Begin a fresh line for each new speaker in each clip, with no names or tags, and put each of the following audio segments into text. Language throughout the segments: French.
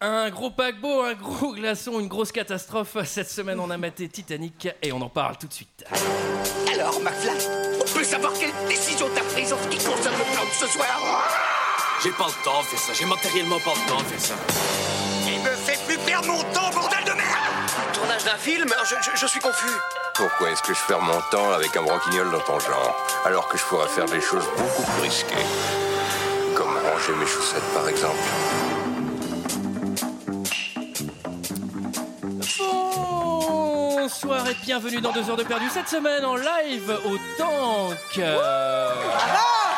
Un gros paquebot, un gros glaçon, une grosse catastrophe. Cette semaine, on a maté Titanic et on en parle tout de suite.
Alors, McFly, on peut savoir quelle décision t'as prise en ce qui concerne le plan de ce soir
J'ai pas le temps de faire ça, j'ai matériellement pas le temps de faire ça.
Il me fait plus perdre mon temps, bordel de merde
Tournage d'un film je, je- je suis confus.
Pourquoi est-ce que je perds mon temps avec un broquignol dans ton genre, alors que je pourrais faire des choses beaucoup plus risquées Comme ranger mes chaussettes, par exemple.
Bonsoir et bienvenue dans 2 heures de perdu. Cette semaine, en live au Tank. Euh,
Ah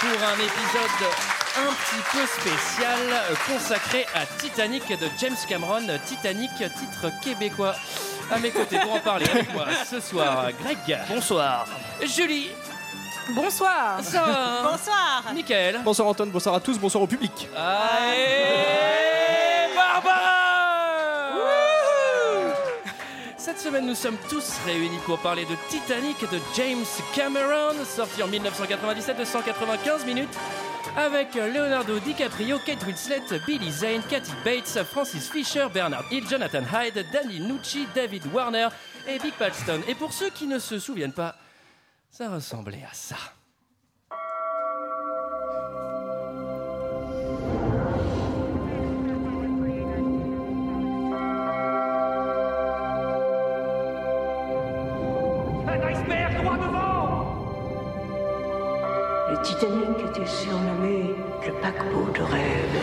Pour un épisode un petit peu spécial euh, consacré à Titanic de James Cameron. Titanic, titre québécois. À mes côtés pour en parler avec moi ce soir, Greg. Bonsoir. Julie. hein
Bonsoir.
Sarah.
Bonsoir.
Michael.
Bonsoir Antoine, bonsoir à tous, bonsoir au public.
Allez, Barbara Cette semaine, nous sommes tous réunis pour parler de Titanic de James Cameron, sorti en 1997 de 195 minutes, avec Leonardo DiCaprio, Kate Winslet, Billy Zane, Kathy Bates, Francis Fisher, Bernard Hill, Jonathan Hyde, Danny Nucci, David Warner et Big Paxton. Et pour ceux qui ne se souviennent pas, ça ressemblait à ça.
Un iceberg droit devant
Le Titanic était surnommé le paquebot de rêve.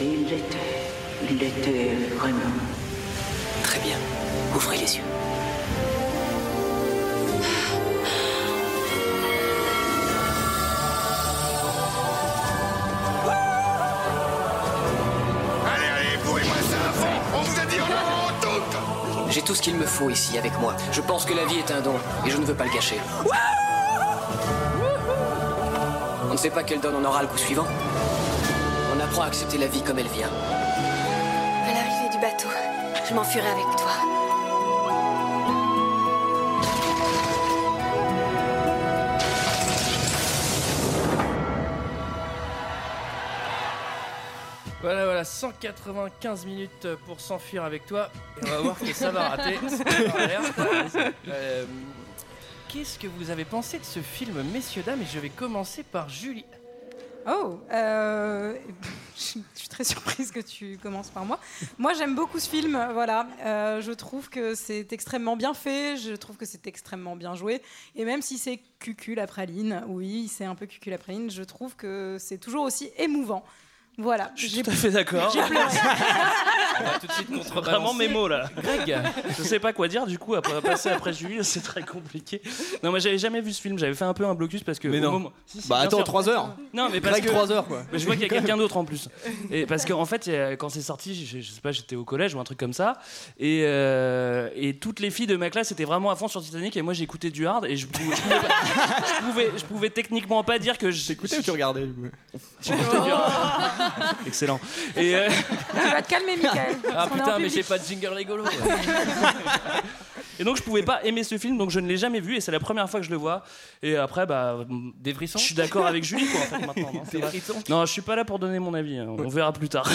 Et il l'était. Il l'était vraiment.
Très bien. Ouvrez les yeux.
Allez, allez, bourrez-moi ça à fond On vous a dit on en rend toute
J'ai tout ce qu'il me faut ici avec moi. Je pense que la vie est un don et je ne veux pas le gâcher. On ne sait pas quelle donne on aura le coup suivant. On apprend à accepter la vie comme elle vient.
À l'arrivée du bateau, je m'enfuirai avec toi.
Voilà, voilà, 195 minutes pour s'enfuir avec toi. Et on va voir que ça va rater. Spoiler alert. Euh, Qu'est-ce que vous avez pensé de ce film, messieurs, dames Et je vais commencer par Julie.
Oh, euh, je je suis très surprise que tu commences par moi. Moi, j'aime beaucoup ce film. Voilà, Euh, je trouve que c'est extrêmement bien fait. Je trouve que c'est extrêmement bien joué. Et même si c'est cucul la praline, oui, c'est un peu cucul la praline. Je trouve que c'est toujours aussi émouvant. Voilà. J'ai
Tout à fait d'accord.
j'ai pleuré.
On va tout de suite contrebalancer.
Vraiment mes mots là.
Greg,
Je sais pas quoi dire du coup après passer après Julie, c'est très compliqué. Non, moi j'avais jamais vu ce film, j'avais fait un peu un blocus parce que
Mais
au
non.
moment- Si, si,
Bah
bien
attends,
sûr.
3 heures
Non, mais parce
Greg,
que
3 heures quoi.
mais je vois qu'il y a quelqu'un d'autre en plus. Et parce qu'en en fait, il y a- quand c'est sorti, je, je sais pas, j'étais au collège ou un truc comme ça. Et, euh, et toutes les filles de ma classe étaient vraiment à fond sur Titanic. Et moi, j'écoutais du hard. Et je, pouvais- je pouvais, pas- je pouvais- je pouvais techniquement pas dire que je-
Écoutez ou tu regardais du coup
j'écoutais du hard. Excellent. Et, euh,
Tu vas te calmer, Michael.
ah putain, mais j'ai pas de jingle rigolo.
et donc, je pouvais pas aimer ce film. Donc, je ne l'ai jamais vu. Et c'est la première fois que je le vois. Et après, bah.
Des frissons
Je suis d'accord avec Julie, quoi, en fait, maintenant. Non, c'est
Des
vrai.
frissons
Non, je suis pas là pour donner mon avis. hein. On verra plus tard.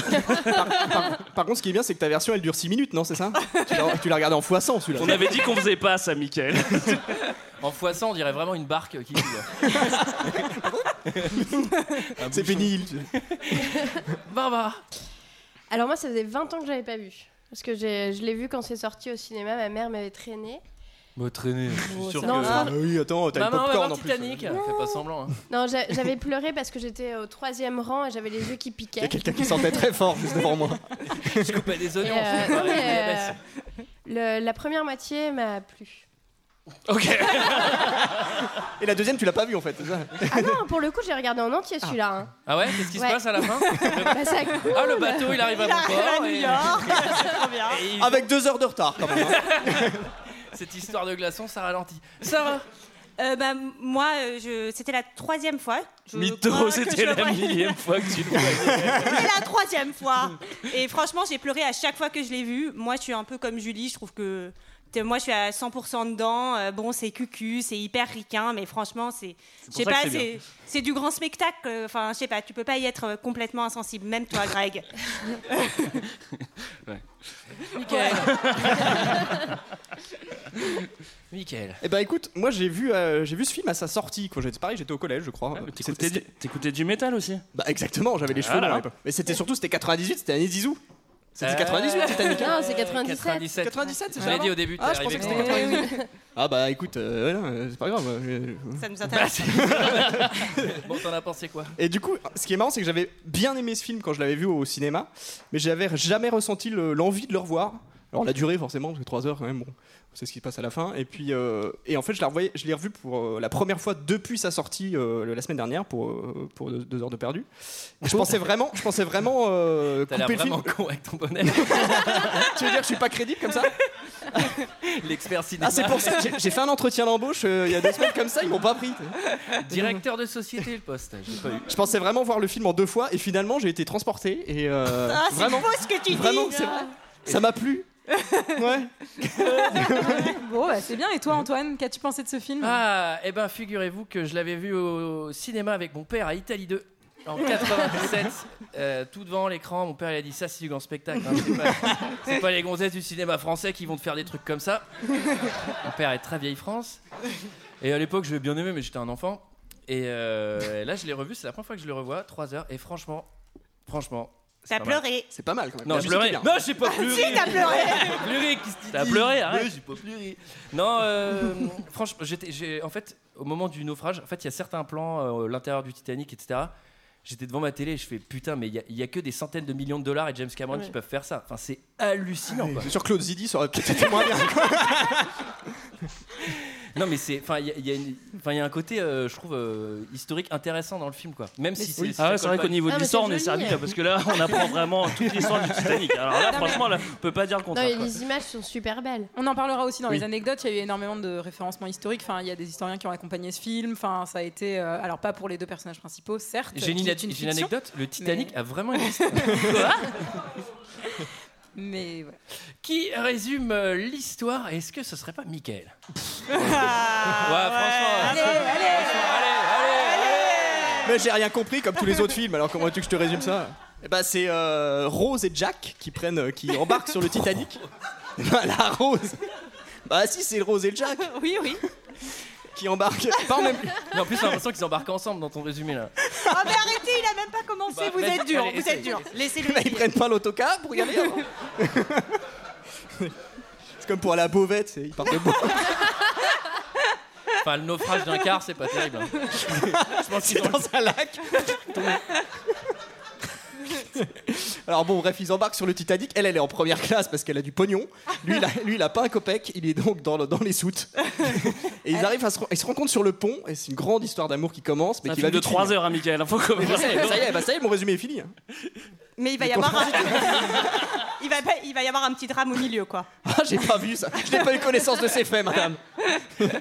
Par contre, ce qui est bien, c'est que ta version elle dure 6 minutes, non C'est ça tu l'as, tu l'as regardé en x100
On
celui-là.
avait dit qu'on faisait pas ça, Michael.
En foissant, on dirait vraiment une barque qui coule.
C'est pénible.
Barbara
Alors moi, ça faisait 20 ans que j'avais pas vu. Parce que j'ai- je l'ai vu quand c'est sorti au cinéma, ma mère m'avait traîné.
Bah, traîner.
Non,
Ah oui, attends, t'as le
Maman, on va
popcorn
voir
en plus.
Titanic. Fais pas semblant. hein.
Non, j'a- j'avais pleuré parce que j'étais au troisième rang et j'avais les yeux qui
Il y a
piquaient.
quelqu'un qui sentait très fort juste devant moi.
Je coupais
Et,
des oignons.
euh,
c'est pas
non,
vrai,
mais,
je les
euh, le- la première moitié m'a plu.
Ok.
Et la deuxième, tu l'as pas vue en fait, c'est ça
Ah non, pour le coup, j'ai regardé en entier celui-là. hein.
Ah ouais Qu'est-ce qui se
Ouais.
passe à la fin
Bah, ça coule.
Ah, le bateau, il arrive à bon port. et- et il-
Avec 2 heures de retard quand même. hein.
Cette histoire de glaçon, ça ralentit. Sarah
Euh, bah, moi, euh, je... c'était la troisième fois. Je crois
Mytho,
que je
c'était la
le voyais.
millième fois que tu le vois.
C'était la troisième fois. Et franchement, j'ai pleuré à chaque fois que je l'ai vu. Moi, je suis un peu comme Julie. Je trouve que t- moi, je suis à 100% dedans. Euh, bon, c'est cucu, c'est hyper ricain, mais franchement, c'est. Je
pour
sais
ça que
pas,
c'est bien.
c'est c'est du grand spectacle. Enfin, je sais pas, tu peux pas y être euh, complètement insensible, même toi, Greg.
Michael. Michael.
Eh ben écoute, moi j'ai vu, euh, j'ai vu ce film à sa sortie quand j'étais pareil, j'étais au collège je crois. T'écoutais du,
métal aussi
Bah exactement, j'avais les cheveux
Voilà.
longs à l'époque. Mais c'était surtout, c'était 98, c'était année Zizou. C'était
Euh,
98 Titanic hein.
Ah,
Non, c'est 97. 97,
97
Je l'ai dit au début, t'es
Ah, je pensais
arrivé.
que c'était 98. Ah bah écoute, euh, voilà, euh, c'est pas grave. euh, je-
Ça nous intéresse.
Bah, bon, t'en as pensé quoi
Et du coup, ce qui est marrant, c'est que j'avais bien aimé ce film quand je l'avais vu au cinéma, mais j'avais jamais ressenti le- l'envie de le revoir. Alors la durée forcément, parce que 3 heures quand même, bon, c'est ce qui se passe à la fin. Et puis, euh, et en fait, je la revoyais- je l'ai revu pour euh, la première fois depuis sa sortie euh, la semaine dernière pour euh, pour deux, deux heures de perdu. Et je pensais vraiment, je pensais vraiment euh,
T'as l'air
couper le film.
vraiment con avec ton bonnet.
tu veux dire que je suis pas crédible comme ça
L'expert cinéma.
Ah c'est pour ça, que j'ai- j'ai fait un entretien d'embauche euh, il y a deux semaines comme ça, ils m'ont pas pris.
Directeur de société, le poste. J'ai pas eu.
Je pensais vraiment voir le film en deux fois et finalement j'ai été transporté et euh,
Ah, c'est
vraiment.
beau ce que tu dis.
Vraiment, c'est vrai. Ça m'a plu. Ouais.
Bon, bah, c'est bien. Et toi, Antoine, qu'as-tu pensé de ce film
Ah, eh ben, figurez-vous que je l'avais vu au cinéma avec mon père à Italie 2. En 97, euh, tout devant l'écran, mon père il a dit ça c'est du grand spectacle. hein, c'est pas- c'est pas, les gonzesses du cinéma français qui vont te faire des trucs comme ça. Mon père est très vieille France. Et à l'époque je l'ai bien aimé mais j'étais un enfant. Et euh, là je l'ai revu, c'est la première fois que je le revois, 3 heures. Et franchement, franchement. c'est
T'as
pas mal.
pleuré.
C'est pas mal quand même.
Non,
La
j'ai
musique
pleuré.
est bien.
Non, j'ai pas pleuré.
Si, t'as pleuré.
Pleuré, qu'est-ce que tu
T'as
dis
pleuré, arrête.
Ouais, j'ai pas pleuré. Non, euh, franchement, j'étais, j'ai, en fait, au moment du naufrage, en fait, il y a certains plans, euh, l'intérieur du Titanic, etc. J'étais devant ma télé et je fais putain, mais il y a- il y, a que des centaines de millions de dollars et James Cameron qui peuvent faire ça. Enfin, c'est hallucinant. quoi.
C'est sûr que Claude Zidi, ça aurait peut-être été moins bien.
Non, mais c'est, enfin, il y a- il y, a une- enfin, il y a un côté, euh, je trouve, euh, historique intéressant dans le film, quoi. Même si.
Oui.
si
Ah
ça
ouais, c'est hein.
colle
vrai
pas
qu'au niveau
du-
de l'histoire, on est servi là, parce que là, on apprend vraiment toute l'histoire du Titanic. Alors là, franchement, là, on peut pas dire le
Non,
contraire.
mais
quoi.
les images sont super belles.
On en parlera aussi dans
Oui.
les anecdotes. Il y a eu énormément de référencements historiques. Enfin, il y a des historiens qui ont accompagné ce film. Enfin, ça a été, euh, alors pas pour les deux personnages principaux, certes.
J'ai une,
qui est
j'ai une
fiction,
anecdote. Le Titanic a vraiment existé.
Mais ouais.
Qui résume euh, l'histoire Est-ce que ce serait pas Michael
Ah,
Ouais, franchement.
allez,
Mais j'ai rien compris comme tous les autres films, alors comment veux-tu que je te résume ça Eh ben, c'est euh, Rose et Jack qui prennent, euh, qui embarquent sur le Titanic. Bah, la Rose Bah si, c'est Rose et Jack
Oui, oui.
qui embarquent. Pas en même...
Mais en plus, j'ai l'impression qu'ils embarquent ensemble dans ton résumé là.
Ah, mais arrêtez, il a même pas commencé.
Bah,
vous
vas-y,
êtes dur,
allez,
vous
essaye,
êtes dur. Laissez-le.
Bah, ils prennent pas l'autocar pour y aller hein. avant. C'est comme pour aller à Beauvette, c'est- ils partent de Beauvette.
Enfin, le naufrage d'un car, c'est pas terrible. hein.
Je pense qu'ils sont dans un lac. Alors bon, bref, ils embarquent sur le Titanic. Elle, elle est en première classe parce qu'elle a du pognon. Lui, il a, lui, il a pas un copec. Il est donc dans, le- dans les soutes. Et ils arrivent à se, ren- ils se rencontrent sur le pont. Et c'est une grande histoire d'amour qui commence, mais
C'est un
qui
film
va
de
vite
3
finir.
heures, hein, Michael. hein, Faut commencer.
Eh, Ça y est, bah, ça y est, mon résumé est fini. hein.
Mais il va y avoir un... il, va pas- il va y avoir un petit drame au milieu, quoi.
Ah, j'ai pas vu ça. Je n'ai pas eu connaissance de ces faits, madame.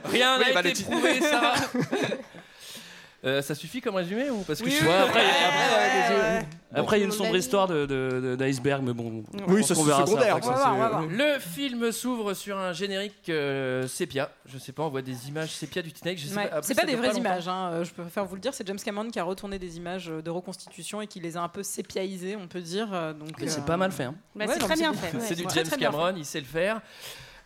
Rien n'a
Oui, bah, le
été
titre.
prouvé, Sarah. Euh, ça suffit comme résumé ou parce que tu
oui,
vois
oui.
après,
Après, il y a une sombre histoire de- de- de- d'iceberg, mais bon. je
Oui,
pense
ça,
qu'on
c'est
verra
secondaire,
après. euh,
ça,
On va voir, on va voir.
le film s'ouvre sur un générique euh, sépia. Je sais pas, on voit des images sépia du Titanic. Je sais
Ouais.
pas, après,
C'est pas
ça
des
dure
vraies
longtemps.
images, hein, euh, je préfère vous le dire. C'est James Cameron qui a retourné des images euh, de reconstitution et qui les a un peu sépiaisées, on peut dire. euh, Donc,
Mais
euh,
C'est pas mal fait. hein.
Bah,
Ouais,
c'est
non,
très
mais
bien
c'est-
fait. ouais.
C'est du
Très,
James
très bien
Cameron, il sait le faire.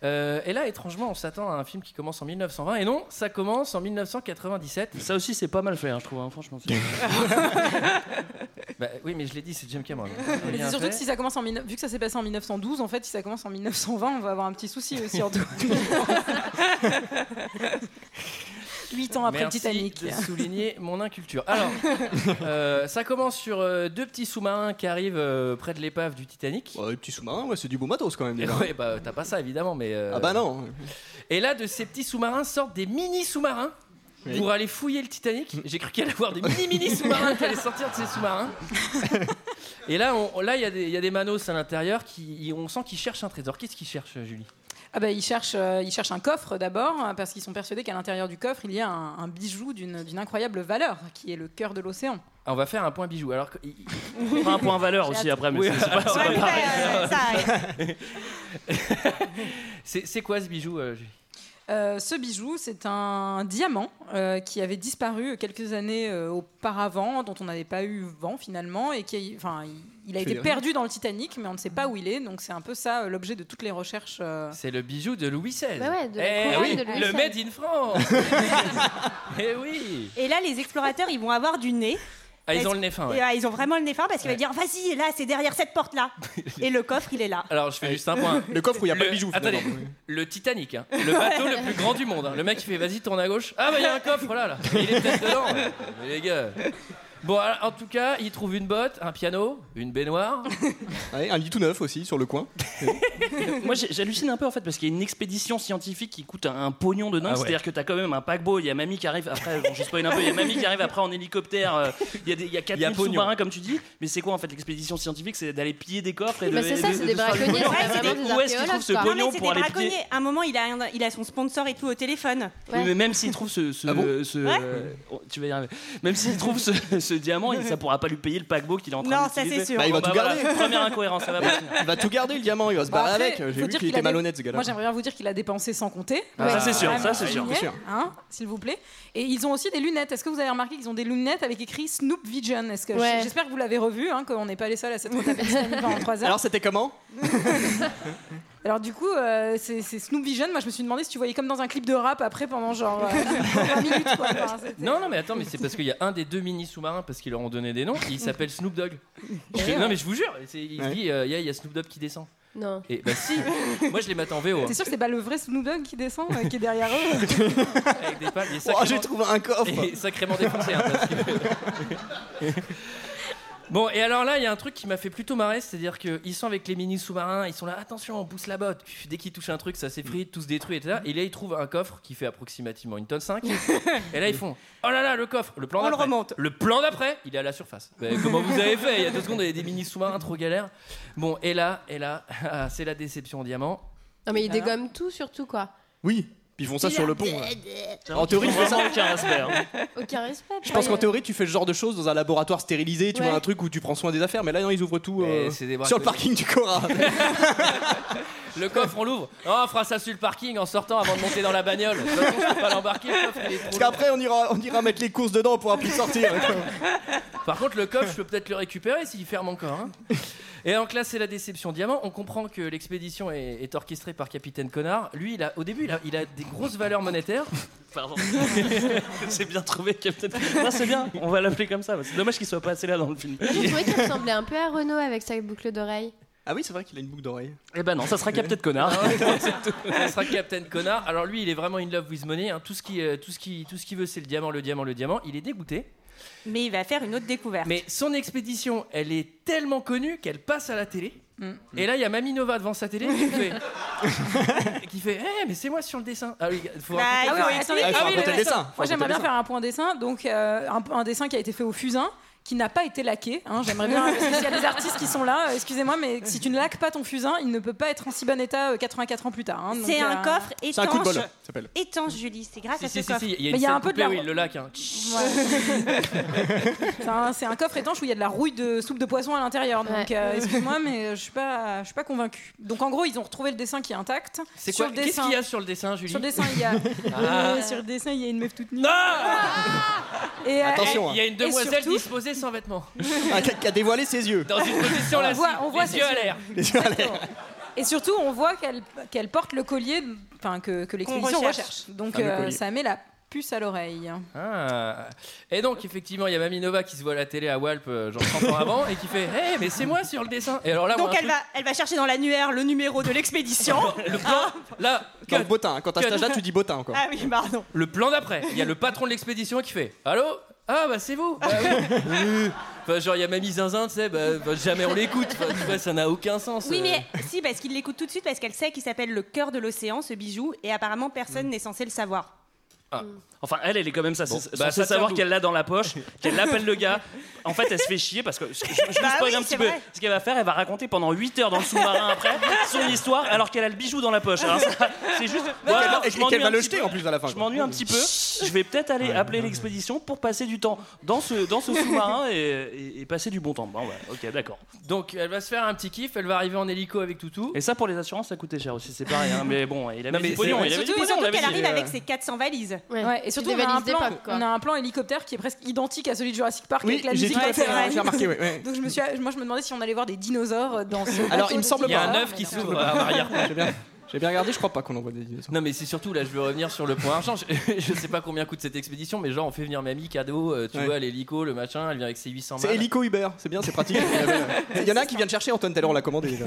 Euh, et là, étrangement, on s'attend à un film qui commence en 1920. Et non, ça commence en 1997.
Ça aussi, c'est pas mal fait, hein, je trouve, hein, franchement. c'est-
Bah, oui, mais je l'ai dit, c'est James Cameron.
Mais
Bien
c'est surtout
fait.
que si ça commence en 19 vu que ça s'est passé en 1912, en fait, si ça commence en 1920, on va avoir un petit souci aussi. Antoine. Huit ans après
Merci
le Titanic.
de souligner mon inculture. Alors, euh, ça commence sur euh, deux petits sous-marins qui arrivent euh, près de l'épave du Titanic.
Ouais, petit sous-marin, ouais, c'est du beau matos quand même.
Et
déjà.
ouais, bah t'as pas ça évidemment, mais. euh,
Ah bah non.
Et là, de ces petits sous-marins sortent des mini sous-marins.
Oui. Mm.
Pour aller fouiller le Titanic, j'ai cru qu'il allait y avoir des mini-mini sous-marins qui allaient sortir de ces sous-marins. Et là, on- là, il y, a des- il y a des manos à l'intérieur qui, on sent qu'ils cherchent un trésor. Qu'est-ce qu'ils cherchent, Julie
Ah bah, ils, cherchent, euh, ils cherchent un coffre d'abord, euh, parce qu'ils sont persuadés qu'à l'intérieur du coffre, il y a un, un bijou d'une d'une incroyable valeur, qui est le cœur de l'océan.
Ah, on va faire un point bijou. Alors, que-
On fera un point valeur aussi après, mais
Oui,
c'est c'est pas, c'est pas
ouais,
pareil.
mais, euh,
ça
c'est c'est quoi ce bijou euh, Julie
Euh, ce bijou, c'est un diamant euh, qui avait disparu quelques années euh, auparavant, dont on n'avait pas eu vent finalement, et qui, enfin, il, il a
Tu
été
l'as
perdu dans le Titanic, mais on ne sait pas où il est. Donc c'est un peu ça euh, l'objet de toutes les recherches. euh.
C'est le bijou de Louis XVI.
Bah ouais, de la
Eh
couronne
oui,
de Louis
le
XVI.
Made in France. Eh oui.
Et là, les explorateurs, ils vont avoir du nez.
Ah, ils
Parce-
ont le nez fin. ouais.
Et, ah, ils ont vraiment le nez fin parce qu'ils
Ouais.
vont dire vas-y, là, c'est derrière cette porte-là. et le coffre, il est là.
Alors, je fais juste un point.
Le coffre où il y a
le,
pas de bijoux,
Attendez,
finalement.
le Titanic, hein. le bateau le plus grand du monde. hein. Le mec, il fait vas-y, tourne à gauche. Ah, bah, il y a un coffre là, là. Il est peut-être dedans. Mais les gars. Bon, alors, en tout cas, il trouve une botte, un piano, une baignoire.
Ouais, un lit tout neuf aussi sur le coin.
Moi j'ai- j'hallucine un peu en fait parce qu'il y a une expédition scientifique qui coûte un, un pognon de dingue,
Ah ouais.
c'est-à-dire que t'as quand même un paquebot, il y a Mamie qui arrive après, bon, je spoil un peu, il y a Mamie qui arrive après en hélicoptère, euh, il y a des- il y a
Il y a
4000
pognon.
sous-marins comme tu dis, mais c'est quoi en fait l'expédition scientifique C'est d'aller piller des coffres et de.
Bah, c'est
et
ça,
de-
c'est
de
des
se faire du
braconniers,
pognon.
c'est
Ah,
vraiment
mais
des
Où est-ce qu'il trouve
archéologues,
ce
quoi.
Non, mais
pognon
c'est
pour
des
aller piller
braconniers. À un moment, il a, un- il a son sponsor et tout au téléphone.
Oui, mais même s'il trouve ce, ce-
Ah
ce- euh, oh, tu vas y arriver. Même s'il trouve ce, ce diamant, il- ça pourra pas lui payer le paquebot qu'il est en train
Non, ça,
d'utiliser.
c'est sûr.
Bah, il va tout
voilà,
garder.
première incohérence, ça va pas.
Il va tout garder le diamant, il va se
Bah,
barrer
après,
avec.
faut
J'ai vu
dire
qu'il
qu'il
était
a dé-
malhonnête ce gars-là.
Moi, j'aimerais bien vous dire qu'il a dépensé sans compter.
Ah, ça, c'est sûr,
Vraiment,
ça, c'est sûr.
souligné,
C'est sûr.
hein, S'il vous plaît. Et ils ont aussi des lunettes. Est-ce que vous avez remarqué qu'ils ont des lunettes avec écrit Snoop Vision Est-ce que
Ouais.
j'espère que vous l'avez revu, hein, qu'on n'est pas les seuls à cette retapée pendant trois heures.
Alors c'était comment
Alors du coup, euh, c'est c'est Snoop Vision. Moi, je me suis demandé si tu voyais comme dans un clip de rap après pendant genre euh, 20 minutes. Quoi. Enfin, c'est-
Non, non, mais attends, mais c'est parce qu'il y a un des deux mini sous-marins, parce qu'ils leur ont donné des noms, il s'appelle Snoop Dogg. Je te- non, mais je vous jure, c'est- il
Ouais.
dit, euh, il y, a- y a Snoop Dogg qui descend.
Non.
Eh
Et
ben,
bah si, moi je les mate en VO. hein.
T'es sûr que c'est pas le vrai Snoop Dogg qui descend, euh, qui est derrière eux
Avec des palmes, il est
Oh,
sacrément-
j'ai trouvé un coffre.
il est sacrément défoncé. hein, parce que- Bon, et alors là, il y a un truc qui m'a fait plutôt marrer, c'est-à-dire qu'ils sont avec les mini sous-marins, ils sont là, attention, on pousse la botte. Puis, Dès qu'ils touchent un truc, ça
Mm.
s'effrite, tout se détruit, etc. Et là, ils trouvent un coffre qui fait approximativement une tonne 5. Et là, ils font, oh là là, le coffre, le plan
On le
d'après.
remonte.
Le plan d'après, il est à la surface. Mais comment vous avez fait Il y a deux secondes, il y a des mini sous-marins trop galères. Bon, et là, et là, ah, c'est la déception en diamant.
Non, mais ils
Alors
dégomment tout, surtout quoi.
Oui, puis ils font ça
Il
sur
a-
le pont. hein. ouais. En
Ils
théorie,
ont
ils font ça.
vraiment aucun respect, hein.
Aucun respect.
Je pense qu'en théorie, tu fais ce genre de choses dans un laboratoire stérilisé, tu
Ouais.
vois un truc où tu prends soin des affaires, mais là non, ils ouvrent tout euh,
Eh, c'est des
sur le
braconniers.
parking du Cora.
Le coffre, on l'ouvre. Oh, on fera ça sur le parking en sortant avant de monter dans la bagnole. De toute façon, je peux pas l'embarquer. le coffre, il est trop
Parce qu'après, on ira, on ira mettre les courses dedans pour plus sortir.
lourd. Par contre, le coffre, je peux peut-être le récupérer s'il ferme encore. hein. Et donc là, c'est la déception diamant. On comprend que l'expédition est, est orchestrée par Capitaine Connard. Lui, il a, au début, il a, il a des grosses valeurs monétaires.
Pardon. c'est bien trouvé, Captain. Non, c'est bien, on va l'appeler comme ça. C'est dommage qu'il soit pas assez là dans le film.
J'ai trouvé qu'il ressemblait un peu à Renaud avec sa boucle d'oreille.
Ah oui, c'est vrai qu'il a une boucle d'oreille.
Eh ben non, ça sera Captain Connard.
Ça sera Captain Connard. Alors lui, il est vraiment in love with money. hein. Tout ce qui, euh, tout ce qui, tout ce qu'il veut, c'est le diamant, le diamant, le diamant. Il est dégoûté.
Mais il va faire une autre découverte.
Mais son expédition, elle est tellement connue qu'elle passe à la télé.
Mm.
Et là, il y a Mamie Nova devant sa télé qui fait. qui fait, Eh, mais c'est moi sur le dessin. Ah oui, faut
Bah,
raconter-
ah oui, attendez,
Ah oui,
attendez,
le
attendez.
dessin. Faut
Moi, j'aimerais
raconter
bien
le
faire un point dessin. Donc, euh, un, un dessin qui a été fait au fusain, qui n'a pas été laqué. hein, j'aimerais bien. parce qu'il y a des artistes qui sont là. euh, Excusez-moi, mais si tu ne laques pas ton fusain, il ne peut pas être en si bon état euh, 84 ans plus tard. hein, donc,
C'est un
euh,
coffre étanche.
C'est un coup de bol, ça s'appelle.
Étanche, Julie, c'est grâce
Si,
à
si,
ce
si,
coffre.
si, il y a une
Mais il y a
scène
un peu de
coupée,
la-
oui, le lac. hein.
C'est un, c'est un coffre étanche où il y a de la rouille de soupe de poisson à l'intérieur. Donc,
Ouais.
euh, excuse-moi, mais je suis pas, je suis pas convaincue. Donc, en gros, ils ont retrouvé le dessin qui est intact.
C'est
Sur le
quoi Qu'est-ce
dessin-
qu'il y a sur le dessin, Julie
Sur le dessin, il y a.
Ah.
Euh, sur le dessin, il y a une meuf toute nue. Ah.
Non
Et, euh,
Attention, hein.
Il y a une
et
demoiselle
surtout-
disposée sans vêtements.
Ah, qui a- qui a dévoilé ses yeux.
Dans une position
On
lassive,
voit- on voit
les
ses
yeux à
yeux.
l'air.
Les yeux à l'air.
Et surtout, on voit qu'elle qu'elle porte le collier enfin, que, que l'expédition
Qu'on
recherche.
recherche.
Donc,
Ah, le
euh,
collier.
ça met la puce à l'oreille.
Ah. Et donc, effectivement, il y a Mamie Nova qui se voit à la télé à Walp, euh, genre 30 ans avant, et qui fait Hé, eh, mais c'est moi sur le dessin Et alors là,
Donc
moi, un
elle va, elle va chercher dans l'annuaire le numéro de l'expédition. Hein
truc- le plan, là,
Ah, Dans
cut.
le botin. hein. Quand t'as
Cut.
cet âge-là, tu dis botin encore.
Ah oui, pardon.
Le plan d'après, il y a le patron de l'expédition qui fait Allô Ah bah c'est vous Bah oui. Oui. Enfin, genre il y a Mamie Zinzin, tu sais, bah, bah, jamais on l'écoute, Enfin, tu vois, ça n'a aucun sens.
Oui,
euh.
mais si, parce
Mm.
qu'il l'écoute tout de suite, parce qu'elle sait qu'il s'appelle le cœur de l'océan, ce bijou, et apparemment personne n'est censé le savoir.
Ah. Enfin, elle, elle est quand même ça.
Bon,
c'est- censée
bah, ça tient
savoir
tout.
qu'elle l'a dans la poche, qu'elle appelle le gars. En fait, elle se fait chier parce que je, je- je vous
Bah
spoil
oui,
un petit
c'est
peu.
vrai.
Ce qu'elle va faire, elle va raconter pendant 8 heures dans le sous-marin après son histoire alors qu'elle a le bijou dans la poche. hein. Alors ça, c'est
Et
juste.
qu'elle
voilà,
va- et
je
qu'elle
m'ennuie
va
un
le
petit
jeter
peu.
en plus à la fin.
Je m'ennuie un petit peu. Je vais peut-être aller appeler l'expédition pour passer du temps dans ce, dans ce sous-marin et, et- et passer du bon temps. Bon, bah, ok, d'accord.
Donc elle va se faire un petit kiff, elle va arriver en hélico avec Toutou.
Et ça pour les assurances, ça coûtait cher aussi, c'est pareil. hein, mais bon, il
Non,
avait
mais
du pognon.
c'est-
Il avait du
Surtout,
pognon,
surtout
il avait
qu'elle
du-
arrive
euh,
avec ses 400 valises.
Ouais, et surtout,
des
on a, un
valises
plan,
d'époque, quoi.
on a un plan hélicoptère qui est presque identique à celui de Jurassic Park
Oui,
avec la
j'ai
musique
tout à fait-
latérale.
j'ai remarqué, oui, oui.
Donc je me suis, moi, je me demandais si on allait voir des dinosaures dans ce.
Alors, il me semble
Il y a
pas. Ah,
un œuf qui s'ouvre à l'arrière-plan.
J'ai bien, j'ai bien regardé, je crois Oh, pas qu'on envoie des dinosaures.
Non mais c'est surtout là je veux revenir sur le point argent. Je, je sais pas combien coûte cette expédition mais genre on fait venir mamie cadeau, euh, tu
Ouais.
vois l'hélico, le machin, elle vient avec ses 800
C'est
balles.
Hélico Uber, c'est bien, c'est pratique. Il Eh, y en a un qui vient de chercher, Antoine, tout à l'heure on l'a commandé déjà.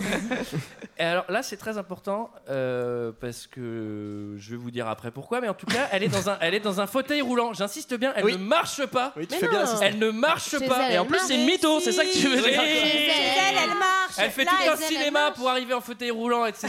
Et alors là c'est très important euh, parce que je vais vous dire après pourquoi mais en tout cas elle est dans un elle est dans un fauteuil roulant. J'insiste bien, elle
Oui.
ne marche pas.
Oui, tu
Mais
fais bien
non.
l'assistant.
Elle ne marche
Chez
pas
elle,
et en
elle
plus c'est
marche.
mytho, c'est ça que tu
Oui.
veux dire.
Chez
Chez elle, elle marche.
Elle fait
Là,
tout un
elle-
cinéma pour arriver en fauteuil roulant, etc.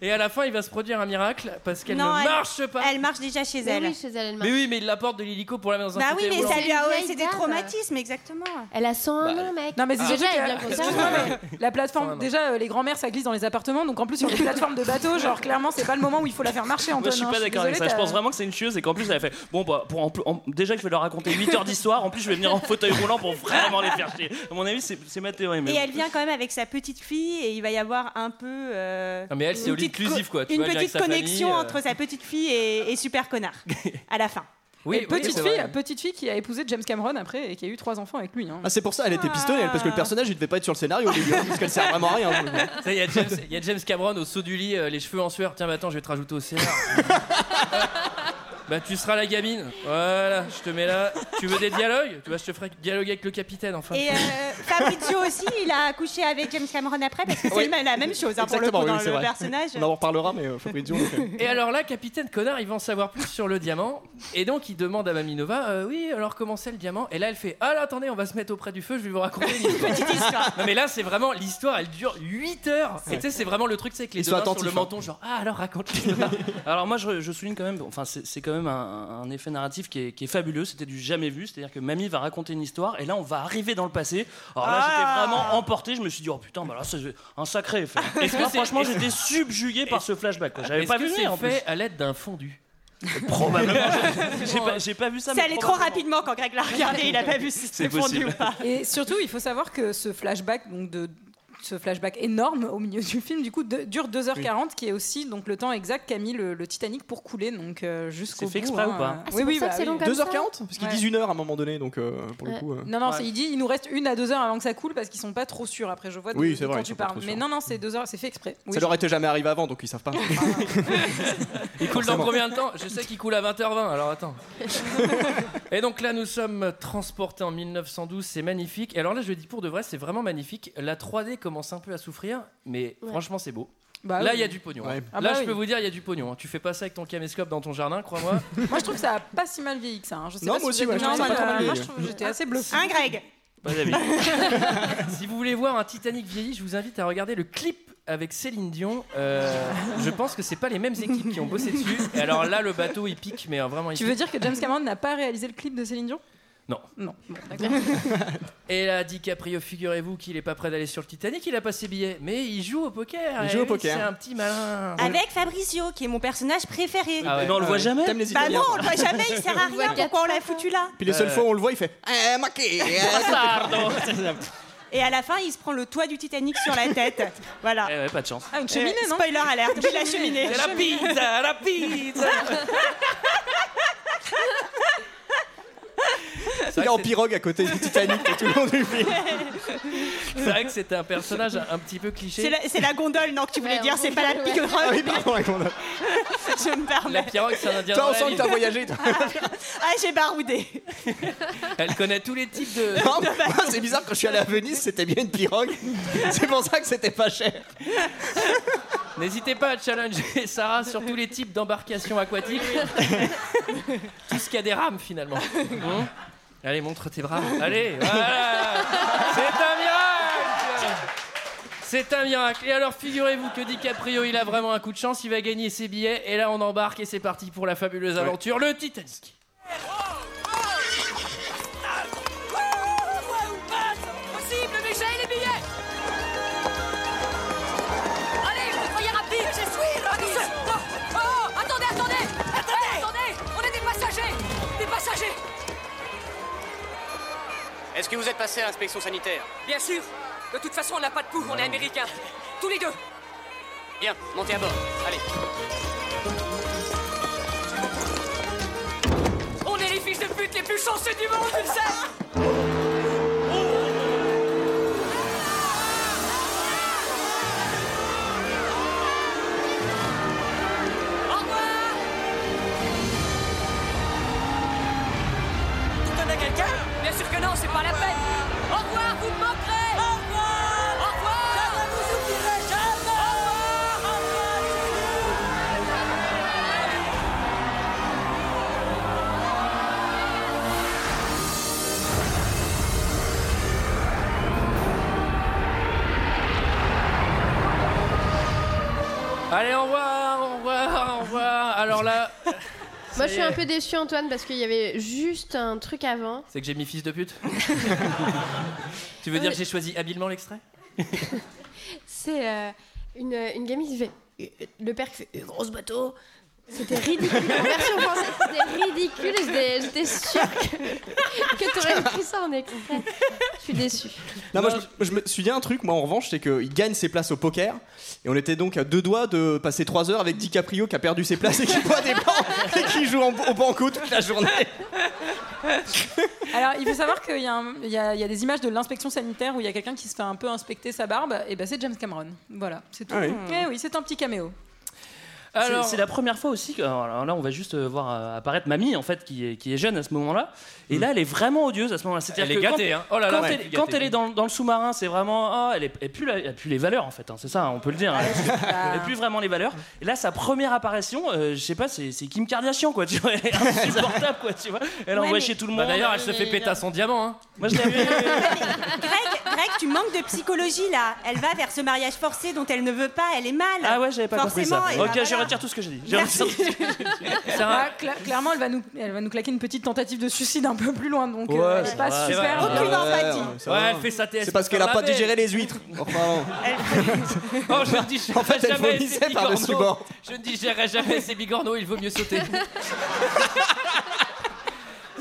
et à la fin, il va se produire un miracle parce qu'elle ne
Non, elle-
marche pas.
Elle marche déjà chez
Mais
elle.
oui, chez elle, elle marche.
Mais oui, mais il la porte de l'hélico pour la mettre dans un
Bah oui,
fauteuil
mais
roulant.
ça lui a.
C'est une
C'est des
vieille dame.
traumatismes, exactement.
Elle a
Bah,
101 ans, mec.
Non, Ah, mais
Ah.
c'est
déjà,
surtout
elle est
que-
bien consciente.
excuse-moi, mais la
Enfin,
plateforme,
non.
déjà, euh, les grands-mères, ça glisse dans les appartements, donc en plus sur les plateformes de bateaux, genre clairement, c'est pas le moment où il faut la faire marcher, Antoine.
Moi, je suis
hein,
pas d'accord avec ça.
désolée,
Je pense
t'as-
vraiment que c'est une chieuse et qu'en plus, elle a fait Bon, bah, pour en plus- en- déjà que je vais leur raconter 8 heures d'histoire, en plus, je vais venir en fauteuil roulant pour vraiment les faire chier. À mon avis, c'est c'est ma théorie. Mais
Et elle vient quand même avec sa petite fille et il va y avoir un peu. euh,
Non, mais elle, c'est
une
all
petite co-
inclusive, quoi. Tu
une
vois, elle vient avec
petite
sa
connexion
famille, euh.
entre sa petite fille et, et super connard à la fin.
Oui,
Et petite
c'est
fille,
vrai.
petite fille qui a épousé James Cameron après et qui a eu trois enfants avec lui. hein.
Ah, c'est pour ça, elle était pistonnée, elle, parce que le personnage il devait pas être sur le scénario au début, hein, parce qu'elle sert vraiment à rien.
Ça, Il y, a James- il y a James Cameron au saut du lit, euh, les cheveux en sueur. Tiens, bah, attends, je vais te rajouter au scénar. bah, tu seras la gamine. Voilà, je te mets là. Tu veux des dialogues Tu vois, je te ferai dialoguer avec le capitaine, enfin.
Et euh, Fabrizio aussi, il a couché avec James Cameron après parce que c'est
Oui.
le même- la même chose hein, pour le
Exactement,
coup, dans
oui, c'est
le
vrai.
personnage.
On en reparlera, mais euh, Fabrizio. on fait-
Et alors là, capitaine Connard, il va en savoir plus sur le diamant. Et donc, il demande à Maminova, euh, oui, alors comment c'est le diamant Et là, elle fait, ah là, attendez, on va se mettre auprès du feu, je vais vous raconter une histoire. Non, mais là, c'est vraiment, l'histoire, elle dure 8 heures. Et tu sais, c'est vraiment le truc, c'est que les
Ils
deux
sont
mains sur
attentifs,
le
hein.
menton, genre, ah alors raconte l'histoire.
Alors moi, je, je souligne quand même, enfin c'est c'est quand même un, un effet narratif qui est, qui est fabuleux. C'était du jamais vu, c'est-à-dire que Mamie va raconter une histoire et là on va arriver dans le passé. Alors là,
Ah.
j'étais vraiment emporté. Je me suis dit oh putain, bah là c'est un sacré effet. Et
Est-ce que
là,
c'est-
franchement, j'étais subjugué par ce flashback. quoi. J'avais
Est-ce
pas
que
vu
c'est
venir en plus.
fait à l'aide d'un fondu
Probablement. J'ai pas, j'ai pas vu ça.
Ça
mais
allait trop
probablement.
rapidement quand Greg l'a regardé, il a pas vu si c'était fondu
possible.
ou pas.
Et surtout, il faut savoir que ce flashback, donc de ce flashback énorme au milieu du film, du coup, de- dure 2h40, qui est aussi donc le temps exact qu'a mis le, le Titanic pour couler, donc euh, jusqu'au
C'est
bout.
fait exprès ou
hein.
pas
Ah, c'est
Oui,
pour
oui,
ça que
bah
c'est
oui.
long comme ça.
2h40 Parce qu'ils
Ouais.
disent 1h à un moment donné, donc euh, pour le
Ouais.
coup. euh,
Non, non,
Ouais.
c'est- il dit, il nous reste une à deux heures avant que ça coule parce qu'ils sont pas trop sûrs. Après, je vois de-
Oui,
de
c'est vrai,
quand
ils
tu
sont pas
parles.
trop
Mais
sûrs.
non, non, c'est deux heures, c'est fait exprès. Oui,
Ça leur était jamais arrivé avant, donc ils savent pas.
Il coule dans
Forcément.
combien de temps Je sais qu'il coule à 20h20, alors attends. Et donc là, nous sommes transportés en 1912, c'est magnifique. Et alors là, je le dis pour de vrai, c'est vraiment magnifique. La 3D commence un peu à souffrir, mais
Ouais.
franchement, c'est beau.
bah
là,
oui.
il y a du pognon. hein.
Ouais.
Ah
là,
bah
je
oui.
peux vous dire, il y a du pognon. hein. Tu fais pas ça avec ton caméscope dans ton jardin, crois-moi.
Moi, je trouve que ça a pas si mal vieilli que ça. hein. Je sais
Non,
pas
moi
si vous
aussi,
avez vu
ouais, je
le
trouve ça
film,
pas trop mal
euh, moi,
vieilli.
je trouve- j'étais assez bluffée.
Hein, Greg
Pas d'avis.
si vous voulez voir un Titanic vieilli, je vous invite à regarder le clip avec Céline Dion. Euh, je pense que c'est pas les mêmes équipes qui ont bossé dessus. Et alors là, le bateau, il pique, mais euh, vraiment, il
Tu veux dire que James Cameron n'a pas réalisé le clip de Céline Dion
Non.
Non. Bon, d'accord.
Et là, DiCaprio, figurez-vous qu'il est pas prêt d'aller sur le Titanic, il a pas ses billets, mais il joue au poker.
Il
Eh
joue au
oui,
poker.
C'est un petit malin.
Avec Fabrizio, qui est mon personnage préféré.
Ah ouais.
Mais on le voit jamais.
T'aimes les
Bah
Italiens
non, on le voit jamais, il sert à
voit
rien.
quatre
Pourquoi on l'a
fois.
foutu là Euh,
Puis les
Euh.
Euh.
seules fois où on le voit, il fait Eh, maqué
Et à la fin, il se prend le toit du Titanic sur la tête. Voilà.
Eh ouais, pas de chance.
Ah, une cheminée,
Euh,
non
Spoiler alerte, oui, la cheminée.
C'est la pizza, la pizza.
Il est en pirogue à côté du Titanic et tout le monde lui fait.
C'est vrai que c'était un personnage un petit peu cliché.
C'est la, c'est la gondole, non, que tu voulais
Ouais,
dire,
on
c'est pas la
comprend,
pique
Ah oui, pardon, avec mon âge.
je me
La
permets.
pirogue, c'est un indien.
Toi, on
de
sent que
Rennes.
t'as voyagé. toi.
Ah, j'ai baroudé.
Elle connaît tous les types de.
Non, moi, c'est bizarre, quand je suis allé à Venise, c'était bien une pirogue. C'est pour ça que c'était pas cher.
N'hésitez pas à challenger Sarah sur tous les types d'embarcations aquatiques. Tout ce qui a des rames finalement. Hein Bon. Allez, montre tes bras. Allez, voilà. C'est un miracle. C'est un miracle. Et alors, figurez-vous que DiCaprio, il a vraiment un coup de chance. Il va gagner ses billets. Et là, on embarque et c'est parti pour la fabuleuse aventure, le Titanic.
Ah, Impossible, mais j'ai les billets Allez, soyez rapide, je suis rapide oh, oh, Attendez, attendez Attendez, attendez On est des passagers Des passagers
Est-ce que vous êtes passé à l'inspection sanitaire
Bien sûr De toute façon, on n'a pas de poux, on est américains. Tous les deux
Bien, montez à bord. Allez.
On est les fils de pute les plus chanceux du monde, tu le sais Tu connais quelqu'un Bien sûr que non, c'est pas la peine. Au revoir, vous me manquerez. Au revoir. Au revoir. Jamais vous oublierai jamais. Au revoir. Au revoir.
Allez, au revoir, au revoir, au revoir. Alors là.
Moi,
ça
je
y
suis un
est.
peu déçu, Antoine, parce qu'il y avait juste un truc avant.
C'est que j'ai mis fils de pute Tu veux dire que j'ai choisi habilement l'extrait
C'est euh, une, une gamine qui fait euh, le père qui fait euh, gros bateau. C'était ridicule. En version française, c'était ridicule. J'étais- J'étais sûre que, que t'aurais pris ça en extrait. Je suis déçue.
Non, moi, je, je me suis dit un truc, moi, en revanche, c'est qu'il gagne ses places au poker. Et on était donc à deux doigts de passer trois heures avec DiCaprio qui a perdu ses places et qui boit des bancs et qui joue en- au banco toute la journée.
Alors, il faut savoir qu'il y, a un- il y a il y a des images de l'inspection sanitaire où il y a quelqu'un qui se fait un peu inspecter sa barbe. Et ben, c'est James Cameron. Voilà, c'est tout.
Ah oui.
Eh oui, c'est un petit caméo.
C'est- C'est la première fois aussi que. alors là, on va juste euh, voir euh, apparaître Mamie, en fait, qui est, qui est jeune à ce moment-là. Et là, elle est vraiment odieuse à ce moment-là. C'est-à-dire
Mm. Elle est
que
gâtée,
quand,
hein. Oh là là,
quand
ouais,
elle,
elle est
quand
gâtée.
elle est dans, dans le sous-marin, c'est vraiment. oh, elle, est, elle pue la- elle pue les valeurs, en fait. hein, c'est ça, on peut le
Ah,
dire. hein. elle pue vraiment les valeurs. Et là, sa première apparition, euh, je sais pas, c'est c'est Kim Kardashian, quoi. Tu vois, elle est insupportable, quoi. Tu vois, elle
Ouais,
envoie
mais-
chez tout le
Bah,
monde.
d'ailleurs, elle
Euh,
se fait péter à
son diamant. hein.
Moi, je l'ai vu.
Greg, Greg, tu manques de psychologie là. Elle va vers ce mariage forcé dont elle ne veut pas, elle est mal.
Ah ouais, j'avais pas compris
Forcément,
ça.
et
Ok,
bah
je
voilà.
retire tout ce que j'ai dit. Je
Merci.
retire tout ce que
Ah, cla- clairement, elle va, nous, elle va nous claquer une petite tentative de suicide un peu plus loin. Donc, euh, elle est pas super.
Ouais, elle fait sa TS.
C'est parce qu'elle a pas digéré les huîtres. Enfin,
Oh, je ne digérerai
En fait, elle
jamais
vomissait
ces bigorneaux.
par-dessus bord.
Je ne digérerai jamais ces bigorneaux, il vaut mieux sauter.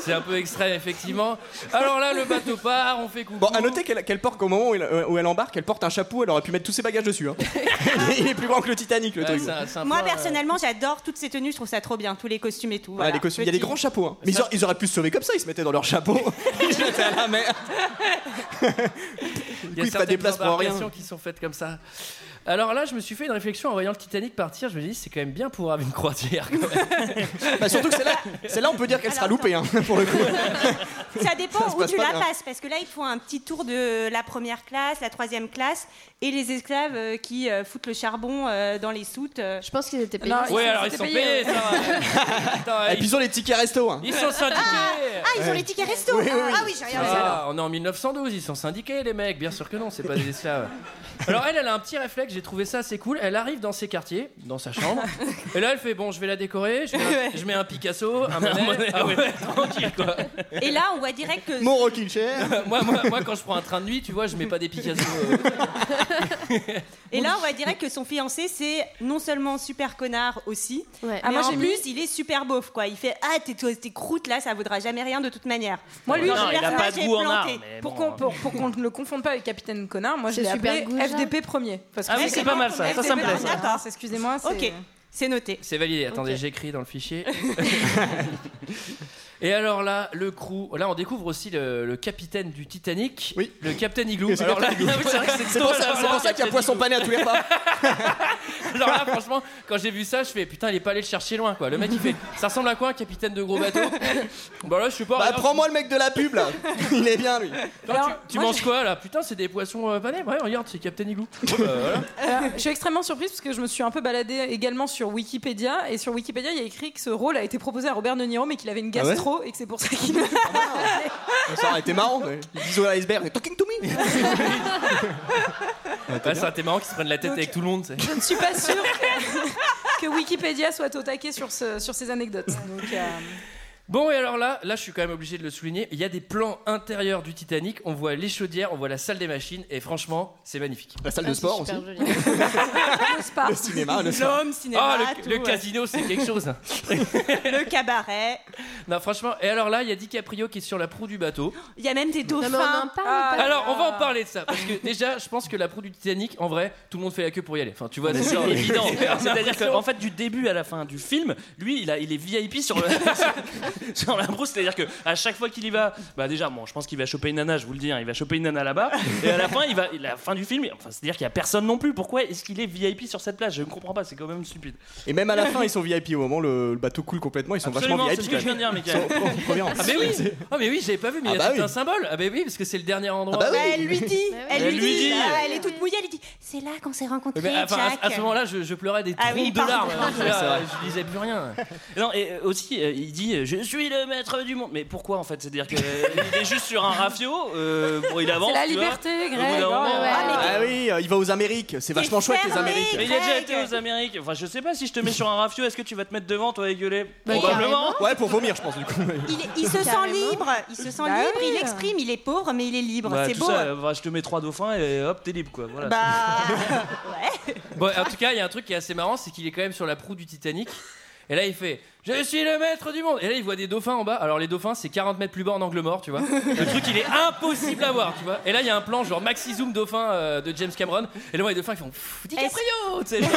C'est un peu extrême, effectivement. Alors là, le bateau part, on fait coucou.
Bon, à noter qu'elle qu'elle porte qu'au moment où elle, euh, où elle embarque, elle porte un chapeau, elle aurait pu mettre tous ses bagages dessus. hein. Il est plus grand que le Titanic, le
Ouais,
truc.
c'est un- c'est un
Moi
point, euh,
personnellement, j'adore toutes ces tenues, je trouve ça trop bien, tous les costumes et tout.
Ouais,
voilà.
les costumes, il y a des grands chapeaux. hein. Mais ils, auraient- ils auraient pu se sauver comme ça, ils se mettaient dans leur chapeau. ils se mettaient à la mer.
Il
Du coup, ils pas des places pour rien.
embarcations qui sont faites comme ça. Alors là, je me suis fait une réflexion en voyant le Titanic partir. Je me dis, c'est quand même bien pour une croisière. quand même.
Bah, surtout que celle-là, celle-là, on peut dire qu'elle sera loupée, hein, pour le coup.
Ça dépend
Ça se
où
passe
tu
pas
la
bien.
passes, parce que là, ils font un petit tour de la première classe, la troisième classe, et les esclaves euh, qui euh, foutent le charbon euh, dans les soutes. Je
pense qu'ils étaient
payés. Ouais, alors, ils sont payés, ça
Et puis ils ont les tickets resto. hein.
Ils sont syndiqués.
Ah, ils ont les tickets resto
Oui, oui, oui.
Ah oui, j'ai rien vu alors.
Ah, on est en 1912, ils sont syndiqués les mecs, bien sûr que non, c'est pas des esclaves. Alors elle, elle a un petit réflexe, j'ai trouvé ça assez cool. Elle arrive dans ses quartiers, dans sa chambre, et là elle fait bon, je vais la décorer, je mets un, je mets un Picasso, un Monet,
Monet,
Ah
ouais.
ouais, tranquille quoi.
Et là, on voit direct que.
Mon rocking chair.
moi, moi, moi, quand je prends un train de nuit, tu vois, je mets pas des Picasso. euh,
Et là, on voit direct que son fiancé, c'est non seulement super connard aussi,
Ah,
mais
moi,
en
j'ai
plus,
mis-
il est super beauf, quoi. Il fait Ah, t'es, t'es croûte là, ça vaudra jamais rien de toute manière.
Moi, lui,
Non,
je
non,
l'ai-
il a pas
je l'ai
de goût en
planté.
art, mais
pour
bon.
qu'on pour, pour qu'on ne le confonde pas avec Capitaine Connard, moi je
C'est
l'ai
super
appelé
goujat.
FDP premier. Parce
Ah oui, c'est pas mal, ça. Ça, ça me plaît, ça.
D'accord, excusez-moi.
Ok, c'est noté.
C'est validé. Attendez,
Ok.
j'écris dans le fichier. Et alors là, le crew. Là, on découvre aussi le, le capitaine du Titanic, le capitaine Igloo.
Et c'est
Alors là,
Captain Igloo.
oui, c'est vrai que
C'est pour ça-
alors
c'est
là,
pour ça qu'il y a
Captain
poisson
Igloo.
pané à tous les repas.
alors là, franchement, quand j'ai vu ça, je fais putain, il est pas allé le chercher loin, quoi. Le mec, il fait. Ça ressemble à quoi, un capitaine de gros bateau Bah là, je suis pas.
Bah,
regarde,
prends-moi le mec de la pub, là. Il est bien, lui.
attends, tu tu manges quoi là Putain, c'est des poissons euh, panés. Ouais, regarde, c'est Captain Igloo. Ouais, bah, voilà.
Euh, je suis extrêmement surprise parce que je me suis un peu baladée également sur Wikipédia et sur Wikipédia il y a écrit que ce rôle a été proposé à Robert De Niro mais qu'il avait une
Ah ouais
gastro faux et que c'est pour ça qu'il.
Ça aurait été marrant. mais Bisous à l'iceberg. mais Talking to me.
Ouais, ça aurait été marrant qu'ils se prennent la tête avec tout le monde. tu sais.
Je ne suis pas sûre que, que Wikipédia soit au taquet sur, ce- sur ces anecdotes. Donc, euh,
Bon, et alors là, là, je suis quand même obligé de le souligner. Il y a des plans intérieurs du Titanic. On voit les chaudières, on voit la salle des machines, et franchement, c'est magnifique.
La salle de Ah, c'est sport super aussi.
Ah,
le spa.
Le cinéma, le spa.
L'homme, cinéma,
Ah, le,
tout,
le
ouais.
casino, c'est quelque chose. hein.
le cabaret.
non, franchement. Et alors là, il y a DiCaprio qui est sur la proue du bateau.
Il y a même des dauphins.
parle
Ah,
Alors, on va en parler de ça parce que déjà, je pense que la proue du Titanic, en vrai, tout le monde fait la queue pour y aller. Enfin, tu vois,
Mais
c'est
Bah, c'est euh, évident.
genre évident.
C'est-à-dire qu'en fait, du début à la fin du film, lui, il, a, il est VIP sur, le, sur la brousse. C'est-à-dire que à chaque fois qu'il y va, bah déjà, bon, je pense qu'il va choper une nana, je vous le dis, hein, il va choper une nana là-bas. Et à la fin, il va, la fin du film, enfin, c'est-à-dire qu'il y a personne non plus. Pourquoi est-ce qu'il est VIP sur cette plage Je ne comprends pas, c'est quand même stupide.
Et même à la fin, ils sont VIP. Au moment, le, le bateau coule complètement. Ils sont
Absolument,
vachement
c'est
VIP.
ce que je viens de dire, Michael.
Ils sont en première rang.
Ah, mais oui, ah, mais oui j'avais pas vu, mais
Ah
il y a
bah
tout
oui.
un symbole. Ah, bah oui, parce que c'est le dernier endroit.
Ah bah oui.
Bah, elle lui dit, elle, lui dit, Eh ben, Ah, elle est toute mouillée, elle lui dit C'est là qu'on s'est rencontrés.
Mais Eh ben, enfin,
Jack.
à, à ce moment-là, je, je pleurais des
Ah
trous
oui,
de
pardon.
larmes. hein.
Ouais,
Là,
c'est vrai.
je disais plus rien.
Non, et euh, aussi, euh, il dit euh, Je suis le maître du monde. Mais pourquoi en fait C'est-à-dire qu'il est juste sur un rafio, euh, bon, il avance.
C'est la
tu vois.
liberté,
Au bout
Greg.
d'un moment,
Ah ouais.
Ah oui, euh, il va aux Amériques. C'est vachement chouette les Amériques.
Mais il a déjà été aux Amériques. Enfin, je sais pas si je te mets sur un rafio, est-ce que tu vas te mettre devant, toi, et gueuler
Bah,
Probablement.
Ouais, pour vomir, je pense du coup.
Il, est- il se sent
Carrément.
libre, il se sent
Bah
libre,
oui.
il exprime, il est pauvre, mais il est libre.
Bah,
c'est
tout
beau.
ça, euh, bah, je te mets trois dauphins et hop, t'es libre, quoi. Voilà.
Bah,
Bon, en tout cas, il y a un truc qui est assez marrant, c'est qu'il est quand même sur la proue du Titanic. Et là, il fait Je suis le maître du monde. Et là, il voit des dauphins en bas. Alors, les dauphins, c'est 40 mètres plus bas en angle mort, tu vois. Le truc, il est impossible à voir, tu vois. Et là, il y a un plan, genre maxi zoom dauphin euh, de James Cameron. Et là, les dauphins, ils font Pfff, DiCaprio Tu sais, genre,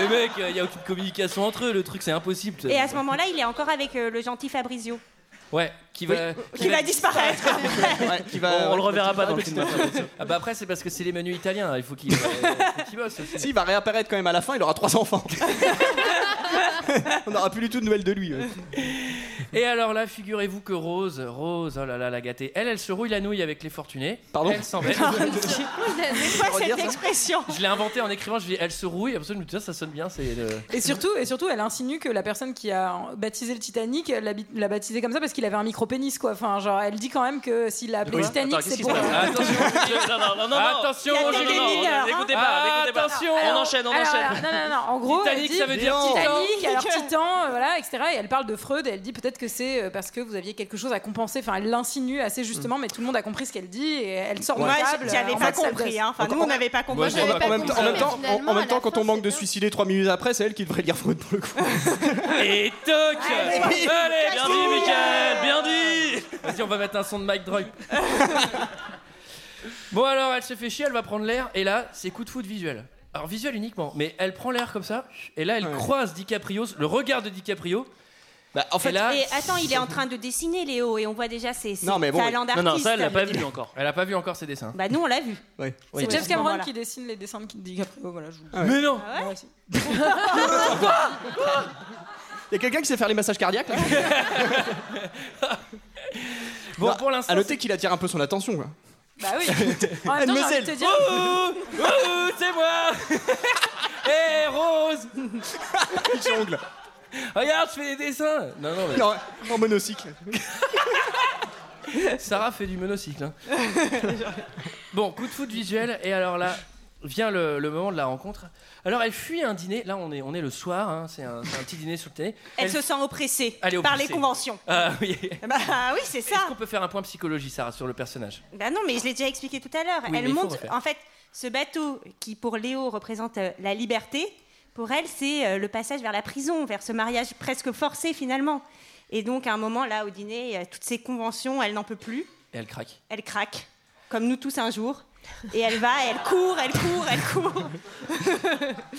Les mecs, euh, il y a aucune communication entre eux. Le truc, c'est impossible. tu sais.
Et à ce moment-là, il est encore avec euh, le gentil Fabrizio,
Ouais, qui va.
qui va disparaître.
On, le reverra pas dans le
film.
Ah bah après c'est parce que c'est les menus italiens, il faut qu'il
Si, il va réapparaître quand même à la fin, il aura trois enfants. On n'aura plus du tout de nouvelles de lui. euh. ouais.
Et alors là, figurez-vous que Rose, Rose, oh là là, la gâtée, elle, elle se rouille la nouille avec les fortunés.
Pardon
Elle s'en va.
C'est quoi cette expression
Je l'ai inventé en écrivant, je dis elle se rouille, absolument, ça sonne bien, c'est le-
Et surtout, et surtout, elle insinue que la personne qui a baptisé le Titanic elle l'a bi- l'a baptisé comme ça parce qu'il avait un micro pénis quoi. Enfin, genre, elle dit quand même que s'il l'a appelé
Oui.
Titanic,
Attends,
c'est
qu'est-ce
pour.
qui se passe Attention, je- non, non, non, non, non. Attention,
Il y a
non,
peut-être
non,
des
non,
mineurs,
n'écoutez
hein.
Ah,
pas, n'écoutez pas.
Attention.
On enchaîne, on
Alors,
enchaîne.
alors, Non, non, non. En gros,
Titanic,
elle dit,
ça veut dire
Titanic.
titan.
Alors Titan, euh, voilà, etc. Et elle parle de Freud. et Elle dit peut-être que c'est euh, parce que vous aviez quelque chose à compenser. Enfin, elle l'insinue assez
Mm.
justement, mais tout le monde a compris ce qu'elle dit et elle sort
Moi,
de table.
j'avais
euh, en
pas
mode sale
compris,
gosse.
hein. Enfin, nous, on n'avait pas compris.
en même temps- en même temps, en- en même temps, quand on manque de suicider trois minutes après, c'est elle qui devrait lire Freud pour le coup.
Et toc Allez,
oui.
bien dit, Michael, bien dit Vas-y, on va mettre un son de Mike Drop. bon, alors, elle se fait chier, elle va prendre l'air, et là, c'est coup de foot visuel. Alors, visuel uniquement, mais elle prend l'air comme ça, et là, elle croise DiCaprio, le regard de DiCaprio.
Bah, en
Et, attends, il est en train de dessiner, Léo, et on voit déjà ses, ses talents d'artiste.
encore. Elle a pas vu encore ses dessins.
Bah, nous, on l'a vu.
C'est James
à ce
Cameron
moment-là.
qui dessine les dessins de DiCaprio. oh, Voilà, je vous.
Ah ouais. Mais non.
Ah ouais
Ah,
Il y a quelqu'un qui sait faire les massages cardiaques là
Bon, pour l'instant.
À noter qu'il attire un peu son attention. Quoi.
Bah oui.
ah.
En même temps, j'ai envie de te dire.
Oh, oh, oh, c'est moi Hé, Eh, Rose
Il jongle.
Regarde, je fais des dessins Non, non, mais...
Non, en monocycle.
Sarah fait du monocycle. hein. Bon, coup de foot visuel, et alors là, vient le, le moment de la rencontre. Alors, elle fuit un dîner, là, on est, on est le soir, hein, c'est un, c'est un petit dîner sur le thé.
Elle se sent oppressée
Elle est
par les
oppressée.
conventions.
Ah oui.
Bah oui, c'est ça.
On peut faire un point psychologie, Sarah, sur le personnage.
Bah non, mais je l'ai déjà expliqué tout à l'heure.
Oui, mais
elle
il faut
monte,
refaire.
en fait, ce bateau qui pour Léo représente euh, la liberté, pour elle, c'est euh, le passage vers la prison, vers ce mariage presque forcé finalement. Et donc, à un moment, là, au dîner, euh, toutes ces conventions, elle n'en peut plus.
Et elle craque.
Elle craque, comme nous tous un jour. Et elle va, elle court, elle court, elle court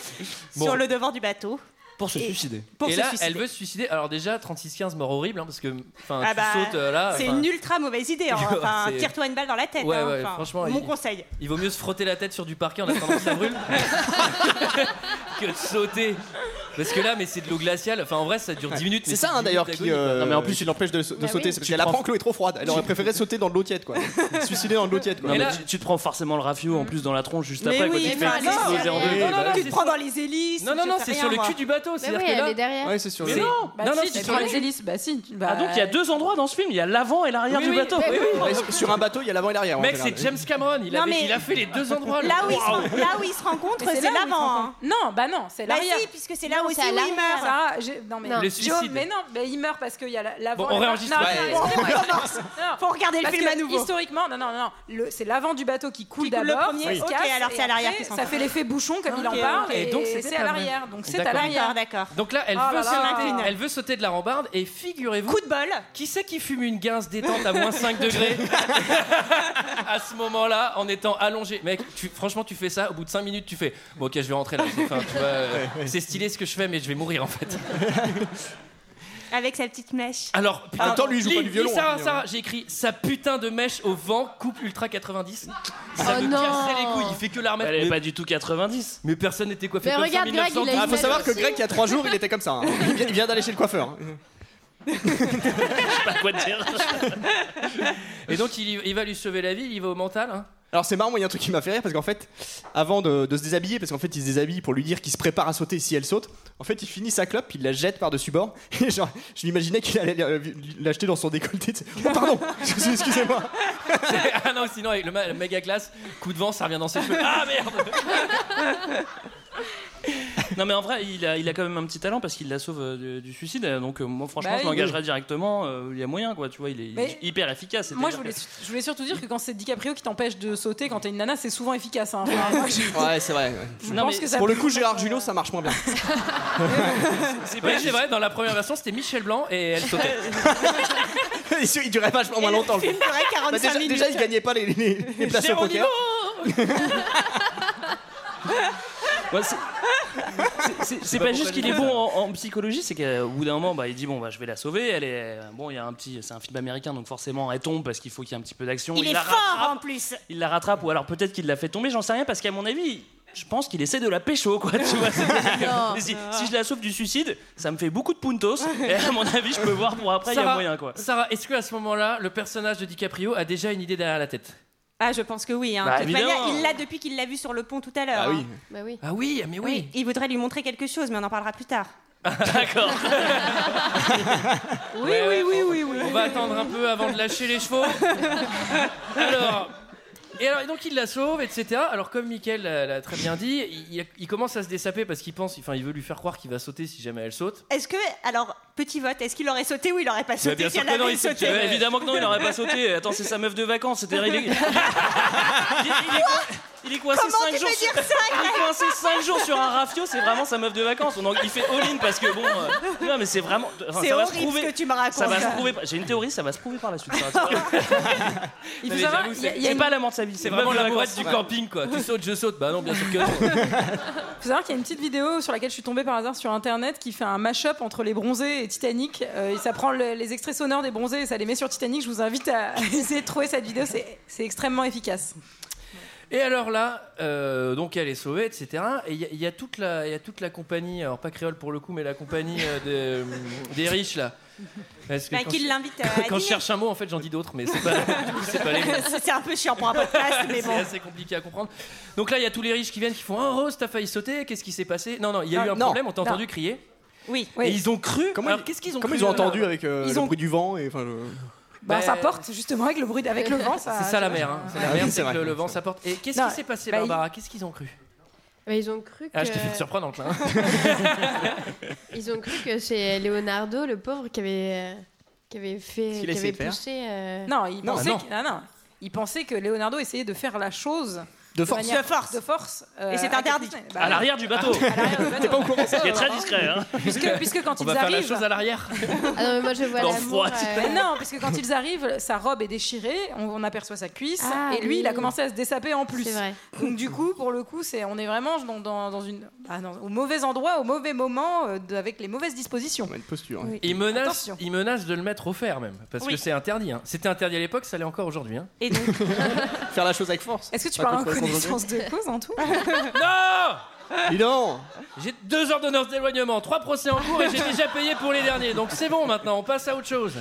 Bon.
sur le devant du bateau.
Pour
se Et- suicider. pour
et
se
là,
suicider.
elle veut se suicider. Alors déjà, 36-15, mort horrible, hein, parce que enfin,
Ah
tu
bah,
sautes euh, là.
c'est
enfin,
une ultra mauvaise idée. hein.
Ouais,
Enfin,
c'est-
tire-toi une balle dans la tête.
Ouais,
hein.
ouais,
Enfin,
franchement,
mon
il-
conseil.
Il vaut mieux se frotter la tête sur du parquet en attendant que ça brûle que de sauter. Parce que là, mais c'est de l'eau glaciale. Enfin, en vrai, ça dure 10 minutes.
C'est
mais
ça hein,
10
d'ailleurs
minutes
qui.
d'agonie,
euh,
quoi.
Non mais en plus il l'empêche de, de
Bah oui.
sauter. c'est Parce
Tu
qu'elle apprend
prends-
que l'eau est trop froide. Elle aurait préféré sauter dans de l'eau tiède quoi. Se Suicider dans de l'eau tiède quoi.
Non, mais tu, tu te prends forcément le rafio en plus dans la tronche juste
Mais
après. quoi,
oui,
tu te
mais
fais
alors,
exploser en
mais
deux,
non,
et
non,
bah
non,
oui.
tu te
prends
dans les hélices.
Non, non, non, c'est sur le cul du bateau.
Mais
C'est-à-dire
oui,
que là-
Bah elle est derrière.
Ouais, c'est sûr.
Mais
C'est-
non,
Bah
non, non,
si,
c'est
tu
sur
prends
le-
les hélices. Bah si. tu- bah-
Ah, donc il y a deux endroits dans ce film. Il y a l'avant et l'arrière
Oui,
du
oui,
bateau.
oui, oui.
Ouais, Sur un bateau il y a l'avant et l'arrière. en
Mec,
général.
c'est James Cameron. Il,
Non,
avait-
mais-
il a fait les deux endroits. le-
Là où, ils
Waouh.
se, là où Ah ils se rencontrent, c'est
là où ils se
l'avant. hein.
rencontrent. Non, bah non, c'est
Bah
l'arrière.
si, puisque c'est là
Non,
aussi
à
où il
l'arrière.
meurt.
Ah, j'ai- non, mais
Non.
Le
Guillaume,
suicide.
mais non, mais il meurt parce qu'il y a la- l'avant.
Bon,
et
on
la-
réenregistre.
Non,
Ouais.
non, excusez-moi,
On
commence. Non.
Faut regarder le
Parce
film
que
à nouveau.
Historiquement, non, non, non, le- c'est l'avant du bateau qui coule
Qui coule le
d'abord.
premier.
ça se
Ok,
casse,
alors c'est
et
à l'arrière
après,
qu'ils sont
Ça fait
rencontrés.
l'effet bouchon comme il en
Ok,
parle.
ok.
Et
Et
donc,
donc
c'était
c'est
pas
à
vrai.
l'arrière. Donc c'est à
D'accord.
l'arrière.
D'accord, d'accord.
Donc là, elle,
Oh
veut
là là.
sauter, elle veut sauter de la rambarde et figurez-vous.
Coup de bol.
Qui c'est qui fume une guince détente à moins 5 degrés à ce moment-là en étant allongé Mec, tu- franchement, tu fais ça, au bout de 5 minutes, tu fais Bon, ok, je vais rentrer là, j'ai faim, tu vois, euh, c'est stylé ce que je fais, mais je vais mourir en fait.
Avec sa petite mèche.
Alors, putain,
Attends, lui, il joue pas
lis-
du violon,
lis ça,
hein,
Sarah, j'ai écrit Sa putain de mèche au vent, coupe Ultra 90. Ça
Oh
me
non.
cassait les couilles, il fait que la remettre.
Elle est pas du tout 90.
Mais personne n'était coiffé
Mais
comme
regarde,
ça
Greg,
en
il a
1930.
Ah, faut savoir que
aussi.
Greg il y a trois jours il était comme ça. hein. Il vient- Il vient d'aller chez le coiffeur. hein.
Je sais pas quoi te dire.
Et donc, il, y- il va lui sauver la vie, il va au mental. hein.
Alors c'est marrant, moi, il y a un truc qui m'a fait rire parce qu'en fait, avant de, de se déshabiller, parce qu'en fait il se déshabille pour lui dire qu'il se prépare à sauter si elle saute, en fait il finit sa clope, il la jette par-dessus bord, et genre je m'imaginais qu'il allait euh, l'acheter dans son décolleté. tu sais. Oh pardon, excusez-moi.
ah non, sinon, avec le, ma- le méga classe, coup de vent, ça revient dans ses cheveux. Ah merde
Non mais en vrai, il a, il a quand même un petit talent parce qu'il la sauve euh, du, du suicide. euh, Donc euh, moi, franchement,
Bah
je
oui.
l'engagerais directement. euh, Il y a moyen, quoi. Tu vois, il est, il est
Mais-
hyper efficace.
Moi, je
c'est-à-dire
voulais,
que-
je voulais surtout dire que quand c'est DiCaprio qui t'empêche de sauter quand t'es une nana, c'est souvent efficace. hein. Enfin, moi, je-
Ouais, c'est vrai.
je
Non,
pense
mais
que ça
Pour le coup, Gérard Junot, ça marche moins bien.
C'est vrai, c'est vrai, dans la première version, c'était Michel Blanc et elle sautait.
il se- il durait vachement moins longtemps. le film.
C'est vrai,
Bah,
45
déjà,
minutes.
déjà, il gagnait pas les, les- les places au poker.
Ouais, c'est- c'est- c'est- C'est pas juste qu'il est bon en, en psychologie, c'est qu'au bout d'un moment, bah, il dit bon, bah, je vais la sauver. Elle est bon, il y a un petit, c'est un film américain, donc forcément, elle tombe parce qu'il faut qu'il y ait un petit peu d'action.
Il est
la
fort en
rattrape,
plus.
il la rattrape, ou alors peut-être qu'il l'a fait tomber, j'en sais rien, parce qu'à mon avis, je pense qu'il essaie de la pécho, quoi. Tu
Ah,
vois, c'est-à-dire que
Non.
si, si je la sauve du suicide, ça me fait beaucoup de puntos. Et à mon avis, je peux voir pour après, il y a
Sarah,
moyen, quoi.
Sarah, est-ce que à ce moment-là, le personnage de DiCaprio a déjà une idée derrière la tête
Ah, je pense que oui. Hein.
Bah,
de toute
évidemment.
manière, il l'a depuis qu'il l'a vu sur le pont tout à l'heure.
Ah oui.
hein.
Bah oui.
Ah oui, mais oui.
Il voudrait lui montrer quelque chose, mais on en parlera plus tard.
D'accord.
Oui, oui, oui, oui, On va attendre un peu avant de lâcher les chevaux. alors. Et alors, et donc il la sauve, etc. Alors comme Mickaël l'a l'a très bien dit, il, il- il commence à se dessaper parce qu'il pense, enfin il veut lui faire croire qu'il va sauter si jamais elle saute.
Est-ce que, alors, petit vote, est-ce qu'il aurait sauté ou il aurait pas sauté si elle avait
il
sauté
Ouais, évidemment que non, il aurait pas sauté. Attends, c'est sa meuf de vacances. C'est-à-dire, il est. il est- il est co- il est coincé
Comment
5
tu
jours,
peux
sur...
dire ça,
il est coincé cinq jours sur un rafio, c'est vraiment sa meuf de vacances. Donc il fait all-in parce que bon. euh, Non, mais c'est vraiment. enfin,
C'est
ça va se
horrible
prouver.
ce que tu me racontes.
Ça va se prouver. J'ai une théorie, ça va se prouver par la suite. ça va se prouver.
Il
Non,
faut
mais
savoir,
j'avoue,
il y a- il y a
C'est
une-
pas l'amant de sa vie,
C'est
c'est
vraiment
la
la
meuf de
mourette
vacances.
du camping quoi. Tu sautes, je saute. Bah non, bien sûr que non.
Faut savoir qu'il y a une petite vidéo sur laquelle je suis tombée par hasard sur internet qui fait un mash-up entre les bronzés et Titanic. Euh, et ça prend le- les extraits sonores des bronzés et ça les met sur Titanic. Je vous invite à essayer de trouver cette vidéo, c'est c'est extrêmement efficace.
Et alors là, euh, donc elle est sauvée, etc. Et il y, a- il y a toute la, il y a toute la compagnie, alors pas créole pour le coup, mais la compagnie euh, de, euh, des riches là. Parce que
Bah,
quand,
Qu'il
je,
l'invite euh, à
quand je
dîner.
cherche un mot, en fait, j'en dis d'autres, mais c'est pas, du coup, c'est pas les mêmes.
C'est un peu chiant pour un podcast, mais
C'est
bon.
assez compliqué à comprendre. Donc là, il y a tous les riches qui viennent, qui font un rose, t'as failli sauter, qu'est-ce qui s'est passé Non, non, il y a
Ah,
eu un
non.
problème, on t'a
Non.
entendu crier.
Oui.
Et
Oui.
ils ont cru.
Comment
alors
ils-
qu'est-ce qu'ils ont
Comment
cru
ils ont entendu avec euh,
Ils
le
ont-
bruit du vent et enfin le-
Bah,
Ben,
ça porte justement avec le bruit, avec le vent. Ça,
C'est ça la mer, hein. c'est la
Ah,
mer,
oui, c'est
c'est que le,
vrai.
le vent ça porte. Et qu'est-ce
Non,
qui s'est passé,
bah, il-
Barbara Qu'est-ce qu'ils ont cru
Mais Bah, ils ont cru que.
Ah, je
euh,
t'ai fait une surprenante là. hein.
Ils ont cru que c'est Leonardo, le pauvre, qui avait, euh, qui avait fait.
qu'il
Qui
a essayé
avait
de faire
poussé. euh,
Non, il
Non,
pensait
non.
que- ah, non. Il pensait que Leonardo essayait de faire la chose
de force.
manière-
De force.
de force, euh,
Et c'est
à
interdit.
Disney. Bah,
À l'arrière du bateau.
Ah,
à l'arrière du bateau.
Qui est très discret, hein.
puisque, puisque quand
On
ils
va faire la
arrivent,
chose à l'arrière.
Ah non, mais moi je vois
Dans le
l'amour.
froid, tu
euh,
Mais non, parce que quand ils arrivent, sa robe est déchirée, on, on aperçoit sa cuisse,
Ah,
et lui, il a
oui.
commencé à se dessaper en plus.
C'est vrai.
Donc du coup, pour le coup, c'est on est vraiment dans, dans- dans une, bah, dans- au mauvais endroit, au mauvais moment, euh, de- avec les mauvaises dispositions.
On a une posture.
Oui.
Il menace,
Attention.
il menace de le mettre au fer même, parce que
Oui.
c'est interdit. hein. C'était interdit à l'époque, ça l'est encore aujourd'hui. hein.
Et donc,
Faire la chose avec force.
Est-ce que tu
Pas
parles en
contre-
connaissance de cause en tout.
Non
Dis donc
J'ai deux ordonnances d'éloignement, trois procès en cours et j'ai déjà payé pour les derniers. Donc c'est bon maintenant, on passe à autre chose.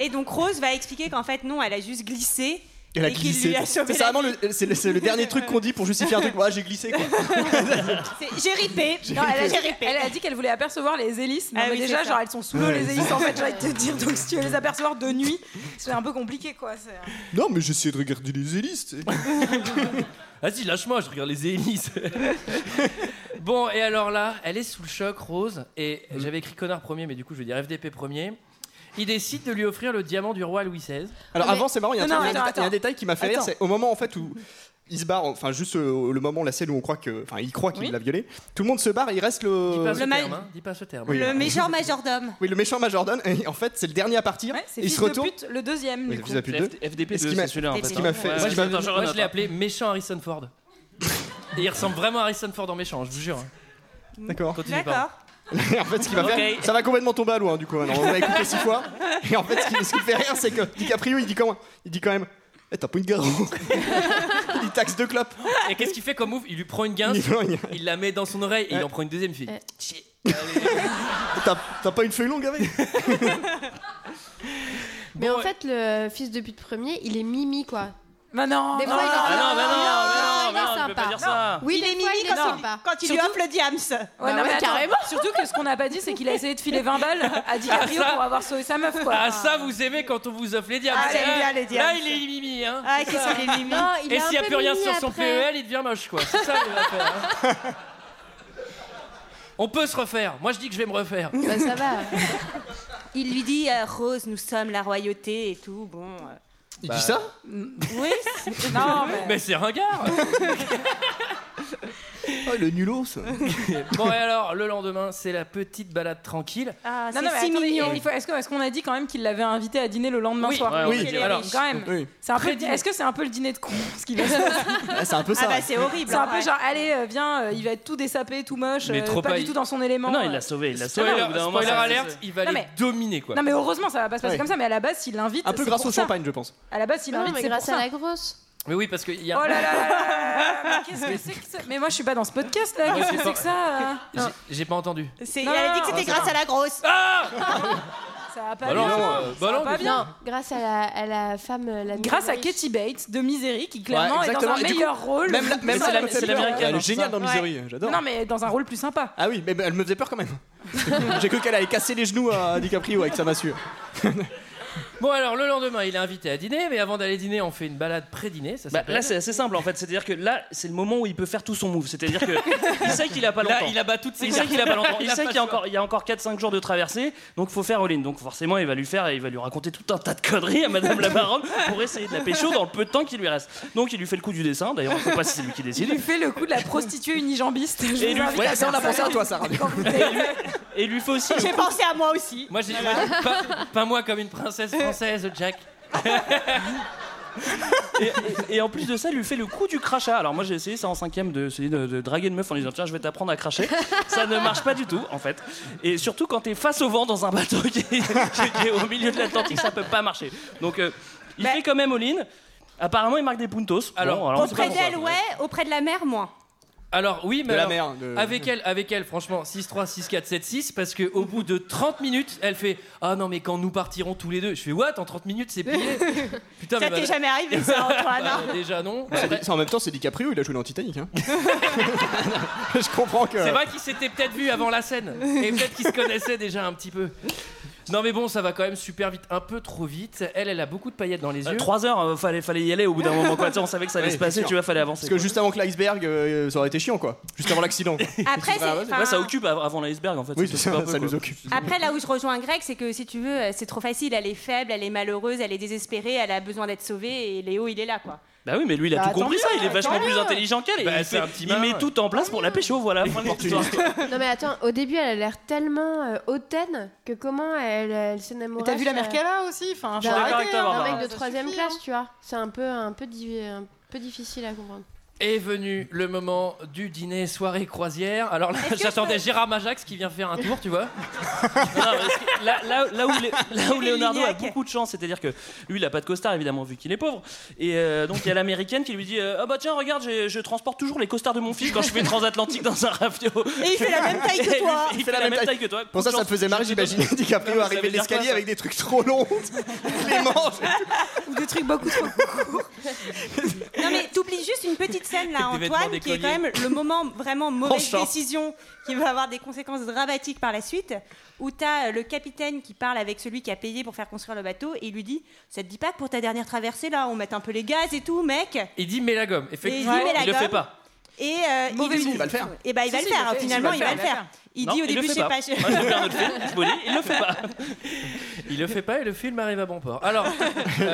Et donc Rose va expliquer qu'en fait, non, elle a juste glissé.
Elle a
et qu'il
glissé.
lui a sauvé
C'est
la
vraiment le, c'est le- c'est le dernier truc qu'on dit pour justifier un truc. Ouais, j'ai glissé quoi.
vie. J'ai ripé.
Non, elle, a dit,
J'ai ripé.
elle a dit qu'elle voulait apercevoir les hélices. Non,
Ah
mais
oui,
déjà,
c'est ça.
genre, elles sont sous l'eau,
Ouais,
les
c'est
hélices,
ça.
en fait, j'ai envie de te dire. Donc, si tu veux les apercevoir de nuit, c'est un peu compliqué, quoi. c'est-
Non, mais j'essayais de regarder les hélices.
Vas-y, lâche-moi, je regarde les hélices. bon, et alors là, elle est sous le choc, Rose, et j'avais écrit connard premier, mais du coup, je vais dire FDP premier. Il décide de lui offrir le diamant du roi Louis XVI.
Alors avant, c'est marrant, il y a un,
Non,
truc- il y a un déta- il y a
attends,
un
attends.
détail qui m'a fait rire,
Attends.
c'est au moment en fait où il se barre, enfin juste euh, le moment, la scène où on croit que, enfin il croit qu'il l'a violé, tout le monde se barre et il reste le...
Dis pas, ce
ma-
Ah,
terme, hein, dis pas ce terme.
Oui,
Le
alors.
méchant majordome.
Oui, le méchant Majordon, et en fait c'est le dernier à partir,
C'est
il
fils
se
de
retourne...
pute, le deuxième. du
Oui, le
coup.
fils à pute
C'est
deux.
FDP
Et ce
2,
qui m'a-
c'est celui-là en
Ce
fait.
qui m'a fait...
Ouais,
ce qui
ouais,
m'a-
attends, je moi, je l'ai appelé méchant Harrison Ford. Et il ressemble vraiment à Harrison Ford en méchant, je vous jure.
D'accord.
Continue, pardon.
en fait, ce qui va faire,
Ok.
ça va complètement tomber à l'eau, hein, du coup. maintenant. on l'a écouté six fois. Et en fait, ce qui, ce qui me fait rire, c'est que DiCaprio, il dit comment Il dit quand même, eh, t'as pas une garo. il taxe deux clopes.
Et qu'est-ce qu'il fait comme move Il lui prend une guince,
Il prend une
il,
guince.
la met dans son oreille et il en prend une deuxième
Euh,
fille.
T'as t'as pas une feuille longue avec
Mais en fait, le fils de pute premier, il est mimi, quoi.
Bah non
Des
non,
fois, il est
non,
sympa.
non, mais non,
Non,
mais non,
il est
on peut pas
sympa.
dire ça.
Oui,
Il
des
est
fois,
mimi
il est
quand il-
sympa.
quand il lui offre le diams.
Ouais, non,
Bah
mais
ouais,
attends,
carrément.
Surtout que ce qu'on n'a pas dit, c'est qu'il a essayé de filer 20 balles à DiCaprio
Ah, ça-
pour avoir sauvé sa meuf, quoi.
Ah ça vous aimez quand on vous offre les diables.
Ah,
Parce que
j'aime
là,
bien les diables.
Là il est mimi hein.
Ah,
C'est
qu'est-ce
ça.
qu'il est mimi.
Non, il est
Et
un
s'il n'y a
peu
plus rien
mimi
sur son
E
après.
PEL, il devient moche quoi. C'est ça les affaires, hein. On peut se refaire. Moi je dis que je vais me refaire.
Bah, ça va.
Il lui dit euh, Rose, nous sommes la royauté et tout. Bon. euh,
Il dit ça
Oui. c'est-
Non, mais.
Bah. Mais c'est ringard.
Oh, le nulos.
bon et alors le lendemain c'est la petite balade tranquille.
Ah,
Non,
c'est
non, mais
si
attendez,
mignon.
il faut- est-ce que- est-ce qu'on a dit quand même qu'il l'avait invité à dîner le lendemain
Oui,
soir
ouais,
oui,
oui, alors,
Alors, quand même.
Oui.
C'est un peu.
Très-dîner.
Est-ce que c'est un peu le dîner de con ce qu'il a
Ah, c'est un peu
Ah
ça.
bah c'est horrible.
C'est un peu
ouais.
genre, allez, euh, viens, euh, il va être tout désapé, tout moche,
Mais
euh,
trop
pas
pas-
du tout dans son élément.
Non, il l'a
euh.
sauvé, il l'a sauvé.
Spoiler,
au bout d'un moment,
spoiler
ça-
alerte, il va
Non,
les
mais-
dominer quoi.
Non, mais heureusement, ça va pas se passer
Ouais.
comme ça, mais à la base, il l'invite.
un peu
c'est
grâce
pour
au
ça.
champagne, je pense.
À la base, il
Non,
l'invite,
mais
c'est
grâce
pour
à
ça.
la grosse.
Mais oui parce que il y a.
Oh là là là là là, mais Qu'est-ce que c'est que ça Mais moi, je suis pas dans ce podcast là,
Ouais,
qu'est-ce
c'est
que
pas-
c'est que ça euh
J'ai- J'ai pas entendu.
C'est-
Non,
elle a dit
non,
que c'était
non,
grâce à la grosse.
Ça va pas
Bah non,
bien.
non, euh,
ça
bah
va
non,
pas
mais-
bien.
Non, grâce à la, à la femme, euh, la
Grâce à
misery.
Katie Bates de Misery, qui clairement
Ouais,
est dans
exactement.
un
Et du coup,
meilleur rôle.
Même la,
Mais
même
ça,
la-
le
cette-
l'américaine,
Elle
hein,
est géniale dans
ça.
Misery, j'adore.
Non, mais dans un rôle plus sympa.
Ah oui, mais mais elle me faisait peur quand même. J'ai cru qu'elle allait casser les genoux à DiCaprio avec sa massue.
Bon alors le lendemain il est invité à dîner mais avant d'aller dîner on fait une balade pré-dîner. Ça
Bah,
s'appelle.
là, c'est assez simple en fait. C'est-à-dire que là, c'est le moment où il peut faire tout son move. C'est-à-dire que il sait qu'il a pas longtemps.
Là, il abat toutes ses
Il sait
cartes.
qu'il a pas longtemps. Il
a
sait
pas
qu'il y a
le choix.
encore, il y a encore 4-5 jours de traversée, donc faut faire all-in. Donc forcément, il va lui faire, il va lui raconter tout un tas de conneries à Madame la Baronne pour essayer de la pécho dans le peu de temps qui lui reste. Donc il lui fait le coup du dessin. D'ailleurs, on sait pas si c'est lui qui
Il
décide.
lui fait le coup de la prostituée unijambiste. Je
Et
vous
lui-
invite
ouais,
à
ça, on a
faire
pensé à toi, Sarah.
Quand vous êtes-
Et il lui fait aussi. le
J'ai
coup-
pensé à moi aussi.
Moi j'ai pas, pas moi comme une princesse française Jack.
Et, et- et en plus de ça, il lui fait le coup du crachat. Alors moi j'ai essayé ça en cinquième de, essayer de, de draguer une meuf en lui disant tiens je vais t'apprendre à cracher. Ça ne marche pas du tout en fait. Et surtout quand t'es face au vent dans un bateau qui est, qui est au milieu de l'Atlantique, ça peut pas marcher. Donc euh, il fait quand même all-in. Apparemment il marque des puntos.
Alors,
Bon, on sait pas
Auprès
pourquoi.
d'elle, ouais. Auprès de la mère, moins.
Alors oui, mais
De la
alors,
merde, de-
avec elle, avec elle, franchement, 6-3, 6-4, 7-6, parce que au bout de 30 minutes, elle fait Ah non, mais quand nous partirons tous les deux, je fais What En 30 minutes, c'est plié Putain,
Ça
mais
t'est
bah-
jamais arrivé ça, Antoine.
bah,
hein
déjà non.
C'est
Après,
di- c'est en même temps, c'est DiCaprio, il a joué dans Titanic. hein. je comprends que.
C'est vrai qu'ils s'étaient peut-être vus avant la scène, et peut-être qu'ils se connaissaient déjà un petit peu. Non mais bon, ça va quand même super vite, un peu trop vite. Elle, elle a beaucoup de paillettes dans les
Euh,
yeux.
Trois heures, euh, fallait, fallait y aller au bout d'un moment. Quoi. Tu sais, on savait que ça allait
Oui,
se passer,
c'est sûr.
tu vois, fallait avancer.
Parce que juste avant que l'iceberg, euh, ça aurait été chiant quoi. Juste avant l'accident.
Après, c'est-
quoi. Ouais, ça
enfin,
occupe av- avant l'iceberg en fait.
oui,
Ça
c'est
occupe
ça,
un peu,
ça
quoi.
nous occupe.
Après, là où je rejoins Greg, c'est que si tu veux, euh, c'est trop facile. Elle est faible, elle est malheureuse, elle est désespérée, elle a besoin d'être sauvée. Et Léo, il est là, quoi.
Bah oui, mais lui il a
Bah,
tout compris
tant
ça.
mieux,
Il est vachement
tant
plus
mieux.
intelligent qu'elle. et
Bah,
il
c'est
fait-
un petit
il
malin,
met
ouais.
tout en place pour la pécho. Voilà. fin de l'histoire.
Non, mais attends, au début, elle a l'air tellement euh, hautaine que comment elle, elle euh, s'énamoure.
T'as vu la Mercala aussi Enfin,
Je suis
faut
Ah.
d'accord avec
arrêter,
toi,
hein.
Barbara.
Un mec de troisième classe, tu vois. C'est un peu, un, peu, di- un peu difficile à comprendre.
Est venu le moment du dîner soirée croisière. Alors là, j'attendais Gérard Majax qui vient faire un tour, tu vois.
Non, parce que là, là- là où, Lé- là où
Il
Leonardo a
niaque.
beaucoup de chance, c'est-à-dire que lui, il a pas de costard, évidemment, vu qu'il est pauvre. Et euh, donc, il y a l'américaine qui lui dit euh, Ah bah tiens, regarde, j'ai- je transporte toujours les costards de mon fils quand je fais transatlantique dans un rafio.
Et il fait la même taille que
Et lui,
toi.
Il, fait, la même taille, que toi.
Pour ça, ça me faisait marrer, j'imagine DiCaprio
ça
arriver
veut
de
dire
l'escalier
quoi, ça
avec des trucs trop longs, les manches.
Ou des trucs beaucoup trop courts.
Non mais t'oublies juste une petite scène là,
Avec des vêtements
Antoine, qui est quand
décolliers.
même le moment vraiment mauvaise
short.
décision qui va avoir des conséquences dramatiques par la suite, où t'as euh, le capitaine qui parle avec celui qui a payé pour faire construire le bateau et il lui dit ça te dit pas que pour ta dernière traversée là, on met un peu les gaz et tout, mec.
Il dit mets la gomme. Effectivement,
Et il dit, mets la
il le fait
gomme.
pas.
Et euh,
Mauvais
il,
move, il va le faire.
Et bah il va
Si,
le
si,
faire.
il le fait,
Finalement,
il
il
va
va
le
le
faire.
faire. Il
Non,
dit au
il le
début, je
fait
sais
pas.
pas.
Ouais, je vais faire notre film, je vous le dis, il le fait pas. Il le fait pas et le film arrive à bon port. Alors,
film.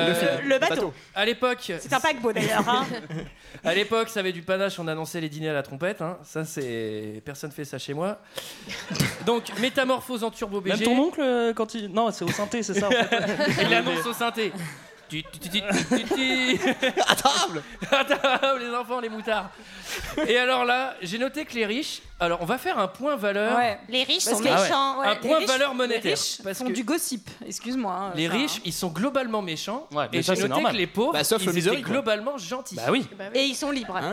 Le bateau. Bateau.
À l'époque,
C'est un paquebot d'ailleurs. hein.
à l'époque, ça avait du panache. On annonçait les dîners à la trompette. hein. Ça, c'est personne fait ça chez moi. Donc, métamorphose en turbo BG.
Même ton oncle, euh, quand il. Non, c'est au synthé, c'est ça. en fait.
Il l'annonce au synthé. Tu- tu- tu- tu- tu- tu-
À table
À table, les enfants, les moutards. Et alors là, j'ai noté que les riches. Alors, on va faire un point valeur.
Les riches
Parce
sont
que-
méchants.
Ah ouais. Un
Les
point
riches-
valeur monétaire.
Les riches
Parce
font
que-
du gossip, excuse-moi. hein,
Les
enfin,
riches, ils sont globalement méchants.
mais
et
ça,
j'ai
c'est
noté
normal.
que les pauvres,
Bah, sauf
ils
le
étaient
misérable, quoi.
globalement gentils.
Bah oui.
Et ils sont libres.
Ah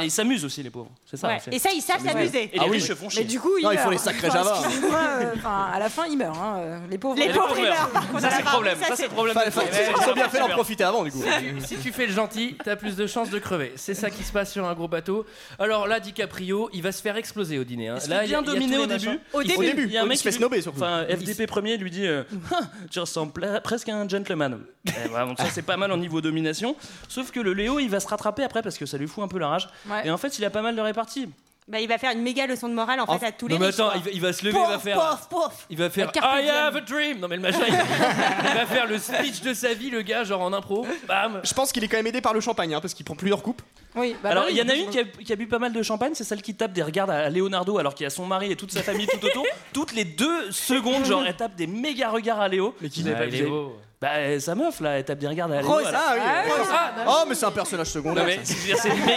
Et ils s'amusent aussi, les pauvres. C'est ça.
Ouais.
en fait.
Et ça, ils savent s'amuser.
Et les riches font chier.
Mais du coup, ils
Ah Non, ils font
meurent.
les sacrés
Enfin,
Java.
excusez-moi, euh, enfin, à la fin, ils meurent. hein, euh, Les pauvres.
Les Les pauvres, pauvres ils meurent. meurent, par contre, Ça, à la c'est le fin. problème. Ça, Ça, c'est c'est- le problème des
Enfin,
pauvres.
Ils ont bien fait d'en profiter avant, du coup.
Si tu, si tu fais le gentil, t'as plus de chances de crever. C'est ça qui se passe sur un gros bateau. Alors là, DiCaprio, il va se faire exploser au dîner. hein.
Est-ce qu'il
Là,
est bien
il y a- il y a
dominé
tous
au
les
début.
machins.
Il- il y a un mec qui lui- Enfin,
Il-
FDP premier lui dit euh, Ah, Tu ressembles pla- presque à un gentleman. Eh, vraiment, ça, c'est pas mal en niveau domination. Sauf que le Léo, il va se rattraper après parce que ça lui fout un peu la rage.
Ouais.
Et en fait, il a pas mal de réparties.
Bah, il va faire une méga leçon de morale en fait à tous les
non, mais
riches,
attends,
quoi.
il va, il va se lever, il va
Pouf,
faire.
pouf, pouf.
Il va faire
Le carpe
I
diem.
have a dream. Non, mais le machin, il, il va faire le speech de sa vie, le gars, genre en impro. Bah,
Ah,
Bam.
Je pense qu'il est quand même aidé par le champagne, hein, parce qu'il prend plusieurs coupes.
Bah Oui,
alors, il y en a une qui a, qui a bu pas mal de champagne, c'est celle qui tape des regards à Leonardo, alors qu'il y a son mari et toute sa famille tout autour. Toutes les deux secondes, genre, elle tape des méga regards à Léo. Mais
qui n'est pas Léo.
Bah, euh, sa meuf, là, elle tape des regards à Léo.
Rose,
elle-
ah oui,
Ah,
Rose.
oui.
Oh, mais c'est un personnage secondaire.
Non, mais
ça.
je veux dire, c'est méga,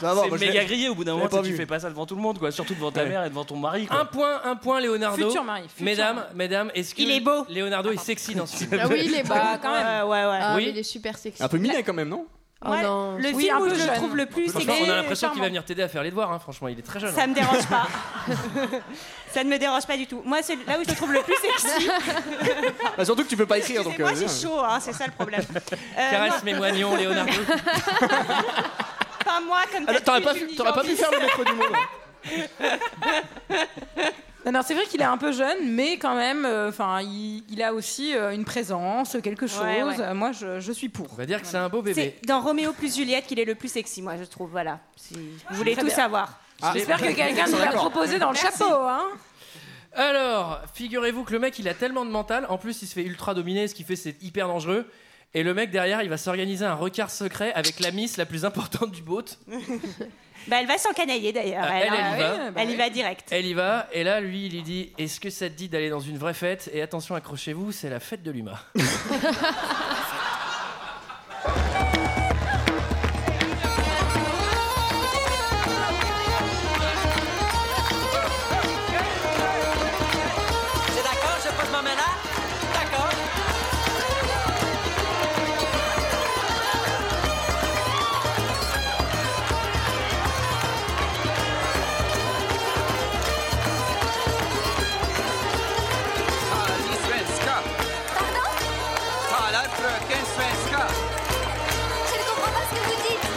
Ça va,
c'est
moi, je l'ai-
méga grillé au bout d'un
je l'ai
moment.
pas
tu- Tu
vu.
fais pas ça devant tout le monde, quoi. Surtout devant ta
Ouais.
mère et devant ton mari. Quoi.
Un point, un point, Leonardo.
Futur mari, futur
mesdames,
mari.
mesdames, est-ce que
Il est beau.
Leonardo est sexy dans ce film
Ah oui, il est beau
Bah, quand même.
Ouais,
ouais, ouais.
Ah,
Oui.
mais Il est super sexy.
Un peu minet quand même, non
Oh
Ouais,
non.
Le
Oui,
film
un
où
peu
je le
jeune.
trouve le plus,
Mmh. Franchement,
il est
on a l'impression qu'il va
charmant.
venir t'aider à faire les devoirs. hein. Franchement, il est très jeune.
Ça
hein.
me dérange pas. Ça ne me dérange pas du tout. Moi, c'est là où je le trouve le plus sexy.
Bah, surtout que tu peux pas écrire, donc.
Moi,
euh,
c'est chaud, hein, c'est ça le problème. Euh,
Caresse
non,
mes moignons, Leonardo.
Pas moi, comme
Ah, T'aurais pas,
d'habitude,
t'aurais pas pu faire le maître du monde.
Non, non, c'est vrai qu'il est un peu jeune, mais quand même, euh, enfin, il, il a aussi euh, une présence, quelque chose.
Ouais, ouais.
Euh, Moi, je, je suis pour.
On va dire que c'est un beau bébé.
C'est dans Roméo plus Juliette qu'il est le plus sexy, moi, je trouve. Voilà. Si vous voulez
Très
tout
bien.
savoir.
Ah,
J'espère
les-
que quelqu'un
Ils sont
nous l'a
d'accord.
proposé dans le
Merci.
chapeau. Hein.
Alors, figurez-vous que le mec, il a tellement de mental. En plus, il se fait ultra dominer, ce qui fait c'est hyper dangereux. Et le mec derrière, il va s'organiser un recart secret avec la miss la plus importante du boat.
Ah Bah, elle va s'encanailler d'ailleurs.
Ah, elle, elle y va.
bah Elle y va direct.
Elle y va, et là, lui, il lui dit Est-ce que ça te dit d'aller dans une vraie fête Et attention, accrochez-vous, c'est la fête de l'humain.
C'est d'accord, je pose ma main là D'accord.
Ni svenska. Talar fröken svenska?
Je ne comprends pas ce que vous dites.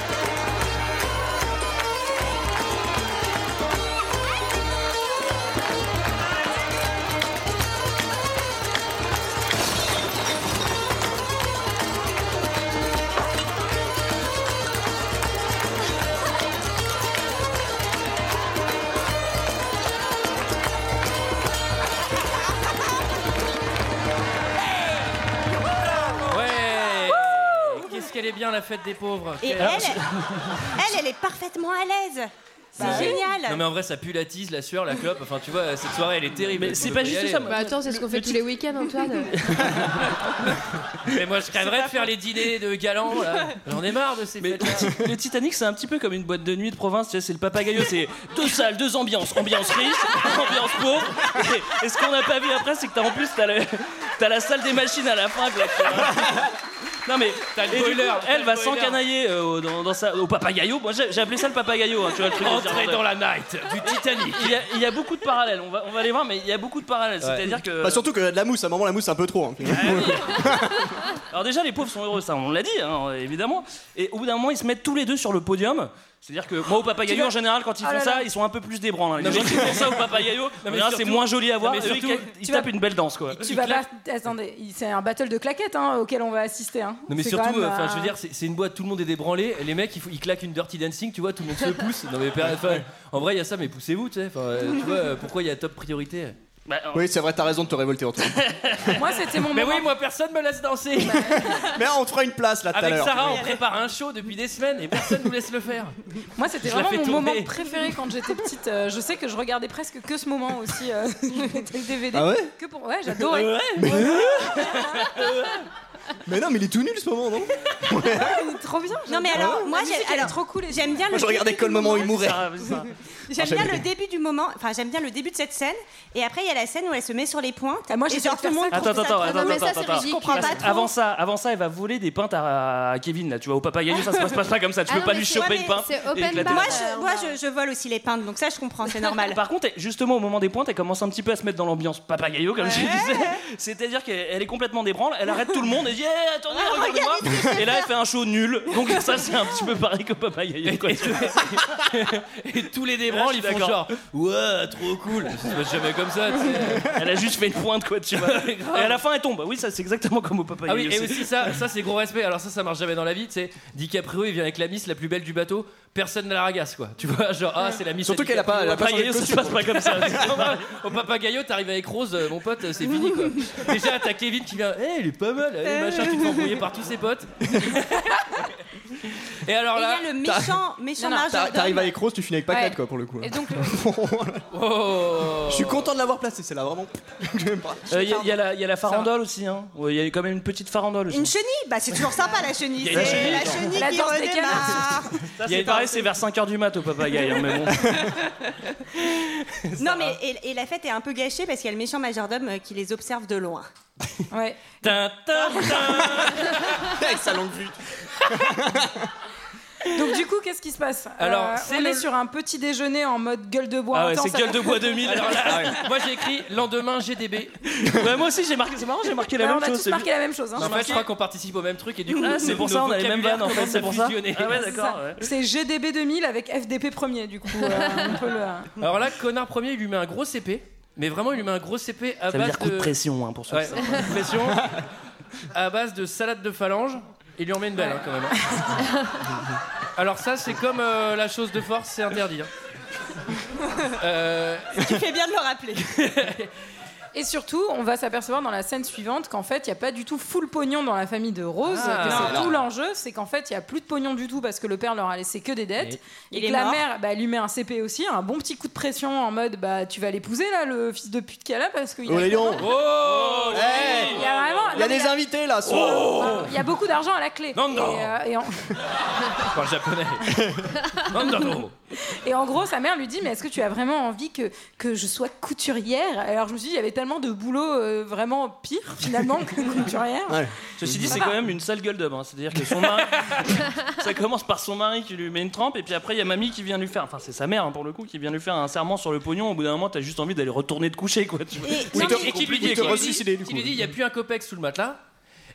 Ouais Qu'est-ce qu'elle est bien, la fête des pauvres
Et
Alors,
elle, elle, elle est parfaitement à l'aise. C'est
Bah
génial.
Non mais en vrai ça pue la tease, la sueur, la clope. Enfin tu vois cette soirée elle est terrible.
Mais
Tu
c'est
peux
pas
y
juste
aller,
ça,
là.
moi.
Bah attends, c'est ce qu'on fait tous les week-ends, Antoine.
Mais moi je crèverais de faire les dîners de galants. là. J'en ai marre de ces
Mais le Titanic, c'est un petit peu comme une boîte de nuit de province. Tu sais, c'est le papagayo. C'est deux salles, deux ambiances. Ambiance riche, ambiance pauvre. Et, et ce qu'on n'a pas vu après, c'est que t'as en plus, t'as, le- t'as la salle des machines à la fin. quoi. Non mais
le
et du
boiler,
coup,
t'as
elle
le
va
boiler.
s'encanailler euh, dans, dans sa, au papagayo. Moi j'ai, j'ai appelé ça le papagayo. hein, tu vois le truc
Entrer dans la
night du Titanic. Il y a, il y a beaucoup de parallèles. On va, on va les voir, mais il y a beaucoup de parallèles. C'est-à-dire que
Bah, surtout que de la mousse, à un moment, la mousse, c'est un peu trop. hein.
alors déjà, les pauvres sont heureux, ça, on l'a dit, hein, évidemment. Et au bout d'un moment, ils se mettent tous les deux sur le podium. C'est-à-dire que moi, au Papagayo, en général, quand ils
Ah
font
là
ça,
là.
ils sont un peu plus débranlés.
Non,
Les gens
mais-
qui font ça au Papagayo, en
mais
général, c'est
surtout-
moins joli à
Non,
voir.
mais
Eux, ils
surtout-
ca- ils
tu
tapent
vas-
une belle danse, quoi.
Tu vas pas. Attendez, il- c'est un battle de claquettes hein, auquel on va assister. hein.
Non mais
C'est
surtout,
quand même,
enfin
euh,
je veux dire, c'est c'est une boîte, tout le monde est débranlé. Les mecs, ils, fou- ils claquent une dirty dancing, tu vois, tout le monde se pousse. Non mais enfin, en vrai, il y a ça, mais poussez-vous, tu sais. Enfin, euh, tu vois, euh, pourquoi il y a top priorité
Oui, c'est vrai, t'as raison de te révolter, Antoine.
Moi, c'était mon. Mais oui, moi, personne me laisse danser.
Mais on te fera une place là tout à
Avec
l'heure.
Sarah, on prépare un show depuis des semaines et personne nous laisse le faire.
Moi, c'était
Je la
vraiment
fais
mon
tourner.
moment préféré quand j'étais petite. Euh, je sais que je regardais presque que ce moment aussi. euh, des DVD.
Ah ouais
que pour... Ouais, j'adorais.
Ouais. Mais, Mais non, mais il est tout nul ce moment, non
Bah,
trop bien.
Non mais
j'aime
alors
bien.
moi
La musique,
j'aime
elle est
alors, j'aime bien
Moi,
le
je regardais que le moment où il mourait.
j'aime bien le début du moment enfin j'aime bien le début de cette scène et après il y a la scène où elle se met sur les points
Ah,
moi j'ai tout le monde
Attends,
trouve
attends,
ça
attends,
trop-
attends, attends, attends.
je comprends pas
Parce-
trop
Avant ça, avant ça, elle va voler des pintes à, à Kevin là. Tu vois, au Papagayo, ça se passe pas, pas comme ça. Tu
Ah
peux
non,
pas
mais
lui
c'est-
choper
ouais,
une
mais
pinte.
c'est
et
open
éclater.
bar. Moi, je, moi, je- je vole aussi les pintes, donc ça, je comprends, c'est normal.
Par contre, justement, au moment des pointes, elle commence un petit peu à se mettre dans l'ambiance papagayo, comme je disais. C'est-à-dire qu'elle est complètement débranle, elle arrête tout le monde et dit Eh, attendez,
Ah,
regardez-moi Et là, elle fait un show nul. Donc, ça, c'est un petit peu pareil que papagayo. quoi.
Et tous les
Ah,
débranles, ils font genre Ouais, trop cool. Ça se passe jamais comme ça, tu sais.
Elle a juste fait une pointe, quoi, tu vois. Et à la fin, elle tombe. Oui, ça, c'est exactement comme au papagayo.
Ah oui, et
c'est-
aussi ça, ça c'est gros respect. Alors ça, ça marche jamais dans la vie, tu sais. DiCaprio, il vient avec la miss la plus belle du bateau, personne ne la ragasse, quoi. Tu vois, genre, ah, c'est la miss.
Surtout
à
qu'elle a pas- elle a pas
DiCaprio.
changé de costume.
Au Papagayo, Au Papagayo, t'arrives avec Rose, euh, mon pote, euh, c'est fini, quoi. Déjà, t'as Kevin qui vient, Eh, il est pas mal, eh, machin, tu te fais embrouiller par tous ses potes. Et alors
Et il y
là.
a le méchant, méchant majordome.
T'arrives avec Rose, tu finis avec Pacate,
Ouais.
quoi, pour le coup. hein.
Et
donc,
Je suis content de l'avoir placé, c'est là vraiment.
Oh. Euh, Il y, a- il y a la- il y a la farandole aussi, hein. Ouais, Il y a quand même une petite farandole aussi.
Une chenille Bah, c'est toujours sympa, la chenille.
Il y a
C'est
une chenille.
la chenille
La
qui
danse des
redémarre.
Ça, c'est pareil, c'est vers 5h du mat au papagayo, hein, mais bon.
Non, mais et, et la fête est un peu gâchée parce qu'il y a le méchant majordome euh, qui les observe de loin.
Ouais.
Avec sa longue vue.
Donc du coup, qu'est-ce qui se passe
Alors,
Euh,
c'est
on
le-
est sur un petit déjeuner en mode gueule de bois.
Ah ouais,
intense,
c'est gueule de bois
avec-
2000.
Alors là, moi j'ai écrit lendemain GDB.
Ouais, moi aussi j'ai marqué, c'est marrant, j'ai marqué la
Ouais,
même
on a
chose.
tous
c'est-
marqué la même chose, hein.
En fait, je crois qu'on participe au même truc et du coup,
Ah, c'est
nos-
pour ça,
nos
on a les mêmes vannes en fait,
vocabulaires
c'est pour ça.
commencent à
Ah ouais,
fusionner.
d'accord. ouais.
C'est GDB 2000 avec FDP premier, du coup. euh, on peut le-
Alors là, connard premier, il lui met un gros CP. Mais vraiment, il lui met un gros CP
Ça
à
veut
base
dire coup de pression, hein, pour ceux
Ouais,
qui
coup de pression. à base de salade de phalange. Il lui en met une belle, hein, quand même. Alors ça, c'est comme euh, la chose de force, c'est interdit. hein. Euh,
Tu fais bien de le rappeler.
Et surtout, on va s'apercevoir dans la scène suivante qu'en fait, il n'y a pas du tout full pognon dans la famille de Rose.
Ah,
que
non,
c'est
alors-
tout l'enjeu, c'est qu'en fait, il n'y a plus de pognon du tout parce que le père leur a laissé que des dettes.
Et-
Et,
Il
que
est
la
mort.
mère bah, lui met un CP aussi, un bon petit coup de pression en mode bah, tu vas l'épouser là, le fils de pute qu'il y a là, parce qu'il y a-
Oh, les lions
Oh
Hey
Il y a vraiment-
Il y a
non, mais
des
là-
invités là sur-
Il y a beaucoup d'argent à la clé.
Non, non.
Et, euh, et en...
Par le japonais. Non, non, non.
Et en gros, sa mère lui dit Mais est-ce que tu as vraiment envie que, que je sois couturière Alors je me suis dit, il y avait tellement de boulot euh, vraiment pire finalement que couturière.
Ceci dit,
Ça
Ah
c'est
bah.
va.
quand même une sale gueule d'homme. hein. C'est-à-dire que son mari. ça commence par son mari qui lui met une trempe, et puis après, il y a mamie qui vient lui faire. Enfin, c'est sa mère, hein, pour le coup, qui vient lui faire un serment sur le pognon. Au bout d'un moment, t'as juste envie d'aller retourner te coucher, quoi. tu vois.
Non,
C'est
mais- et qui lui dit,
compliqué,
qui
quoi.
lui dit- qui lui dit, il n'y a plus un copec sous le matelas.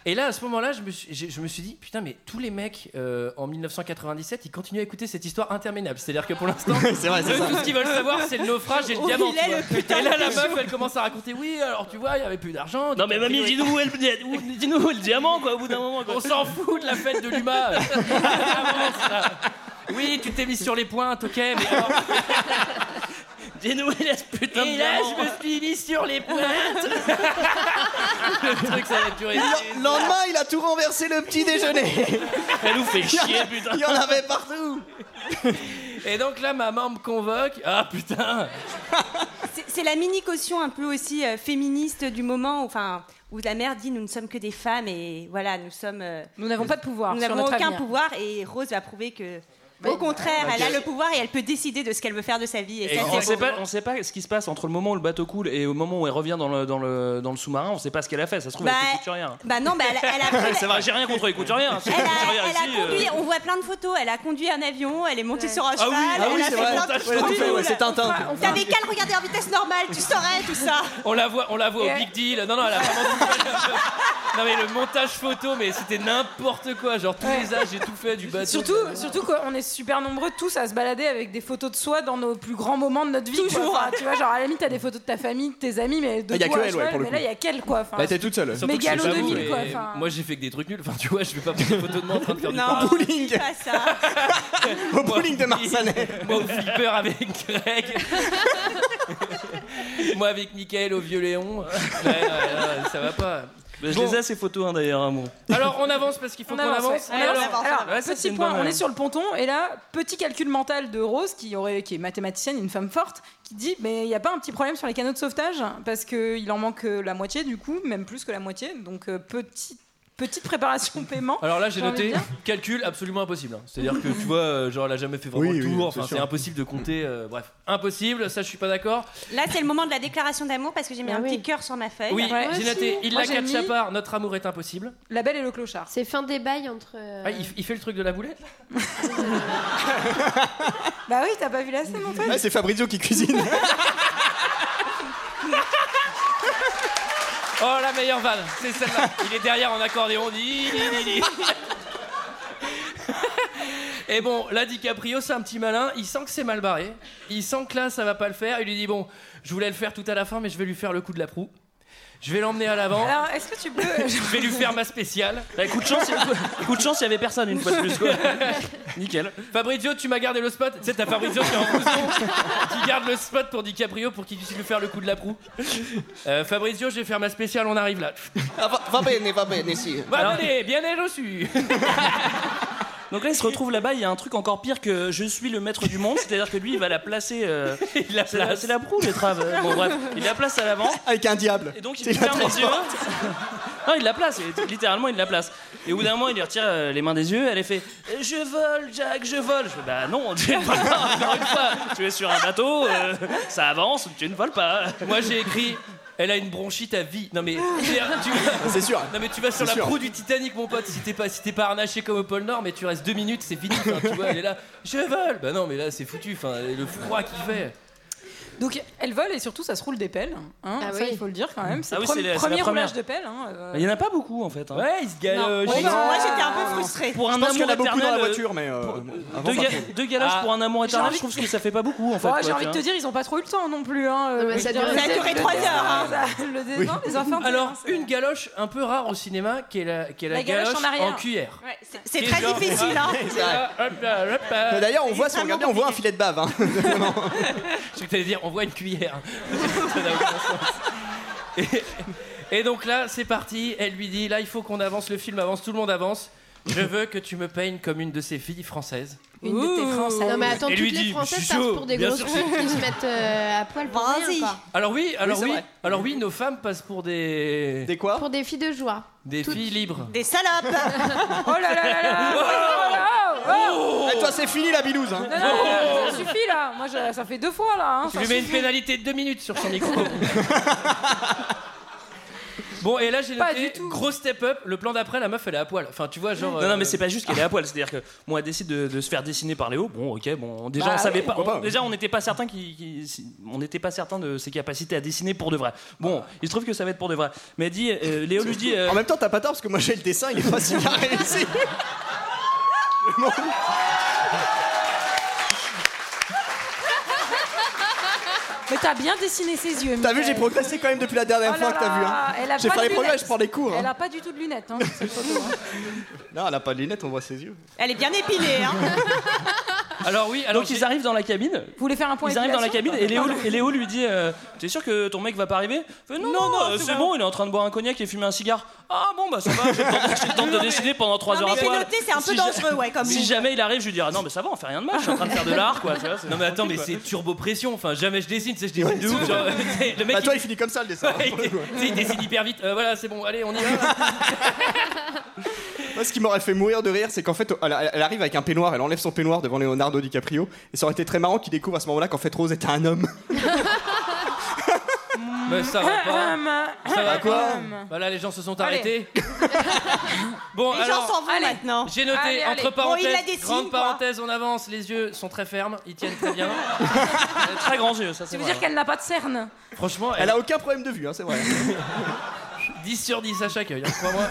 Et là, à ce moment-là, je, me suis- j'ai- je me suis dit, putain, mais tous les mecs euh, en 1997, ils continuent à écouter cette histoire interminable. C'est-à-dire que pour l'instant,
C'est vrai, c'est
eux,
ça.
tout ce qu'ils veulent savoir, c'est le naufrage et le
Où
diamant.
Oh, il est
tu vois.
le putain
et là,
de
la
bijou
meuf, elle commence à raconter, oui, alors tu vois, il n'y avait plus d'argent.
Non, mais mamie, dis-nous où est le, di- où- dis-nous où est le diamant, quoi, au bout d'un moment. quoi.
On s'en fout de la fête de l'UMA. Avance, là. oui, tu t'es mis sur les pointes, ok, mais alors,
Dis-nous où est ce putain de
Et là,
diamant.
je me suis mis sur les pointes. Le truc, ça va durer.
Le lendemain, il a tout renversé le petit déjeuner.
Elle nous fait
Il y en
chier,
a-
putain.
Il y en avait partout.
Et donc là, maman me convoque. Ah putain
C'est- C'est la mini caution un peu aussi euh, féministe du moment, enfin où la mère dit nous ne sommes que des femmes et voilà nous sommes. euh,
Nous n'avons pas de pouvoir
Nous
sur
n'avons
notre
aucun
avenir.
pouvoir et Rose va prouver que.
Bah,
Au contraire,
bah,
elle a
ok.
le pouvoir et elle peut décider de ce qu'elle veut faire de sa vie.
Et
ça,
on
c'est-
sait pas, on sait pas ce qui se passe entre le moment où le bateau coule et au moment où elle revient dans le, dans le, dans le sous-marin. On sait pas ce qu'elle a fait. Ça se trouve,
Bah,
elle était couturière.
bah non, bah, elle a- elle a pris-
Ça va, j'ai rien contre les couturières. hein. C'est
Elle
une
a,
couturière
elle a
ici, euh,
conduit, on voit plein de photos. Elle a conduit un avion, elle est montée sur un
Ah
cheval,
oui, ah
elle
oui,
a
c'est
fait
vrai,
plein
t'as-
de
ouais, tout fait, ouais, c'est Tintin.
trucs.
On fera-
T'avais qu'à le regarder en vitesse normale, tu saurais tout ça.
On la voit, on la voit au
Et-
big deal. Non, non, elle a vraiment tout fait. Non, mais le montage photo, mais c'était n'importe quoi. Genre, tous les âges, j'ai tout fait du bateau.
Surtout, surtout qu'on est super nombreux tous à se balader avec des photos de soi dans nos plus grands moments de notre vie. quoi.
Toujours.
Enfin, tu vois, genre à la limite, t'as des photos de ta famille, de tes amis, mais de
Ah, y a
toi,
que
à
elle, ouais,
cheval,
pour le
mais
coup.
là, il y a qu'elle quoi. Enfin,
Bah, t'es toute seule.
Mais galop
Surtout que c'est
2000
j'avoue,
quoi.
mais
enfin.
Moi j'ai fait que des trucs nuls. Enfin tu vois, je vais pas prendre des photos de moi en train de faire
Non,
du bowling.
dis pas ça.
Au bowling de Marsanais. moi au flipper avec Greg. moi avec Michael au vieux Léon. Ouais, ouais, ouais, ça va pas.
Je
Bon.
les ai ces photos hein, d'ailleurs, amour.
Alors on avance parce qu'il faut
On
qu'on
avance,
avance.
ouais. Alors, alors,
Ouais, ça, c'est
petit
une
point,
bonne,
on est
ouais.
sur le ponton et là, petit calcul mental de Rose qui, aurait, qui est mathématicienne, une femme forte, qui dit mais il n'y a pas un petit problème sur les canaux de sauvetage parce qu'il en manque euh, la moitié du coup, même plus que la moitié, donc euh, petit- petite préparation paiement.
Alors là, j'ai
envie de
noté
dire.
calcul absolument impossible. hein. C'est-à-dire que tu vois, euh, genre, elle a jamais fait vraiment
Oui,
le
oui,
tour.
c'est
Enfin, c'est
sûr.
impossible de compter. euh, bref, impossible. Ça, je suis pas d'accord.
Là, c'est le moment de la déclaration d'amour parce que j'ai mis
Ah
un
oui.
petit cœur sur ma feuille.
Oui, j'ai noté. Il la
quatre
catch à part. Notre amour est impossible.
La belle et le clochard.
C'est fin des bails entre. euh,
Euh.
Ah, il, il fait le truc de la boulette.
Bah oui, t'as pas vu la scène en fait
Ouais, c'est Fabrizio qui cuisine.
Oh la meilleure vanne, c'est celle-là. Il est derrière en accordéon. Di, di, di, di. Et bon, là DiCaprio, c'est un petit malin. Il sent que c'est mal barré. Il sent que là, ça va pas le faire. Il lui dit bon, je voulais le faire tout à la fin, mais je vais lui faire le coup de la proue. Je vais l'emmener à l'avant.
Alors, Ah, est-ce que tu peux.
Je vais lui faire ma spéciale.
coup de chance, il- coup de chance, il y avait personne une fois de plus. quoi. Nickel.
Fabrizio, tu m'as gardé le spot. Tu sais, t'as Fabrizio qui est en blouson, qui garde le spot pour DiCaprio pour qu'il puisse lui faire le coup de la proue. Euh, Fabrizio, je vais faire ma spéciale, on arrive là.
Ah, va, va bene, va bene, si.
Va bene, bien reçu.
Donc là, il se retrouve là-bas. Il y a un truc encore pire que je suis le maître du monde, c'est-à-dire que lui, il va la placer. euh,
il la
c'est la-
place.
C'est la proue, l'étrave. Bon, bref, il la place à l'avant.
Avec un diable.
Et donc
C'est
il
la
ferme les yeux.
transporte.
Non, il la place, et- littéralement il la place. Et au bout d'un moment, il lui retire euh, les mains des yeux, elle est fait Je vole, Jack, je vole. Je fais Bah non, tu ne voles pas, encore une fois. Tu es sur un bateau, euh, ça avance, tu ne voles pas.
Moi j'ai écrit Elle a une bronchite à vie. Non mais tu vas-
C'est sûr.
Non mais tu vas sur
C'est
la
sûr.
proue du Titanic mon pote si t'es pas si t'es pas harnaché comme au pôle Nord mais tu restes deux minutes c'est fini Enfin, tu vois elle est là je vole bah non mais là c'est foutu enfin le froid qu'il fait
Donc, elle vole et surtout, ça se roule des pelles. hein.
Ah
ça,
oui.
il faut le dire quand même. C'est
Ah
le
oui,
pre-
c'est la- c'est la
premier
première.
roulage de pelle. hein, euh.
Bah, Il n'y en a pas beaucoup en fait. hein.
Ouais, il se galoche.
Non. Ouais, moi, j'étais un peu
frustrée.
Pour un
Je pense
amour
qu'il y en a beaucoup
éternel,
dans la
euh,
voiture, mais. euh, avant,
deux,
pas
ga-
trop.
deux galages
Ah.
pour un amour
J'ai
éternel,
envie
je trouve que ça fait pas beaucoup en fait.
Bon,
quoi,
Oh, j'ai
tu
envie de te
vois.
dire, ils ont pas trop eu le temps non plus. Hein,
mais ça a duré- ça a duré trois
heures, hein.
Le désordre, les enfants.
alors une galoche un peu rare au cinéma qui est la, qui est la,
La galoche en arrière.
cuillère
Ouais, c'est-
Qui
C'est
est
très
genre-
difficile. hein.
C'est là, hop là, hop là.
Mais D'ailleurs, on voit, si on regarde bien, on voit un filet de bave. hein.
Je sais que t'allais dire, on voit une cuillère. Ça n'a aucun sens. Et, et donc là, c'est parti. Elle lui dit, là, il faut qu'on avance, le film avance, tout le monde avance. Je veux que tu me peignes comme une de ces filles françaises.
Une de tes françaises. Non, mais attends,
Et
toutes
lui
les
dit, je
françaises
suis
passent
chaud,
pour des
bien
grosses
sûr,
filles qui se mettent euh, à poil pour rien, quoi.
Alors oui, alors
Oui,
oui,
c'est vrai.
alors oui, nos femmes passent pour des des
quoi
Pour des filles de joie.
Des filles libres.
Des salopes.
Oh là là là là Oh là là oh
Et Eh, toi, c'est fini la bilouse. hein.
Non, non, non, ça suffit là. Moi, je- ça fait deux fois là. hein,
Tu
ça
lui mets une
suffit.
pénalité de deux minutes sur son micro. bon, et là j'ai noté gros step up. Le plan d'après, la meuf elle est à poil. Enfin, tu vois, genre.
Non, non, mais
euh,
c'est pas juste qu'elle est à poil. C'est-à-dire que moi, elle décide de, de se faire dessiner par Léo. Bon, ok, bon, déjà,
Bah
on savait
ouais,
pas. on-
pourquoi pas.
déjà, on n'était pas certain qu'il, qu'il- si- on n'était pas certain de ses capacités à dessiner pour de vrai. Bon, il se trouve que ça va être pour de vrai. Mais elle dit, euh, Léo lui dit. euh,
Ah. En même temps, t'as pas tort parce que moi j'ai le dessin, il est pas si bien réussi. Le monde-
Mais t'as bien dessiné ses yeux.
T'as vu, j'ai
Michael.
progressé quand même depuis la dernière
Oh là
fois que t'as vu.
là, elle a
Hein. J'ai
pas
fait
de
les progrès,
lunettes.
je prends des cours.
Elle
hein.
a pas du tout de lunettes. Hein, sur cette photo, hein.
Non, elle a pas de lunettes, on voit ses yeux.
Elle est bien épilée. hein.
Alors oui, alors
Donc,
ils arrivent dans la cabine.
Vous voulez faire un point
Ils arrivent dans la cabine et Léo,
épilation
et Léo lui dit euh, T'es sûr que ton mec va pas arriver Il fait, Non, non, euh, c'est bon, il est en train de boire un cognac et fumer un cigare. Ah bon, bah ça va, j'ai le temps de- j'ai le temps de décider pendant 3
Non,
heures
mais
à
j'ai
poil.
noté, c'est un peu
Si ja-
dangereux, ouais, comme
Si
move.
jamais il arrive, je lui dirai Non, mais ça va, on fait rien de mal, je suis en train de faire de l'art, quoi. tu vois, c'est-
Non mais attends, mais c'est turbo pression. Enfin, jamais je dessine, tu sais, je dessine de ouf. Genre, le mec,
Bah, toi, il finit comme ça le dessin.
Ouais, il, tu sais, il dessine hyper vite. Euh, voilà, c'est bon, allez, on y va.
Moi, ce qui m'aurait fait mourir de rire, c'est qu'en fait, oh, elle, elle arrive avec un peignoir, elle enlève son peignoir devant Leonardo DiCaprio, et ça aurait été très marrant qu'il découvre à ce moment-là qu'en fait Rose était un homme.
Mais ça va pas. Ça va
quoi
Voilà, les gens se sont
Hum. Allez.
arrêtés. bon,
Les gens
alors.
s'en vont maintenant.
J'ai noté
Allez, allez.
entre
Bon, il
parenthèses,
la dessine,
grande
quoi.
parenthèse, on avance. Les yeux sont très fermes, ils tiennent très bien.
Très grands yeux, ça
Tu
c'est
veux
vrai.
dire qu'elle n'a pas de cerne
Franchement,
elle a aucun problème de vue, hein, c'est vrai.
10 sur 10 à chaque œil, hein, crois-moi.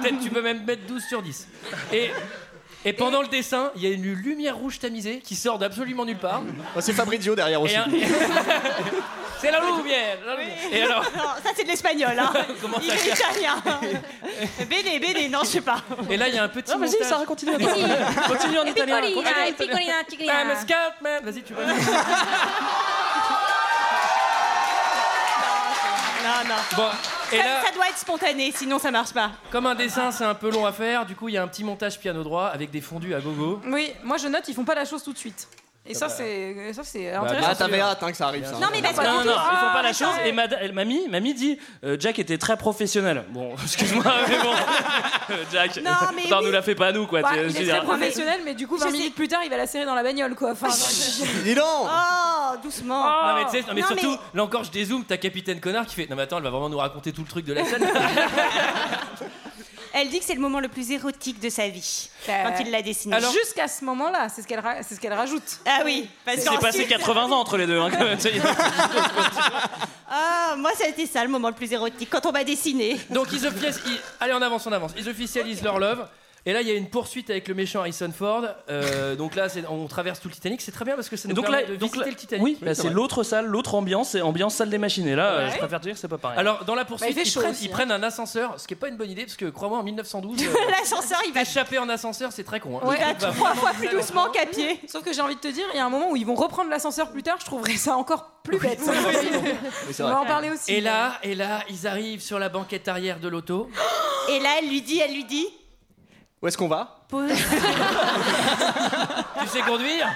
Peut-être tu peux même mettre 12 sur 10. Et, et pendant le dessin, il y a une lumière rouge tamisée qui sort d'absolument nulle part.
Enfin, Ah, c'est Fabrizio derrière aussi.
Et un- C'est la lumière, la lumière. Et alors
Non, ça c'est de l'espagnol, hein.
Comment
Il
ça
est italien. BD, BD, non, je sais pas.
Et là, il y a un petit.
Non, vas-y,
montage.
Sarah, continue, attends.
Vas-y. Continue en
Et picolina,
italien. continue en
et
italien.
picolina, picolina.
Ah, mais scat, man. Vas-y, tu peux.
Non, non.
Bon, et
ça,
là-
ça doit être spontané, sinon ça marche pas.
Comme un dessin, c'est un peu long à faire. Du coup, il y a un petit montage piano droit avec des fondus à gogo.
Oui, moi je note, ils font pas la chose tout de suite. Et
Ah
ça,
bah.
c'est euh, ça, c'est
Bah,
intéressant.
bah, t'avais hâte,
hein, que ça arrive.
ça.
Non,
mais parce que-
non, non, ils font pas la chose.
Ah,
Et mada- et mamie, mamie dit euh, Jack était très professionnel. Bon, excuse-moi, mais bon. euh, Jack,
Non, mais
attends,
oui.
nous la fait pas, nous, quoi.
Bah,
tu- je
il
veux
est
dire.
très professionnel, mais du coup, 20
Je
minutes plus tard, il va la serrer dans la bagnole, quoi. Enfin,
Dis donc
Oh, doucement.
Non, mais, tu sais, non, mais surtout, là encore, je dézoome, t'as Capitaine Connard qui fait Non, mais attends, elle va vraiment nous raconter tout le truc de la scène.
Elle dit que c'est le moment le plus érotique de sa vie
Euh,
quand il l'a dessiné.
Jusqu'à ce moment-là, c'est ce qu'elle ra- c'est ce qu'elle rajoute.
Ah oui,
Il
parce
s'est passé 80 ans entre les deux. hein, quand même, tu sais.
Ah, moi ça a été ça le moment le plus érotique quand on m'a dessiné.
Donc, ils officialisent. ils- Allez, on avance, on avance. Ils officialisent leur love. Et là, il y a une poursuite avec le méchant Harrison Ford. Euh, donc là, c'est- on traverse tout le Titanic. C'est très bien parce que ça nous
Donc
permet
là-
de
donc
visiter
là-
le Titanic.
Oui, bah, c'est l'autre salle, l'autre ambiance, c'est ambiance salle des machines. Et là, euh,
Ouais.
je préfère dire que c'est pas pareil.
Alors, dans la poursuite,
Bah, il fait
ils,
chaud
prennent,
aussi,
ils
hein.
prennent un ascenseur, ce qui est pas une bonne idée, parce que crois-moi, en 1912,
l'ascenseur, il
va échapper euh, en ascenseur, c'est très con. hein.
Ouais,
Le truc
trois
va vraiment
fois
très
plus
lentement.
doucement qu'à pied. Sauf que j'ai envie de te dire, il y a un moment où ils vont reprendre l'ascenseur plus tard, je trouverais ça encore plus bête. On va en parler aussi.
Et là, et là, ils arrivent sur la banquette arrière de l'auto.
Et là, elle lui dit, elle lui dit.
Où est-ce qu'on va
Tu sais conduire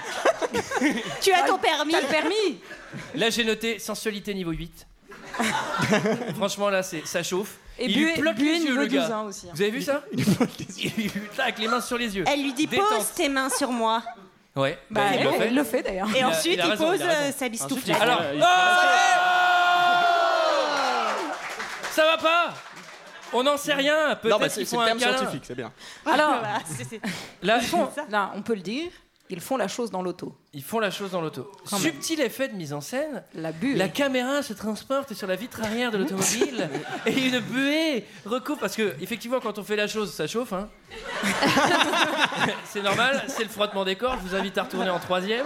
Tu as ton permis.
T'as le permis
Là, j'ai noté sensualité niveau 8. Franchement, là, c'est ça chauffe.
Et
il lui
buée-
plotte
buée
les yeux,
niveau
le gars.
12, hein, aussi, hein.
Vous avez vu ça Il lui tac les mains sur les yeux.
Elle lui dit
Détente.
pose tes mains sur moi.
Ouais.
Bah,
il
elle-
le fait.
elle le
fait, d'ailleurs.
Et
Il a-
ensuite,
il a
il
raison,
pose,
il a raison.
euh, sa bistouflette.
Ensuite, Alors,
Ah,
Voilà, il-
oh ça va pas On n'en sait
Non,
rien.
bah,
Ah, Peut-être
c'est
qu'ils
c'est
font un
terme
câlin.
scientifique, c'est bien.
Alors,
Là,
Ah, ils font- là, on peut le dire, ils font la chose dans l'auto.
Ils font la chose dans l'auto.
Quand même.
Subtil effet de mise en scène.
La buée.
La caméra se transporte sur la vitre arrière de l'automobile et une buée recoupe. Parce que, effectivement, quand on fait la chose, ça chauffe. hein. c'est normal, c'est le frottement des corps. Je vous invite à retourner en troisième.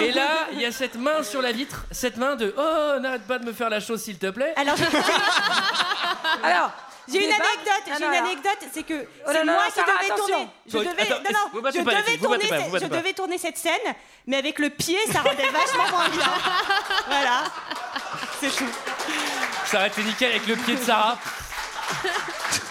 Et là, il y a cette main sur la vitre, cette main de Oh, n'arrête pas de me faire la chose, s'il te plaît.
Alors,
Alors,
Eh
J'ai
ben,
une
débat-
anecdote,
Ah,
j'ai
non,
une
alors.
anecdote, c'est que
Oh là
c'est
là,
moi qui
Sarah,
devais
attention.
tourner. Je
Toi,
devais,
attends,
non,
vous
non,
battez
je
pas, les
devais
filles, vous
tourner,
battez pas, vous
je
battez pas.
devais tourner cette scène, mais avec le pied, ça rendait vachement moins bien. Voilà, c'est tout.
Ça aurait été nickel avec le pied de Sarah.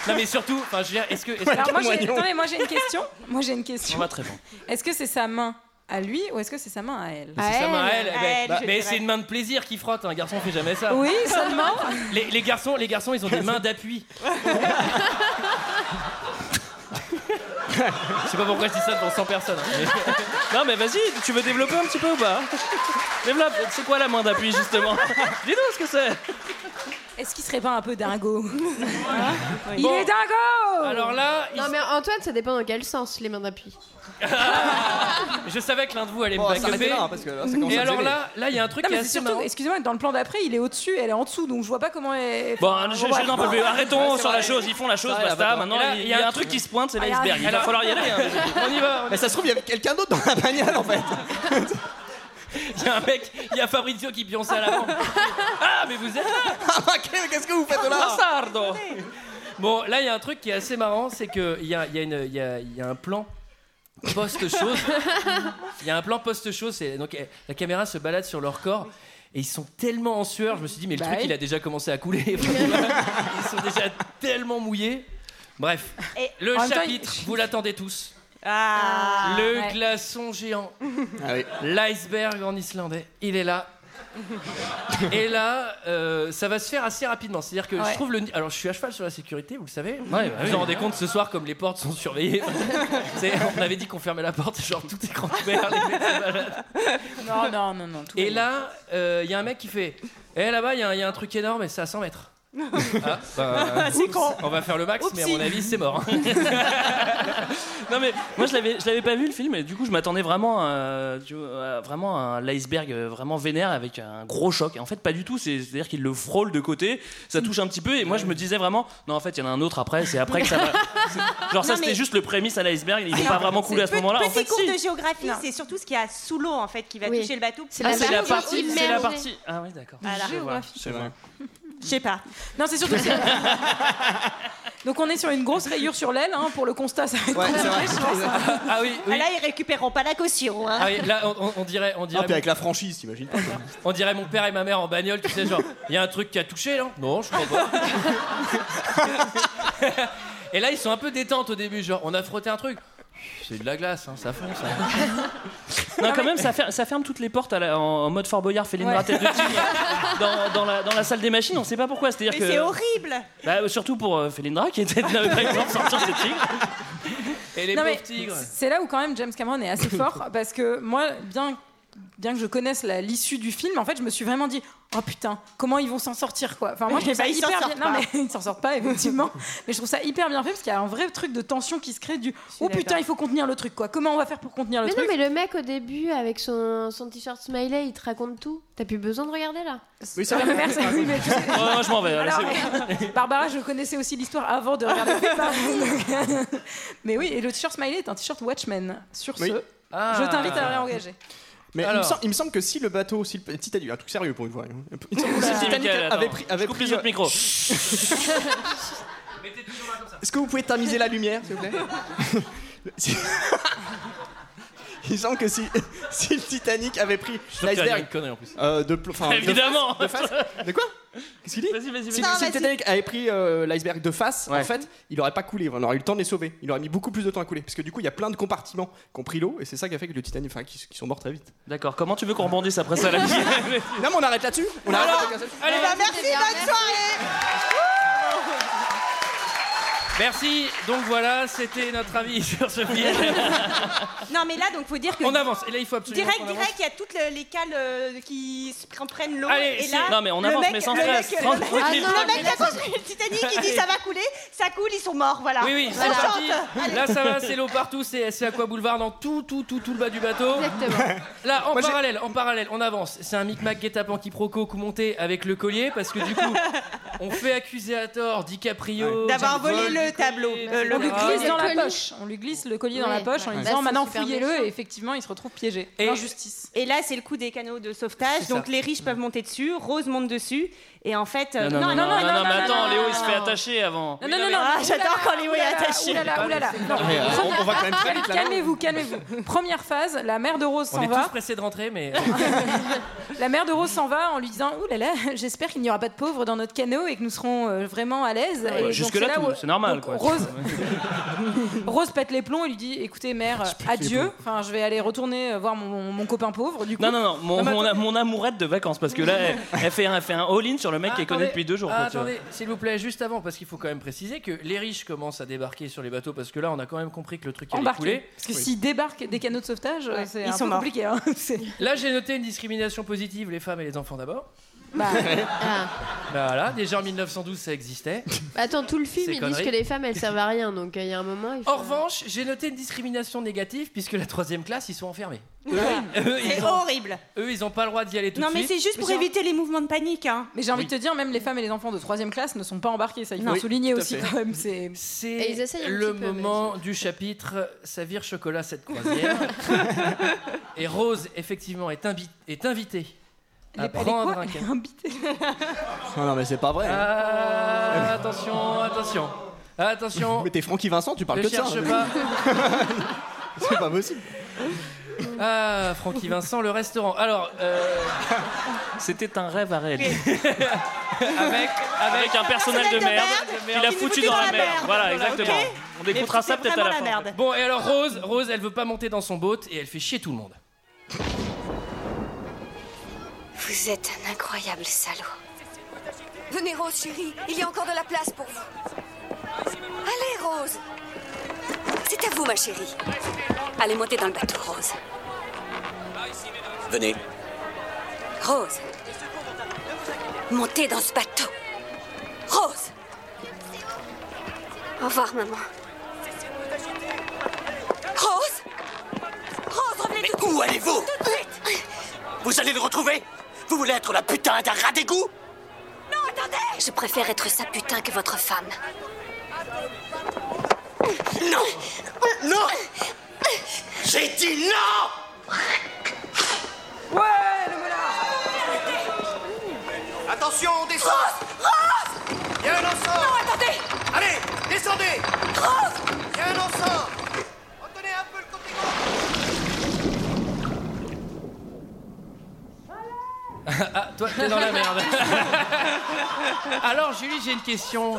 Non, mais surtout, enfin, je veux dire, est-ce que. est-ce que-
Alors, moi, j'ai- attendez, moi, j'ai une question. Moi j'ai une question.
On va très bon.
Est-ce que c'est sa main à lui ou est-ce que c'est sa main à Ah, elle
C'est sa main à elle. Eh ben, bah,
je
mais
dirais.
c'est une main de plaisir qui frotte. Un garçon fait jamais ça.
Oui, seulement.
Les, les garçons, les garçons, ils ont des mains d'appui. Je sais pas pourquoi je dis ça devant 100 personnes. hein, mais-
Non, mais vas-y, tu veux développer un petit peu ou pas Développe, c'est quoi la main d'appui justement Dis-nous ce que c'est
Est-ce qu'il serait pas un peu dingo Il
Bon.
est dingo
Alors là, il-
Non, mais Antoine, ça dépend dans quel sens les mains d'appui.
je savais que l'un de vous allait
Bon,
me
s'arrêtez
backupper.
là, parce que là, ça commence
Et
à me
alors
gêner.
là, là, il y a un truc
Non,
qui est
mais
assez
c'est surtout,
marrant.
excusez-moi, dans le plan d'après, il est au-dessus, elle est en dessous, donc je vois pas comment elle.
Bon, je, je
Ouais.
n'en peux plus. Arrêtons sur la chose, ils font la chose,
Ça, là,
basta.
d'accord.
Maintenant,
Et là,
il y a un truc qui se pointe, c'est
Ah,
l'iceberg. Il va
alors-
falloir y aller. hein.
On y va. on y
Mais ça se trouve, il y avait quelqu'un d'autre dans la bagnole en fait.
Il y a un mec, il y a Fabrizio qui pionçait à l'avant. Ah, mais vous êtes là
Ah, bah, Qu'est-ce que vous faites là
Sardo
Bon, là, il y a un truc qui est assez marrant, c'est qu'il y a, il y, a une- il y a- il y a un plan post-chose. Il y a un plan post-chose, c'est- donc euh, la caméra se balade sur leur corps. Et ils sont tellement en sueur, je me suis dit, mais le
Bah
truc,
oui.
il a déjà commencé à couler. ils sont déjà tellement mouillés. Bref,
Et-
le
En même temps,
chapitre, vous l'attendez tous.
Ah,
le
ouais. Ah
glaçon géant. L'iceberg en islandais. Il est là. Et là, euh, ça va se faire assez rapidement. C'est-à-dire que
Ouais.
je trouve le. ni- Alors, je suis à cheval sur la sécurité, vous le savez.
bah
vous
oui.
vous en rendez compte ce soir, comme les portes sont surveillées. C'est- on avait dit qu'on fermait la porte, genre tout est grand ouvert. les mecs se baladent.
Non, non, non, non. tout
Et
va
là, il y a un mec qui fait Eh, là-bas, il y, a un- il y a un truc énorme et c'est à 100 mètres. Ah, bah,
C'est con.
On va faire le max, mais à
Oupsie.
mon avis, c'est mort.
Non mais moi je l'avais je l'avais pas vu le film et du coup je m'attendais vraiment à, tu vois, à vraiment un l'iceberg euh, vraiment vénère avec un gros choc et en fait pas du tout c'est à dire qu'il le frôle de côté ça touche un petit peu et moi je me disais vraiment non en fait il y en a un autre après c'est après que ça va genre ça
Non, mais-
c'était juste le prémisse à l'iceberg ils vont
Non,
pas vraiment couler à ce
c'est-
moment là
petit
en fait
cours
si.
de géographie, c'est surtout ce qu'il y a sous l'eau en fait qui va toucher le bateau.
Ah, c'est la partie c'est la partie ah oui d'accord
Voilà.
Je vois,
Géographie.
c'est vrai
Je sais pas.
Non, c'est surtout. Donc on est sur une grosse rayure sur l'aile, hein, pour le constat, ça va être compliqué, je pense.
Ah oui, oui.
Là, ils récupéreront pas la caution. hein.
Ah oui, là, on, on- on dirait. On dirait
Ah, puis avec la franchise, t'imagines pas quoi.
On dirait mon père et ma mère en bagnole, tu sais, genre, il y a un truc qui a touché, là Non, je crois pas. et là, ils sont un peu détentes au début, genre, on a frotté un truc. C'est de la glace, hein, ça fond, ça.
non quand même ça, fer- ça ferme toutes les portes à la- en, en mode Fort Boyard Féline
Ouais.
Bra, tête de tigre dans, dans la, dans la salle des machines on sait pas pourquoi c'est à
Mais
dire que
c'est horrible.
Bah, surtout pour euh, Felindra qui était là, par exemple sortir ce tigre.
Et les
Non, mais
pauvres tigres.
C'est là où quand même James Cameron est assez fort parce que moi, bien, bien que je connaisse la- l'issue du film, en fait, je me suis vraiment dit oh putain, comment ils vont s'en sortir quoi. Enfin moi, je
Eh
trouve
ben,
ça
ils s'en
hyper bien.
sortent
Non
pas.
mais ils s'en sortent pas effectivement, mais je trouve ça hyper bien fait parce qu'il y a un vrai truc de tension qui se crée du oh putain,
d'accord.
il faut contenir le truc quoi. Comment on va faire pour contenir le
Mais non,
truc
mais le mec au début avec son, son t-shirt smiley, il te raconte tout. T'as plus besoin de regarder là.
Oui, c'est vrai. Merci, oui, mais tu sais-
Oh, non, je m'en vais. allez,
Alors,
c'est bon.
Barbara, je connaissais aussi l'histoire avant de regarder le film. Donc, Mais oui, et le t-shirt Smiley est un t-shirt Watchmen. Sur
Oui.
ce, je t'invite à le réengager.
Mais il, me
Alors.
semble, il me semble que si le bateau, si le Titanic, un truc sérieux pour une fois, hein. il me semble que si
Merci,
le Titanic
Mickaël, attends.
avait pris, avait
Je coupe
pris,
les autres
euh,
micros.
Est-ce que vous pouvez tamiser la lumière, s'il vous plaît Si- Il me semble que si, si le Titanic avait pris
sûr que t'as dit
l'iceberg
une connerie, en plus.
euh, de, pl- enfin, de
Évidemment.
face- de face- de quoi Qu'est-ce qu'il dit
Vas-y, vas-y,
Si,
vas-y.
si le Titanic avait pris euh, l'iceberg de face, en fait, il aurait pas coulé. On aurait eu le temps de les sauver. Il aurait mis beaucoup plus de temps à couler. Parce que du coup, il y a plein de compartiments qui ont pris l'eau et c'est ça qui a fait que le Titanic, enfin, qui, qui sont morts très vite.
D'accord, comment tu veux qu'on rebondisse après ça la vie
Non, mais on arrête là-dessus. On arrête
Alors,
avec un seul-
allez,
bah, merci, bonne
Merci, donc voilà, c'était notre avis sur ce film.
Non, mais là, donc, faut dire que.
On avance, et là, il faut absolument.
Direct,
qu'on avance.
direct, il y a toutes le- les cales euh, qui se pr- prennent l'eau.
Allez,
et
si.
là,
Non, mais on
le
avance,
mec-
mais sans
le
stress,
mec- euh,
tranquille.
Le mec,
Ah non,
le mec
mais-
qui a construit le Titanic, il dit ça va couler, ça coule, ils sont morts, voilà.
Oui, oui, c'est
Voilà.
parti.
Allez.
Là, ça va, c'est l'eau partout, c'est c'est Aqua Boulevard dans tout, tout, tout, tout le bas du bateau.
Exactement.
Là, en
Moi, j'ai-
parallèle, en parallèle, on avance. C'est un micmac guet-apens quiproquo coup monté avec le collier parce que du coup, on fait accuser à tort DiCaprio
D'avoir
qui vole
volé le
collier,
tableau, euh, le-
On lui glisse dans la
collier.
poche. On lui glisse le collier dans la
Ouais,
poche en
ouais.
lui
Bah,
disant
c'est
maintenant
super
fouillez-le
méchant.
et effectivement il se retrouve piégé.
Et-
L'injustice.
Et là, c'est le coup des canaux de sauvetage.
C'est
Donc
ça.
les riches peuvent monter dessus, Rose monte dessus. Et en fait. euh,
non, non, non, non, non, mais attends, Léo il se fait
non.
attacher avant.
Non, non, non, non. Ah, j'adore quand Léo est attaché.
Ah, Oulala, oulala.
Mais, euh, on- on va quand même très vite, là, non
Calmez-vous, calmez-vous. Première phase, la mère de Rose
On
s'en
est
va.
tous pressés de rentrer, mais
La mère de Rose s'en va en lui disant Ouh là là, j'espère qu'il n'y aura pas de pauvres dans notre canot et que nous serons euh, vraiment à l'aise. Et donc,
Jusque là,
c'est où-
c'est normal
donc,
quoi.
Rose, Rose pète les plombs et lui dit Écoutez, mère, adieu. Enfin, je vais aller retourner euh, voir mon, mon- mon copain pauvre. Du coup.
Non, non, non, mon,
mais
mon-
attendez.
mon amourette de vacances parce que là, elle, elle fait, un- elle fait un all-in sur le mec qu'elle connaît depuis deux jours.
Ah,
quoi, tu vois.
attendez, s'il vous plaît, juste avant, parce qu'il faut quand même préciser que les riches commencent à débarquer sur les bateaux parce que là, on a quand même compris que le truc allait
Embarqué.
couler.
Parce que s'ils débarquent des canots de sauvetage, euh, c'est
ils
un
sont
peu
morts.
compliqué. hein. C'est-
Là, j'ai noté une discrimination positive, les femmes et les enfants d'abord.
Bah,
Voilà, déjà en 1912, ça existait.
Bah, Attends, tout le film,
Ces
ils disent
conneries.
que les femmes elles servent à rien. Donc euh, il y a un moment. Il faut...
En revanche, j'ai noté une discrimination négative puisque la troisième classe, ils sont enfermés. Eux,
C'est
ils ont-
horrible.
eux, ils n'ont pas le droit d'y aller tout
Non,
de
mais
suite.
c'est juste pour
Mais j'ai-
éviter les mouvements de panique. hein.
Mais j'ai envie de te dire, même les femmes et les enfants de 3 classe ne sont pas embarqués. Ça, il faut
Oui,
le souligner
tout à
aussi
fait.
quand même. C'est
Et ils essayent
C'est
un
le
petit peu, mais
moment du chapitre Savir chocolat cette croisière. Et Rose effectivement est, invi- est invitée à
Elle est- elle est
prendre
quoi
un
Elle est
café.
Non, non, mais c'est pas vrai.
Ah, attention, attention. Attention.
Mais t'es Francky Vincent, tu parles
Ne
que de ça.
cherche
hein.
pas.
C'est pas possible.
Ah, Francky Vincent, le restaurant. Alors, euh,
c'était un rêve à réaliser.
avec,
avec un personnel de merde, il a foutu dans la merde. Voilà, exactement. On découvrira ça peut-être à la fin.
Bon, et alors Rose, Rose, elle veut pas monter dans son boat et elle fait chier tout le monde.
Vous êtes un incroyable salaud. Venez, Rose, chérie, il y a encore de la place pour vous. Allez, Rose C'est à vous, ma chérie. Allez monter dans le bateau, Rose.
Venez.
Rose Montez dans ce bateau Rose Au revoir, maman. Rose Rose, revenez tout de
où
suite.
allez-vous
Tout de suite
Vous allez le retrouver Vous voulez être la putain d'un rat d'égout
Non, attendez Je préfère être sa putain que votre femme.
Non Non J'ai dit non
Ouais, le
Attention, on descend Viens, on sort Non, attendez Allez, descendez Rose Viens, on sort
ah, toi, t'es dans la merde. alors, Julie, j'ai une question.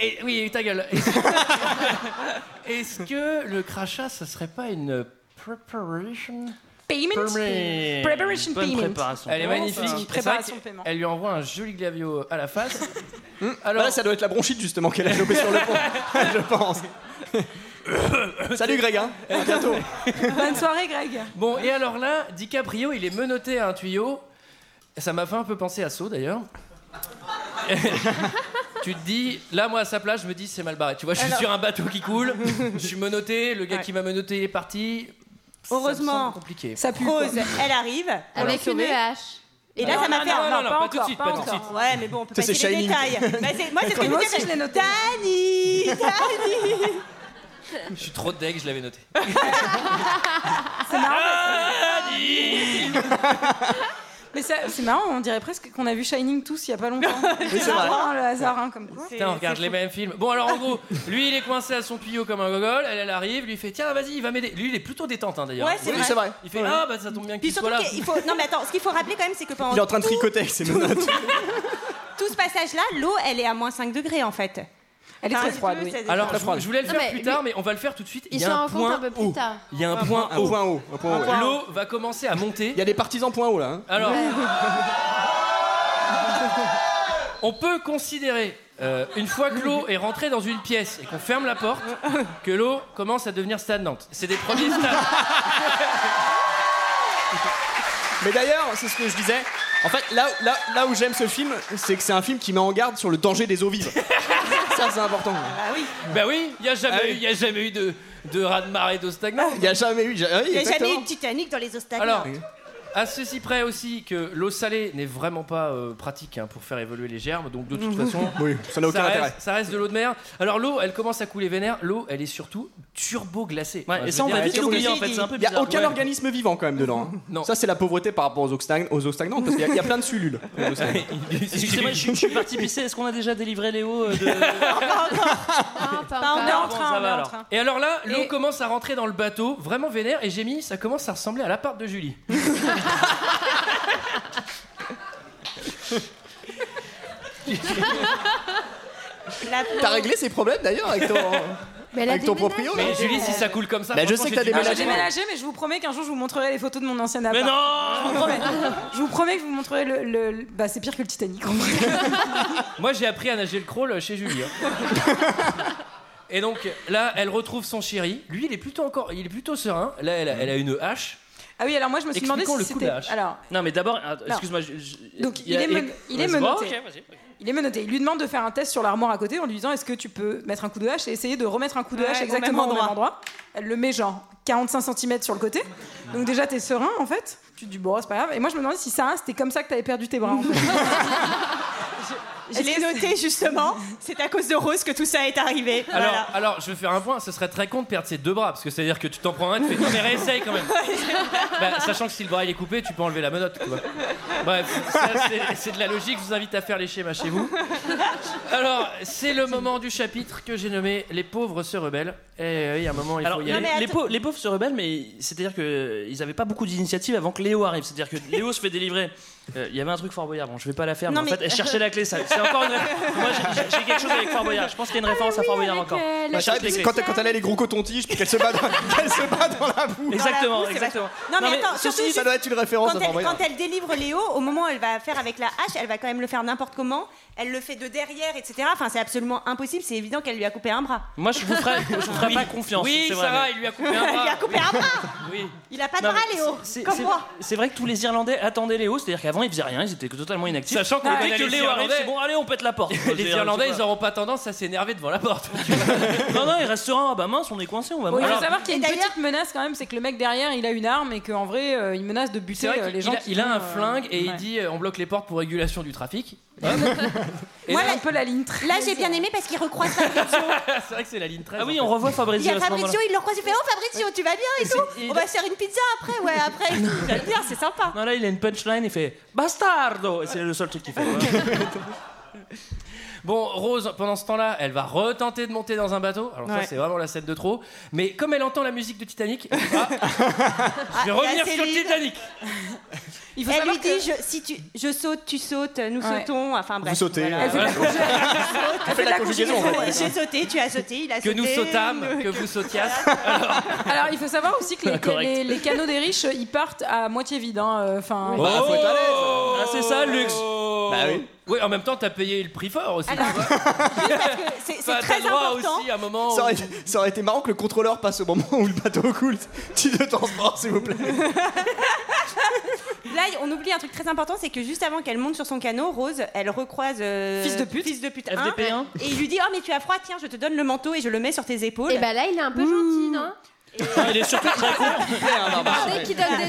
Et, oui, ta gueule. Est-ce que- Est-ce que le crachat, ce serait pas une preparation
Payment
Permi-
Preparation payment. Oh,
Elle est magnifique. Et c'est vrai
Préparation
que
paiement.
Elle lui envoie un joli glavio à la face.
Alors... Hmm. Bah ça doit être la bronchite justement qu'elle a chopée sur le pont, je pense. Salut Greg, hein. À bientôt.
Bonne soirée, Greg.
Bon, et alors là, DiCaprio, il est menotté à un tuyau. Ça m'a fait un peu penser à Saut d'ailleurs. tu te dis, là, moi, à sa place, je me dis, c'est mal barré. Tu vois, je suis
Alors-
sur un bateau qui coule, je suis menotté, le gars qui m'a menotté est parti. Ça me
Heureusement,
semble compliqué.
Rose, elle arrive. on l'a
Avec une
sauvée.
hache.
Et là,
Non,
ça m'a
non,
fait
non,
un-
non, non, pas tout de suite, pas tout de
encore.
suite.
Ouais, mais bon, on peut
Ça, c'est
passer les
Shining.
détails. Bah, c'est- moi, c'est ce que je
Moi
veux dire,
aussi, je l'ai noté.
Dani Dani
Je suis trop deg, je l'avais noté.
C'est marrant. parce que- Mais ça- c'est marrant, on dirait presque qu'on a vu Shining tous il y a pas longtemps.
c'est
C'est
vrai.
marrant, le hasard, hein, comme quoi.
Putain, on regarde les mêmes films. Bon, alors en gros, lui, il est coincé à son tuyau comme un gogol. Elle, elle arrive, lui fait Tiens, vas-y, il va m'aider. Lui, il est plutôt détente, hein, d'ailleurs.
Ouais, c'est Oui, vrai. c'est vrai.
Il fait Ah, bah ça tombe bien
Puis
qu'il
surtout,
soit là.
qu'il- il faut... non mais attends, ce qu'il faut rappeler quand même, c'est que pendant
Il est en train de tricoter avec ses menottes.
tout ce passage-là, l'eau, elle est à moins 5 degrés en fait.
Elle
très froide, oui. Alors, je- je voulais le faire plus tard, mais on va le faire tout de suite. Il y a un point haut.
tard.
Il y a un point haut.
point haut, un point haut, ouais.
L'eau va commencer à monter. Ah. Il
y a des partisans point haut là. hein.
Alors, on peut considérer, euh, une fois que l'eau est rentrée dans une pièce et qu'on ferme la porte, que l'eau commence à devenir stagnante. C'est des premiers stades.
Mais d'ailleurs, c'est ce que je disais. En fait, là, là, là où j'aime ce film, c'est que c'est un film qui met en garde sur le danger des eaux vives. Ça, c'est important.
Ah oui.
Bah oui, il n'y a, jamais
Ah
eu-
oui.
y a jamais eu de, de raz de marée d'eau stagnante.
Il n'y a jamais eu. ja- oui,
Il n'y a
exactement.
jamais eu de Titanic dans les eaux stagnantes.
Ah Alors, à ceci près aussi que l'eau salée n'est vraiment pas euh, pratique hein, pour faire évoluer les germes, donc de toute façon,
Oui, ça n'a aucun
reste,
intérêt.
ça reste de l'eau de mer. Alors l'eau, elle commence à couler vénère. L'eau, elle est surtout turbo glacée.
et ça, on va vite l'oublier, en fait, c'est un peu
Il n'y a
bizarre.
aucun
Ouais.
organisme vivant quand même dedans. hein. Ça, c'est la pauvreté par rapport aux eaux, stagn- aux eaux stagnantes, parce qu'il y, a- il y a plein de cellules.
Excusez-moi, je suis- je suis parti pisser. Est-ce qu'on a déjà délivré Léo euh, de.
Ah,
on est en
bon,
train,
ça
on
va
est en
alors.
train.
Et alors là, l'eau commence à rentrer dans le bateau, vraiment vénère. Et j'ai mis, ça commence à ressembler à l'appart de Julie.
La
T'as réglé ces problèmes d'ailleurs avec ton,
Mais elle a
avec ton
déménagé.
proprio là
Mais Julie, si ça coule comme ça,
Bah, je
franchement,
sais que
j'ai
t'as
du mal.
J'ai déménagé, mais je vous promets qu'un jour je vous montrerai les photos de mon ancien appart.
Mais non
Je vous promets, je vous promets que je vous montrerai le. le- le- Bah, c'est pire que le Titanic en vrai.
Moi, j'ai appris à nager le crawl chez Julie. hein. Et donc là, elle retrouve son chéri. Lui, il est plutôt encore, il est plutôt serein. Là, elle a, elle a une hache.
Ah oui, alors moi je me suis demandé
Expliquons
si
le coup de
c'était.
la hache.
Alors,
Non, mais d'abord, attends,
Non.
excuse-moi. je- je-
Donc,
y a-
il est
y a-
men- il est
Ouais, c'est bon,
menotté.
ok, vas-y.
il est menotté. Il lui demande de faire un test sur l'armoire à côté en lui disant est-ce que tu peux mettre un coup de hache et essayer de remettre un coup de
Ouais,
hache
au
exactement
même
au même
endroit.
endroit. Elle le met genre 45 cm sur le côté. Donc déjà t'es serein en fait. Tu te dis bon c'est pas grave. Et moi je me demandais si ça c'était comme ça que t'avais perdu tes bras. en fait.
Je l'ai noté justement, c'est à cause de Rose que tout ça est arrivé.
Ah
Alors,
Voilà.
alors, je vais faire un point. Ce serait très con de perdre ses deux bras parce que c'est à dire que tu t'en prends un, tu fais non mais réessaye quand même. Bah, sachant que si le bras il est coupé, tu peux enlever la menotte. quoi. Bref, ça, c'est- c'est de la logique. Je vous invite à faire les schémas chez vous. Alors, c'est le moment du chapitre que j'ai nommé Les pauvres se rebellent. Eh oui, à un moment, il faut
Alors,
y
les,
aller.
les pauvres, les pauvres se rebellent, mais c'est-à-dire qu'ils n'avaient pas beaucoup d'initiatives avant que Léo arrive. C'est-à-dire que Léo se fait délivrer. Euh, Il y avait un truc Fort Boyard, bon, je vais pas la faire, mais,
Non,
en
mais-
fait, elle cherchait la clé. ça- C'est encore une. ré- Moi, j'ai- j'ai- j'ai quelque chose avec Fort Boyard. Je pense qu'il y a une
Ah
référence à Fort Boyard encore.
euh,
Bah, j'arrête, parce que quand, quand elle a les gros cotons-tiges, puis qu'elle se, bat dans- qu'elle se bat dans la boue.
Exactement,
Ah
exactement.
Non, mais attends,
ceci,
surtout,
ça doit être une référence
Quand
à Fort
elle,
Boyard.
quand elle délivre Léo, au moment où elle va faire avec la hache, elle va quand même le faire n'importe comment. Elle le fait de derrière, etc. Enfin, c'est absolument impossible. C'est évident qu'elle lui a coupé un bras.
Moi, je vous ferai, je vous ferai
Oui.
pas confiance.
Oui,
c'est
Sarah,
vrai, mais-
il lui a coupé
Il lui a coupé un bras.
Oui.
Il a pas de
Non,
bras,
mais
Léo.
c'est-
Comme
c'est-
moi.
C'est vrai que tous les Irlandais attendaient Léo, c'est-à-dire qu'avant ils faisaient rien, ils étaient totalement inactifs. Ah
Sachant que
dès que
les
Léo arrive,
Irlandais-
c'est bon, allez, on pète la porte.
Les Irlandais, ils
n'auront pas tendance à s'énerver devant la porte. non, non, ils resteront, ah bah mince, on est coincé, on va
Bon, il faut
mourir.
savoir qu'il y a une petite menace quand même, c'est que le mec derrière il a une arme et qu'en vrai euh, il menace de buter
C'est vrai
euh,
qu'il
les gens.
il a,
qui
il a
vont,
un
euh,
flingue et il
ouais.
dit euh, on bloque les portes pour régulation du trafic.
Moi,
là-
un peu la ligne Là, j'ai bien aimé parce qu'il recroise Fabrizio.
c'est vrai que c'est la ligne 13. Ah
oui, on revoit
Il y a Fabrizio, il le recroise, il fait Oh Fabrizio, tu vas bien et tout On va se faire une pizza après, ouais, après. et tout. J'aime bien, c'est sympa.
Non, là, il a une punchline, il fait Bastardo Et c'est le seul truc qu'il fait.
Bon, Rose, pendant ce temps-là, elle va retenter de monter dans un bateau. Alors,
Ouais.
ça, c'est vraiment la scène de trop. Mais comme elle entend la musique de Titanic, elle va- je vais
Ah, il y a
revenir sur
Céline.
Titanic.
Elle
savoir
lui dit je, si tu, je saute, tu sautes, nous
Ouais.
sautons. Enfin bref.
Vous sautez,
voilà.
euh,
Elle fait la conjugaison.
voilà. Elle fait la conjugaison, en fait.
J'ai sauté, tu as sauté, il a
Que
sauté.
nous sautâmes, que vous sautiasses.
Alors il faut savoir aussi que les,
Correct.
les- les canots des riches ils partent à moitié vide. hein, euh, Enfin.
Bah, faut être à l'aise.
Ah, c'est ça, le luxe.
Bah oui. Oui, en même temps, t'as payé le prix fort aussi.
C'est
Bah, t'as le droit aussi à un moment.
Ça aurait, ça aurait été marrant que le contrôleur passe au moment où le bateau coule. Titre de transport, s'il vous plaît.
Là, on oublie un truc très important, c'est que juste avant qu'elle monte sur son canot, Rose, elle recroise euh,
Fils de pute.
fils de pute
FDP,
un,
hein.
et il lui dit oh mais tu as froid, tiens, je te donne le manteau et je le mets sur tes épaules.
Et bah là, il est un peu gentil, non
il est surtout très con.
Barbara, elle
elle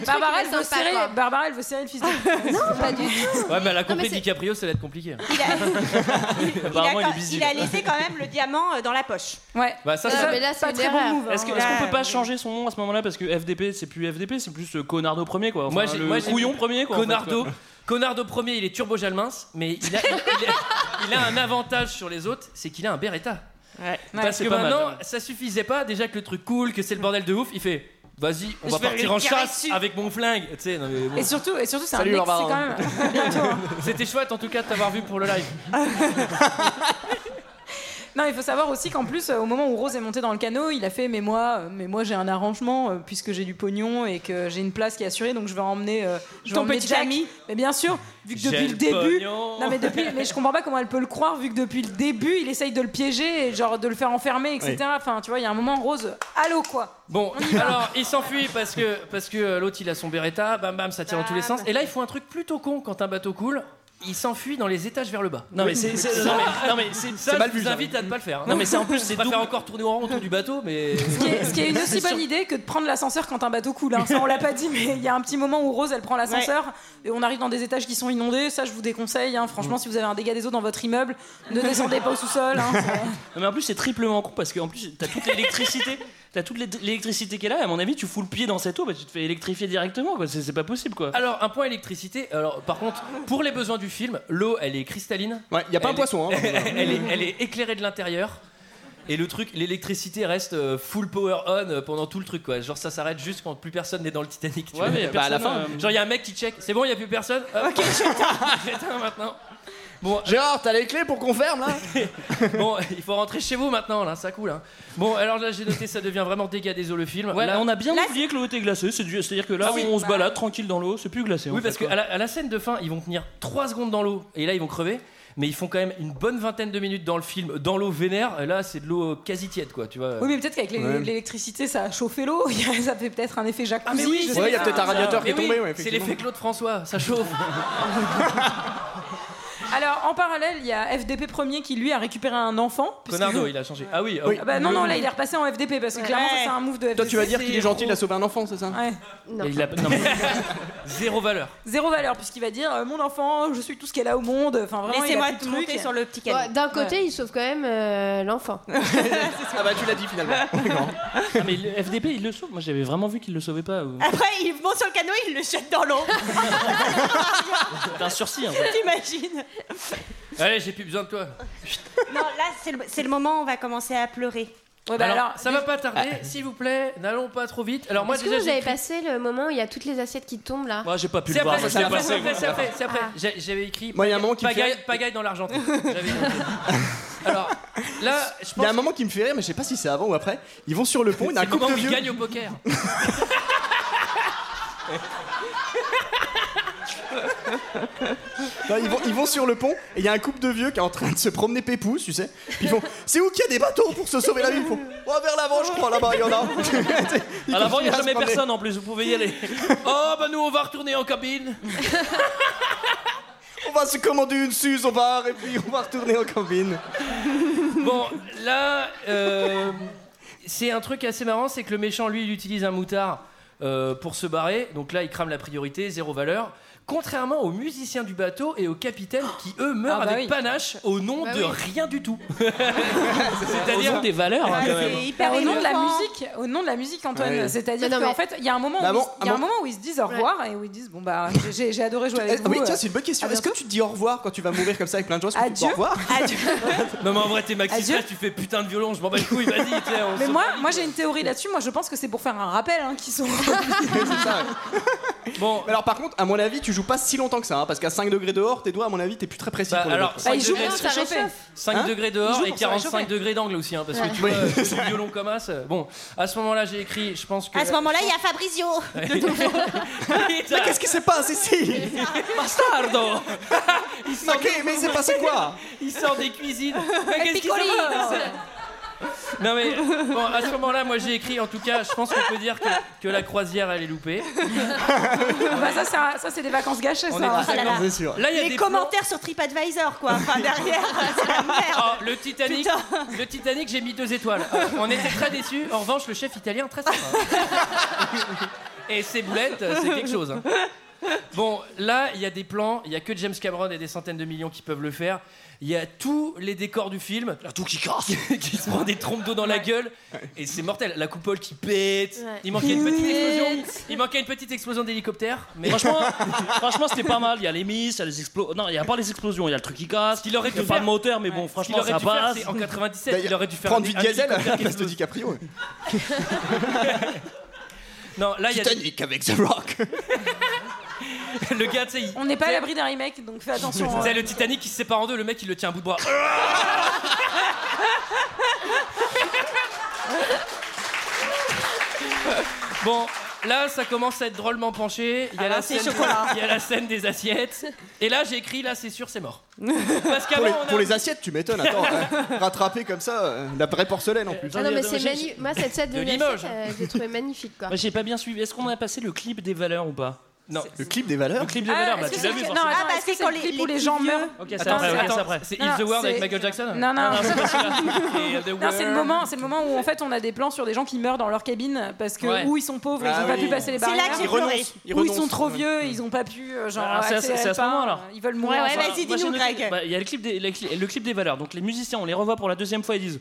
veut serrer- Barbara, elle veut serrer le fils de pute.
Non, pas du
Ouais, mais elle a
Non, mais
compris
c'est-
DiCaprio, ça va être compliqué.
Il a,
Apparemment,
quand- il a laissé quand même le diamant euh, dans la poche.
Ouais.
Bah, ça,
Ah,
c'est-
mais là, c'est
pas
une
très
erreur.
bon move, hein.
Est-ce que- est-ce qu'on
euh,
peut pas changer son nom à ce moment-là Parce que FDP, c'est plus FDP, c'est plus euh, Conardo premier, quoi. Enfin,
Moi, j'ai,
le
moi, j'ai-
couillon premier, quoi. en fait,
Conardo.
quoi.
Conardo premier, il est turbo Jalmins, mais il a, il, a- il a un avantage sur les autres, c'est qu'il a un Beretta.
Ouais.
Parce
c'est
que
pas mal,
maintenant,
ouais.
ça suffisait pas, déjà que le truc cool, que c'est le bordel de ouf, il fait vas-y, on
Je
va
vais
partir
lui
en
tirer
chasse avec mon flingue. Tu sais, non, mais bon.
Et surtout, et surtout c'est un
Salut,
mec,
au revoir.
c'est quand même. hein.
C'était chouette en tout cas de t'avoir vu pour le live.
Non, il faut savoir aussi qu'en plus, euh, au moment où Rose est montée dans le canot, il a fait Mais moi, euh, mais moi j'ai un arrangement euh, puisque j'ai du pognon et que j'ai une place qui est assurée, donc je vais emmener euh, je vais
Ton
emmener
petit
Jack.
ami.
Mais bien sûr, vu que
J'ai
depuis
le
le début,
pognon.
non mais depuis, mais je comprends pas comment elle peut le croire vu que depuis le début, il essaye de le piéger et genre de le faire enfermer, etc.
Oui.
Enfin, tu vois, il y a un moment, Rose, allô quoi.
Bon, alors il s'enfuit parce que, parce que euh, l'autre il a son Beretta, bam bam, ça tire dans tous les sens. Et là, il faut un truc plutôt con quand un bateau coule. Il s'enfuit dans les étages vers le bas.
Non, mais c'est- c'est- non, mais- non, mais c'est-
ça,
c'est mal
je
vu,
vous
ça.
invite à ne pas le faire. hein.
Non, mais c'est- en plus,
On
c'est
va faire
double.
encore tourner en rond autour du bateau, mais
Ce qui est une aussi bonne idée que de prendre l'ascenseur quand un bateau coule. hein. Ça, on l'a pas dit, mais il y a un petit moment où Rose, elle prend l'ascenseur et on arrive dans des étages qui sont inondés. Ça, je vous déconseille. hein. Franchement,
Mm.
si vous avez un dégât des eaux dans votre immeuble, ne descendez pas au sous-sol. hein.
Non, mais en plus, c'est triplement con parce qu'en plus, t'as toute l'électricité. T'as toute l'é- l'électricité qu'elle a, à mon avis, tu fous le pied dans cette eau, bah, tu te fais électrifier directement, quoi. C'est c'est pas possible, quoi.
Alors, un point électricité. Alors, par contre, pour les besoins du film, l'eau, elle est cristalline.
Ouais, y a pas un
Elle est-
poisson, hein.
elle, est, elle est éclairée de l'intérieur. Et le truc, l'électricité reste euh, full power on euh, pendant tout le truc, quoi. Genre, ça s'arrête juste quand plus personne n'est dans le Titanic. tu
Ouais,
vois.
mais y a Bah, à la personne, fin. euh,
Genre, il y a un mec qui check. C'est bon, il y a plus personne. ok, j'éteins maintenant. Bon,
Gérard, t'as les clés pour qu'on ferme là
bon, il faut rentrer chez vous maintenant, là, ça coule. hein. Bon, alors là, j'ai noté, ça devient vraiment dégâts des eaux le film.
Ouais,
Là-
on a bien oublié que l'eau était glacée, c'est du- c'est-à-dire que là,
Ah oui.
on se balade tranquille dans l'eau, c'est plus glacé.
Oui, parce qu'à la, à la scène de fin, ils vont tenir 3 secondes dans l'eau et là, ils vont crever. Mais ils font quand même une bonne vingtaine de minutes dans le film, dans l'eau vénère. Et là, c'est de l'eau quasi tiède, quoi, tu vois.
Oui, mais peut-être qu'avec l'é-
Ouais.
l'électricité, ça a chauffé l'eau. ça fait peut-être un effet jacuzzi.
Ah, mais oui,
je sais
c'est ça.
pas.
Mais oui, C'est l'effet Claude François, ça chauffe.
Alors, en parallèle, il y a FDP premier qui lui a récupéré un enfant. puisque-
Conardo, il a changé. Ah oui, ah oui.
Ah bah non, non, là il est repassé en FDP parce que clairement ça, c'est un move de FDP.
Toi, tu vas dire qu'il est gentil, il a sauvé un enfant, c'est ça
Ouais.
Et il a- non, mais- Zéro valeur.
Zéro valeur puisqu'il va dire euh, mon enfant, je suis tout ce qu'elle a au monde. Enfin vraiment.
Laissez-moi
il a tout le
monter
truc.
sur le petit canot.
Bon, D'un côté, il sauve quand même euh, l'enfant.
Ah bah, tu l'as dit finalement.
Ah, mais le FDP, il le sauve. Moi, j'avais vraiment vu qu'il le sauvait pas. euh. ou-
Après, il monte sur le canot, il le jette dans l'eau.
C'est un sursis, en fait.
T'imagines
Allez, j'ai plus besoin de toi.
Non, là, c'est le, c'est le moment où on va commencer à pleurer.
Ouais, bah
alors,
alors, Ah.
ça va pas tarder, s'il vous plaît, n'allons pas trop vite. Alors, moi,
Est-ce que
déjà,
vous
j'ai
avez
écrit-
passé le moment où il y a toutes les assiettes qui tombent là
Moi, j'ai pas pu
C'est
le voir. ça
après, c'est
s'est
après,
passé,
c'est après,
moi.
c'est après, c'est après. J'ai- J'avais écrit
Moi, il y a un moment qui me fait
pagaille,
rire.
pagaille dans l'argent. J'avais- Alors, là, je pense.
Il y a un moment qui me fait rire, mais je sais pas si c'est avant ou après. Ils vont sur le pont, il y a un
C'est le
couple de
moment où il
vieux.
gagne au poker.
Non, ils, vont, ils vont sur le pont et il y a un couple de vieux qui est en train de se promener pépouze, tu sais. Puis ils font C'est où qu'il y a des bateaux pour se sauver la vie Ils font Oh, vers l'avant, je crois, là-bas, il y en a.
À l'avant, il
continuent à
n'y a
se
jamais
promener.
personne en plus, vous pouvez y aller. Oh, bah nous, on va retourner en cabine.
On va se commander une suze au bar et puis on va retourner en cabine.
Bon, là, euh, c'est un truc assez marrant, c'est que le méchant, lui, il utilise un moutard euh, pour se barrer. Donc là, il crame la priorité, zéro valeur. Contrairement aux musiciens du bateau et aux capitaines qui, eux, meurent
Ah bah
avec
oui.
panache au nom
Bah
de
oui.
rien du tout.
Au nom Bah, des valeurs,
Ah,
hein, quand même. C'est
Bah, au nom de la
innocent.
musique, au nom de la musique, Antoine.
Ouais.
C'est-à-dire
Mais non,
qu'en
mais-
fait, il y a un moment,
Bah
où,
bon,
ils, il y a
ah
un
bon.
moment où ils se disent au revoir et où ils disent bon bah j'ai j'ai adoré jouer avec
Ah
vous.
oui, tiens,
euh,
c'est une bonne question.
à
Est-ce que tu dis au revoir quand tu vas mourir comme ça avec plein de gens Est-ce que tu dis
Adieu.
Au revoir
Non, mais en vrai, t'es maxi
Adieu.
stress, tu fais putain de violon, je m'en bats les couilles, vas-y. tu sais, on
Mais
se-
moi, moi j'ai une théorie là-dessus. Moi, je pense que c'est pour faire un rappel hein, qu'ils sont.
Bon.
Alors, par contre, à mon avis, tu joues pas si longtemps que ça, hein, parce qu'à 5 degrés dehors, tes doigts, à mon avis, t'es plus très précis. pour les
alors,
autres.
Ah,
5 degrés,
pour se réchauffer.
5
Hein
degrés
Il
dehors
joue
et
pour se
45
réchauffer.
degrés d'angle aussi, hein, parce que tu
Ouais.
vois, c'est le violon comme as. euh, Bon, à ce moment-là, j'ai écrit, je pense que.
À ce moment-là, il y a Fabrizio.
Mais
qu'est-ce qui se passe ici
Bastardo
Mais qu'est- mais il s'est passé quoi
Il sort des cuisines. Mais
Et
qu'est-ce qui se
Piccoli.
passe Non mais bon, à ce moment-là, moi j'ai écrit. En tout cas, je pense qu'on peut dire que, que la croisière elle est loupée.
bah, ça, c'est un- ça, c'est des vacances gâchées.
On
ça,
est
hein.
tous d'accord. C'est sûr. Oh Là, il y a
Les
des
commentaires sur TripAdvisor, quoi. Enfin, derrière, euh, c'est la merde.
Oh, le Titanic, le Titanic, j'ai mis deux étoiles. Euh, On était très déçus. En revanche, le chef italien très sympa. Et ses boulettes, euh, c'est quelque chose. hein. Bon, là, il y a des plans. Il y a que James Cameron et des centaines de millions qui peuvent le faire. Il y a tous les décors du film. tout qui casse, qui se prend des trompes d'eau dans la gueule. Et c'est mortel. La coupole qui pète.
Ouais.
Il manquait une petite
Pète.
explosion. Il manquait une petite explosion d'hélicoptère. Mais
Franchement, franchement c'était pas mal. Il y a les miss, il y a les explosions. Non, il y a pas les explosions, il y a le truc qui casse. Il
aurait
y a
dû
pas
faire-
de moteur, mais bon,
qu'il
franchement,
aurait
ça
dû faire,
passe.
c'est en 97, il aurait dû faire
Prendre
un-
du
un
diesel à
hélicoptère
la
qui
place de DiCaprio.
Non, là, il y a des-
Titanic avec The Rock.
le gars, tu sais, il-
On n'est pas à l'abri d'un remake, donc fais attention. hein.
C'est le Titanic qui se sépare en deux, le mec il le tient à bout de bras. bon, là ça commence à être drôlement penché. Il y a,
Ah,
la,
c'est
scène
chocolat.
il y a la scène des assiettes. Et là j'ai écrit, là c'est sûr, c'est mort. Parce
Pour
qu'avant
les,
on a-
pour les assiettes, tu m'étonnes. Attends, hein. rattraper comme ça, euh, la vraie porcelaine en plus.
Ah non, mais c'est magnifique. Moi, cette scène de,
De
l'assiette,
Limoges.
hein.
euh, je l'ai trouvée magnifique quoi.
Moi, j'ai pas bien suivi. Est-ce qu'on a passé le clip des valeurs ou pas
Non.
Le clip des valeurs
Le clip des
Ah,
valeurs, bah,
est-ce
tu
que
l'as
c'est-
vu
non,
forcément.
attends, est-ce que c'est le clip où les gens meurent
Ok, c'est
Attends,
après, ok,
attends,
c'est après.
c'est
Non,
If the World avec
c'est-
Michael Jackson
Non, non.
Ah.
c'est pas celui-là. Et, euh, the
Non, c'est le
world.
moment, c'est le moment où en fait on a des plans sur des gens qui meurent dans leur cabine parce que
Ouais.
ou ils sont pauvres, et ils
Ah
ont pas
oui.
pu passer les
C'est là
barrières,
que j'ai Ils pleuré. renoncent, ils
ou ils
renoncent,
sont trop
ouais.
vieux, ils ont pas pu euh, genre
Ah, c'est à-
accélérer
c'est à ce
le pas,
moment, alors.
euh, Ils veulent mourir. enfin.
Moi, j'ai noté- bah, Il y a le clip, des, les cli- le clip des valeurs. Donc les musiciens, on les revoit pour la deuxième fois, ils disent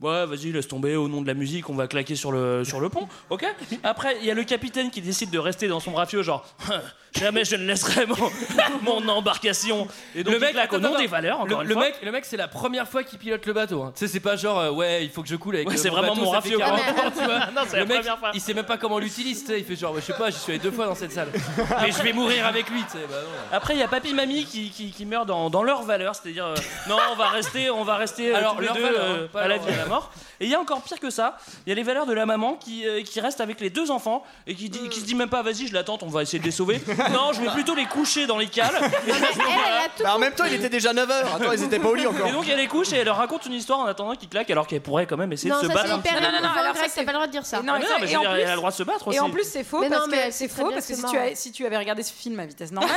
Ouais, vas-y, laisse tomber, au nom de la musique, on va claquer sur le, sur le pont. Ok Après, il y a le capitaine qui décide de rester dans son rafio, genre Jamais je ne laisserai mon, mon embarcation. Et donc, le
Le mec-
mec, claque au
attends,
nom
attends.
des valeurs, encore
Le,
une
le
fois.
mec, le mec, c'est la première fois qu'il pilote le bateau. hein. Tu sais, c'est pas genre euh, ouais, il faut que je coule avec.
Ouais,
euh,
c'est
mon
vraiment
bateau,
mon
ça fait
rafio,
40
quoi.
ans, tu vois.
Non, c'est
le
la
mec,
première fois.
il sait même pas comment l'utilise. tu sais. Il fait genre, ouais, je sais pas, j'y suis allé deux fois dans cette salle, mais je vais mourir avec lui. tu sais. Bah, non.
Après, il y a papy mamie qui, qui, qui meurt dans, dans leur valeur, c'est-à-dire euh, non, on va rester, on va rester euh,
Alors,
tous les
leur
deux
valeur,
euh,
hein,
à
pas
la
leur-
vie et à la mort. Et il y a encore pire que ça, il y a les valeurs de la maman qui, euh, qui reste avec les deux enfants et qui, dit, qui se dit même pas vas-y, je l'attends, on va essayer de les sauver. non, je vais plutôt les coucher dans les cales. Et là, je me barre.
Bah, en même temps, il était déjà 9h. Attends, ils étaient pas au lit encore.
Et donc elle les couche et elle leur raconte une histoire en attendant qu'ils claquent alors qu'elle pourrait quand même essayer
Non,
de se
ça
battre.
c'est
un petit
hyper
peu.
non, non, non,
alors ça,
t'as pas le droit de dire ça.
Non,
Ah
et
non,
ça-
mais je
et
veux
en
dire,
plus-
elle a le droit de se battre
Et
aussi.
en plus, c'est faux
Mais non,
parce
mais
que
elle
c'est
sait très
faux
bien
parce
que c'est
que si
mort,
tu, as-
ouais.
si tu avais regardé ce film à vitesse normale,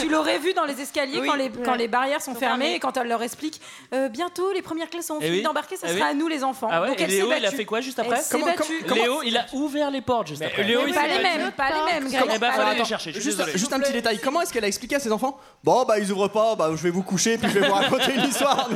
tu l'aurais vu dans les escaliers quand, les, quand
ouais.
les barrières sont fermées et quand elle leur explique euh, bientôt les premières classes sont
Eh
finies
oui.
d'embarquer, ça
Eh
sera
oui.
à nous les enfants.
Ah ouais,
Donc
et
elle s'est
Léo, il a
battue.
fait quoi juste après
Elle s'est battue.
Léo, il a ouvert les portes juste
Euh,
après.
Léo,
Mais
il
pas
s'est
les
battu.
mêmes, pas les mêmes.
Comment-
Grégoire.
Eh ben, fallait les
Bah, attends,
chercher, je suis
juste,
désolé.
juste un petit détail. Comment est-ce qu'elle a expliqué à ses enfants Bon, bah, ils ouvrent pas, bah, je vais vous coucher, puis je vais vous raconter une histoire.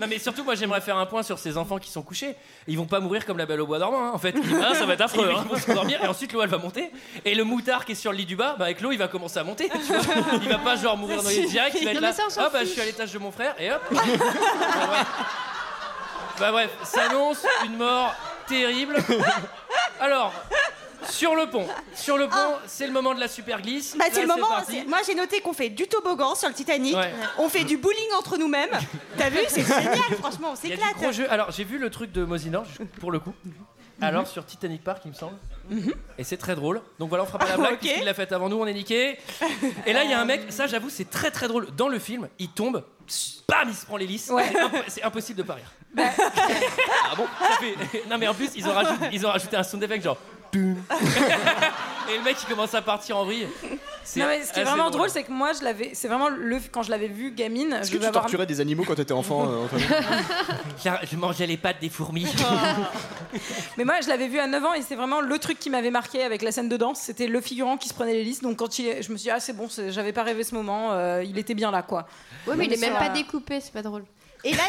Non mais surtout moi j'aimerais faire un point sur ces enfants qui sont couchés. Ils vont pas mourir comme la belle au bois dormant hein, en fait. Ils-
Ah, ça va être affreux,
Ils
hein.
vont se dormir et ensuite l'eau elle va monter et le moutard qui est sur le lit du bas, bah avec l'eau il va commencer à monter. tu vois. Il va pas genre mourir dans les direct, il va être
Non,
là.
mais ça, on s'en
Ah bah je
fiche.
suis à l'étage de mon frère et hop. bah, bref. Bah, bref, s'annonce une mort terrible. Alors, sur le pont, sur le pont, c'est le moment de la super glisse.
Ah. Bah, c'est le
Là,
moment.
parti.
c'est- Moi, j'ai noté qu'on fait du toboggan sur le Titanic.
Ouais.
On fait du bowling entre nous-mêmes. T'as vu C'est génial, franchement, on
Il y a
s'éclate.
du gros jeu. Alors, j'ai vu le truc de Mosinor, je- pour le coup.
Mhm.
Alors, sur Titanic Park, il me semble. Et c'est très drôle. Donc voilà, on fera pas la
Ah,
blague,
ok.
puisqu'il l'a faite avant nous, on est niqué. Et là, il y a un mec, ça j'avoue, c'est très très drôle. Dans le film, il tombe, bam, il se prend l'hélice.
Ouais. Bah.
Imp- C'est impossible de pas rire. ah bon ça fait- Non, mais en plus, ils ont rajouté, ils ont rajouté un son d'effet genre. Toum. Et le mec, il commence à partir en vrille. C'est
Non, mais ce qui est
assez
vraiment drôle, c'est que moi, je l'avais. C'est vraiment le quand je l'avais vu gamine.
Est-ce
je
que
devais
tu
avoir-
torturais des animaux quand t'étais enfant, euh, Antoine
Je- Je mangeais les pattes des fourmis.
Oh. Mais moi, je l'avais vu à 9 ans et c'est vraiment le truc qui m'avait marqué avec la scène de danse. C'était le figurant qui se prenait les listes. Donc quand il, je me suis dit, ah, c'est bon, c'est- j'avais pas rêvé ce moment. euh, il était bien là, quoi.
Ouais, mais il est même pas
découpé.
découpé, c'est pas drôle.
Et là.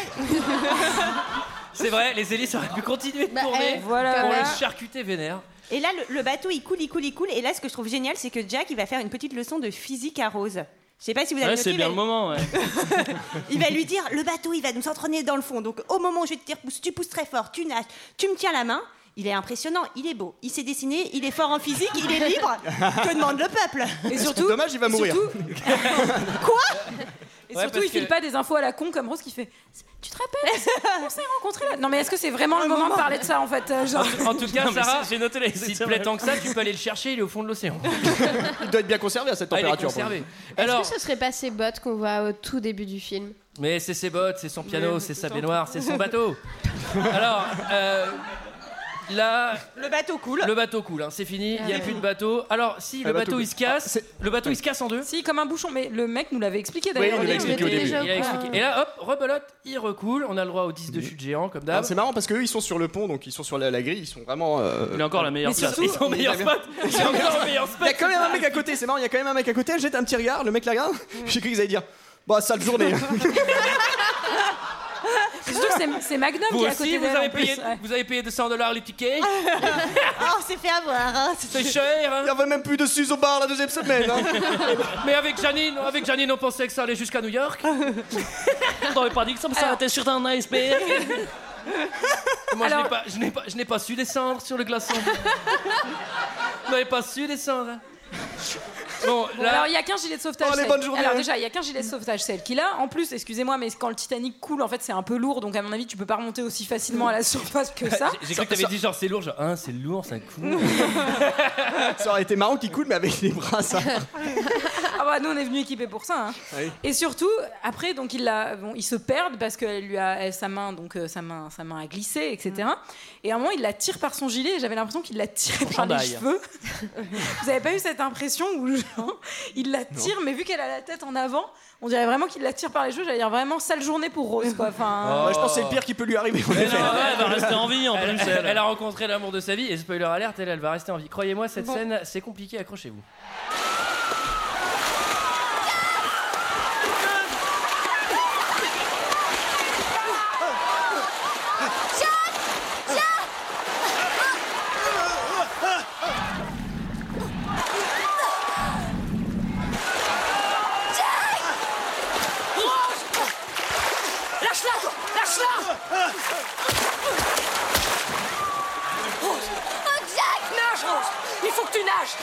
C'est vrai, les hélices auraient pu continuer de
Bah,
tourner.
eh, voilà.
On les charcutait vénère.
Et là, le, le bateau, il coule, il coule, il coule. Et là, ce que je trouve génial, c'est que Jack, il va faire une petite leçon de physique à Rose. Je sais pas si vous avez
Ouais,
noté,
c'est
mais
bien le moment, ouais.
il va lui dire le bateau, il va nous entraîner dans le fond. Donc, au moment où je vais te dire pousse, tu pousses très fort, tu nages, tu me tiens la main. Il est impressionnant, il est beau, il s'est dessiné, il est fort en physique, il est libre. Que demande le peuple
Et surtout.
Dommage, il va
et
mourir.
surtout-
Quoi
Et
Ouais,
surtout,
parce
il file
que-
pas des infos à la con comme Rose qui fait Tu te rappelles On s'est rencontrés là. Non, mais est-ce que c'est vraiment le moment de parler de ça en fait euh, genre-
En tout cas,
Non, mais
Sarah,
c'est- j'ai noté les-
s'il te
c'est
plaît
vrai.
tant que ça, tu peux aller le chercher, il est au fond de l'océan.
Il doit être bien conservé à cette
Ah, il est
température. pour
conservé.
le coup.
Alors,
Est-ce que ce serait pas ces bottes qu'on voit au tout début du film
mais c'est ses bottes, c'est son piano, c'est sa baignoire, c'est son bateau. Alors, euh, là,
Le bateau coule.
le bateau coule, hein, c'est fini,
Ah.
il n'y a plus de bateau. Alors, si le
bateau
bateau il
coule. Ah,
se casse, le bateau il se casse en deux.
Si, comme un bouchon. Mais le mec nous l'avait expliqué d'ailleurs.
Oui, il nous l'a expliqué au début.
Il a expliqué. Et là, hop, rebelote, il recoule. On a le droit aux 10 de chute géant, comme
Ah,
d'hab.
c'est marrant parce qu'eux ils sont sur le pont donc ils sont sur la, la grille, ils sont vraiment. euh,
Il a encore la meilleure
Mais
place.
surtout- Ils sont meilleurs spots. C'est encore le meilleur
Il
spot.
y a quand même un mec à côté, c'est marrant, il y a quand même un mec à côté, elle jette un petit regard, le mec la regarde, j'ai cru qu'ils allaient dire Bah, sale journée
C'est surtout que c'est- c'est Magnum
Vous
qui est à
aussi,
côté
vous
d'elle, en
avez,
plus.
payé,
Ouais.
vous avez payé 200 dollars les tickets.
Ah, on s'est fait avoir. hein.
C'est cher. hein.
Il y avait même plus de Suze au bar la deuxième semaine hein.
Mais avec Janine, avec Janine, on pensait que ça allait jusqu'à New York.
On aurait pas dit que ça, mais ça était sur un iceberg.
Moi, je
Alors-
n'ai pas- je n'ai pas, je n'ai pas su descendre sur le glaçon. je n'avais pas su descendre. Bon,
Bon,
Oh, là,
alors il y a qu'un gilet de sauvetage.
Oh, les
celle-
bonnes journées.
Alors déjà, il y a qu'un gilet de sauvetage, celle qu'il a. En plus, excusez-moi, mais quand le Titanic coule, en fait, c'est un peu lourd, donc à mon avis, tu peux pas remonter aussi facilement à la surface que ça.
j'ai- j'ai cru que t'avais dit genre c'est lourd, genre hein, c'est lourd, ça coule.
Ça aurait été marrant qu'il coule mais avec les bras ça
Ah bah nous, on est venu équipés pour ça. hein.
Ah oui.
Et surtout, après, donc il la, bon, ils se perdent parce que lui a elle, sa main, donc euh, sa main, sa main a glissé, etc. Et à un moment, il la tire par son gilet. et J'avais l'impression qu'il la tirait par les
chandail.
cheveux. Vous avez pas eu cette impression où genre, il la tire, mais vu qu'elle a la tête en avant, on dirait vraiment qu'il la tire par les cheveux. J'allais dire vraiment sale journée pour Rose, quoi. Enfin,
Oh,
Moi, Ah, Je pense que c'est le pire qui peut lui arriver en
Mais non,
effet.
ouais, elle va rester en vie en
Elle,
plus.
elle-
elle.
elle a rencontré l'amour de sa vie et spoiler alerte, elle, elle va rester en vie. Croyez-moi, cette
Bon.
scène, c'est compliqué, accrochez-vous.
Lâche-la toi Lâche-la Rose Jack Nage, Rose Il faut que tu nages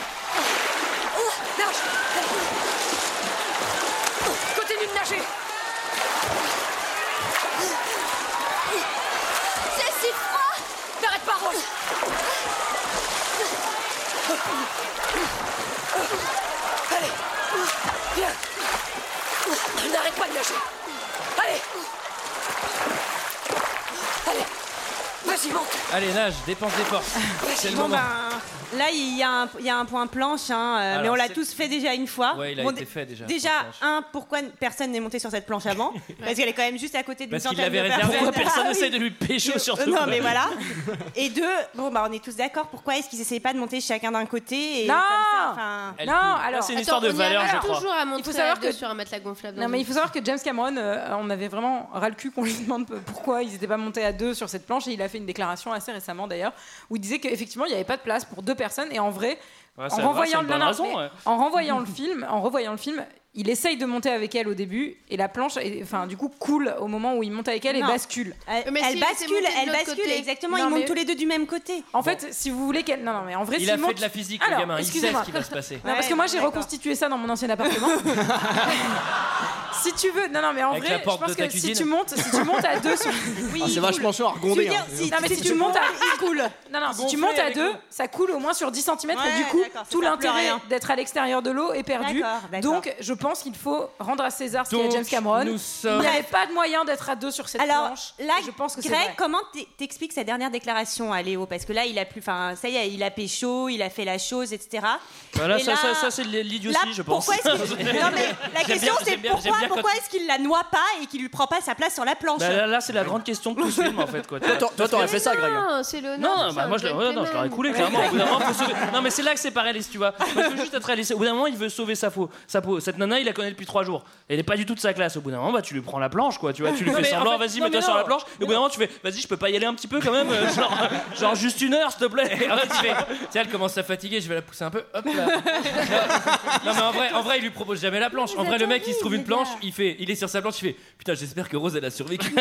Oh, Nage Continue de nager C'est si froid N'arrête pas, Rose Allez Viens N'arrête pas de nager Allez Allez Vas-y, monte
Allez, nage, dépense des forces. C'est le
Bon
moment.
ben, là il y, a un- il y a un point planche, hein, euh,
Alors,
mais on l'a
c'est-
tous fait déjà une fois.
Ouais, il a
Bon,
été
dé-
fait déjà,
Déjà,
la planche.
un, pourquoi n- personne n'est monté sur cette planche avant Parce qu'elle est quand même juste à côté d'une
Parce qu'il
centaine
l'avait
de personnes.
réservée.
Pourquoi personne
Ah oui.
n'essaie de lui pécho
Euh,
surtout
Non mais voilà. Et deux, bon bah on est tous d'accord. Pourquoi est-ce qu'ils essayent pas de monter chacun d'un côté et
Non
comme ça, enfin,
Elle
non,
coule.
alors.
C'est une histoire de
on y
valeur,
arrive
je crois.
toujours à monter
faut savoir
à deux
que-
sur un matelas gonflable. dans
Non, mais
une-
il faut savoir que James Cameron, euh, on avait vraiment ras le cul qu'on lui demande peu- pourquoi ils n'étaient pas montés à deux sur cette planche. Et il a fait une déclaration assez récemment d'ailleurs, où il disait qu'effectivement, il n'y avait pas de place pour deux personnes. Et en vrai,
Ouais, c'est
en,
vrai, c'est
renvoyant
une
le, non,
bonne
non,
raison,
mais
ouais.
en renvoyant le film, en revoyant le film, Il essaye de monter avec elle au début et la planche, est- enfin du coup, coule au moment où il monte avec elle et
Non.
bascule.
Elle, elle bascule, elle bascule, exactement. ils montent tous les deux du même côté.
En fait, si vous voulez qu'elle. Non, non, mais en vrai,
Il
s'il
a fait
monte-
de la physique, le
Alors,
gamin, il sait ce
excusez-moi.
qui va se passer.
Non, parce que
Ouais,
moi, j'ai
d'accord.
reconstitué ça dans mon ancien appartement. si tu veux. Non, non, mais en
Avec la
vrai, je
porte
pense
de ta
que si
cuisine.
tu montes, si tu montes à deux sur.
Ah, c'est vachement chaud à
Tu veux
regonder.
dire,
hein.
si- Non, mais si, tu, montes à il coule. Non, non, si tu
Gonflé
montes à
avec
deux,
l'eau.
ça coule au moins sur 10 cm
Ouais,
et du coup,
d'accord, ça sert
tout
plus à
l'intérêt
rien.
d'être à l'extérieur de l'eau est perdu.
D'accord, d'accord.
Donc, je pense qu'il faut rendre à César ce qu'il y a à
Donc,
James Cameron.
nous sommes-
Il n'y avait pas de moyen d'être à deux sur cette
Alors
planche.
là,
je pense que c'est
Greg,
vrai.
comment t- t'expliques sa dernière déclaration à Léo Parce que là, il a plus, enfin, ça y est, il a pécho, il a fait la chose, etc.
Voilà,
Et
Bah ça,
là-
ça, ça, c'est de l'idiotie,
là,
je pense.
pourquoi est-ce qu'il- Non, mais la
J'aime
question,
bien-
c'est
j'aime bien- j'aime
pourquoi,
bien quand-
pourquoi est-ce qu'il la noie pas et qu'il lui prend pas sa place sur la planche
Bah, là, là, c'est la grande question de tout ce film en fait. Quoi.
Toi, t'aurais- toi, t'aurais fait ça, Greg. hein.
Non, c'est le
Non,
c'est
bah,
un
moi je l'aurais ouais, non, je l'aurais coulé clairement. Au bout d'un moment, faut sauver- Non, mais c'est là que c'est pareil, tu vois. Il faut juste être réaliste. Au bout d'un moment, il veut sauver sa, peau. sa peau. Cette nana, il la connaît depuis trois jours. Elle est pas du tout de sa classe. Au bout d'un moment, bah, tu lui prends la planche, quoi. Tu vois, tu lui
Non,
fais
mais en
semblant,
fait-
vas-y,
non,
mets-toi
mais
sur
non.
la planche. Et au bout d'un moment, tu fais, vas-y, je peux pas y aller un petit peu quand même. euh, genre, genre juste une heure, s'il te plaît. Et en fait, tu fais,
Tiens, elle commence à fatiguer, je vais la pousser un peu. Hop là. non, mais en vrai, en vrai, il lui propose jamais la planche. En vrai, le mec, il se trouve une planche, il fait, il est sur sa planche, il fait Putain, j'espère que Rose, elle a survécu.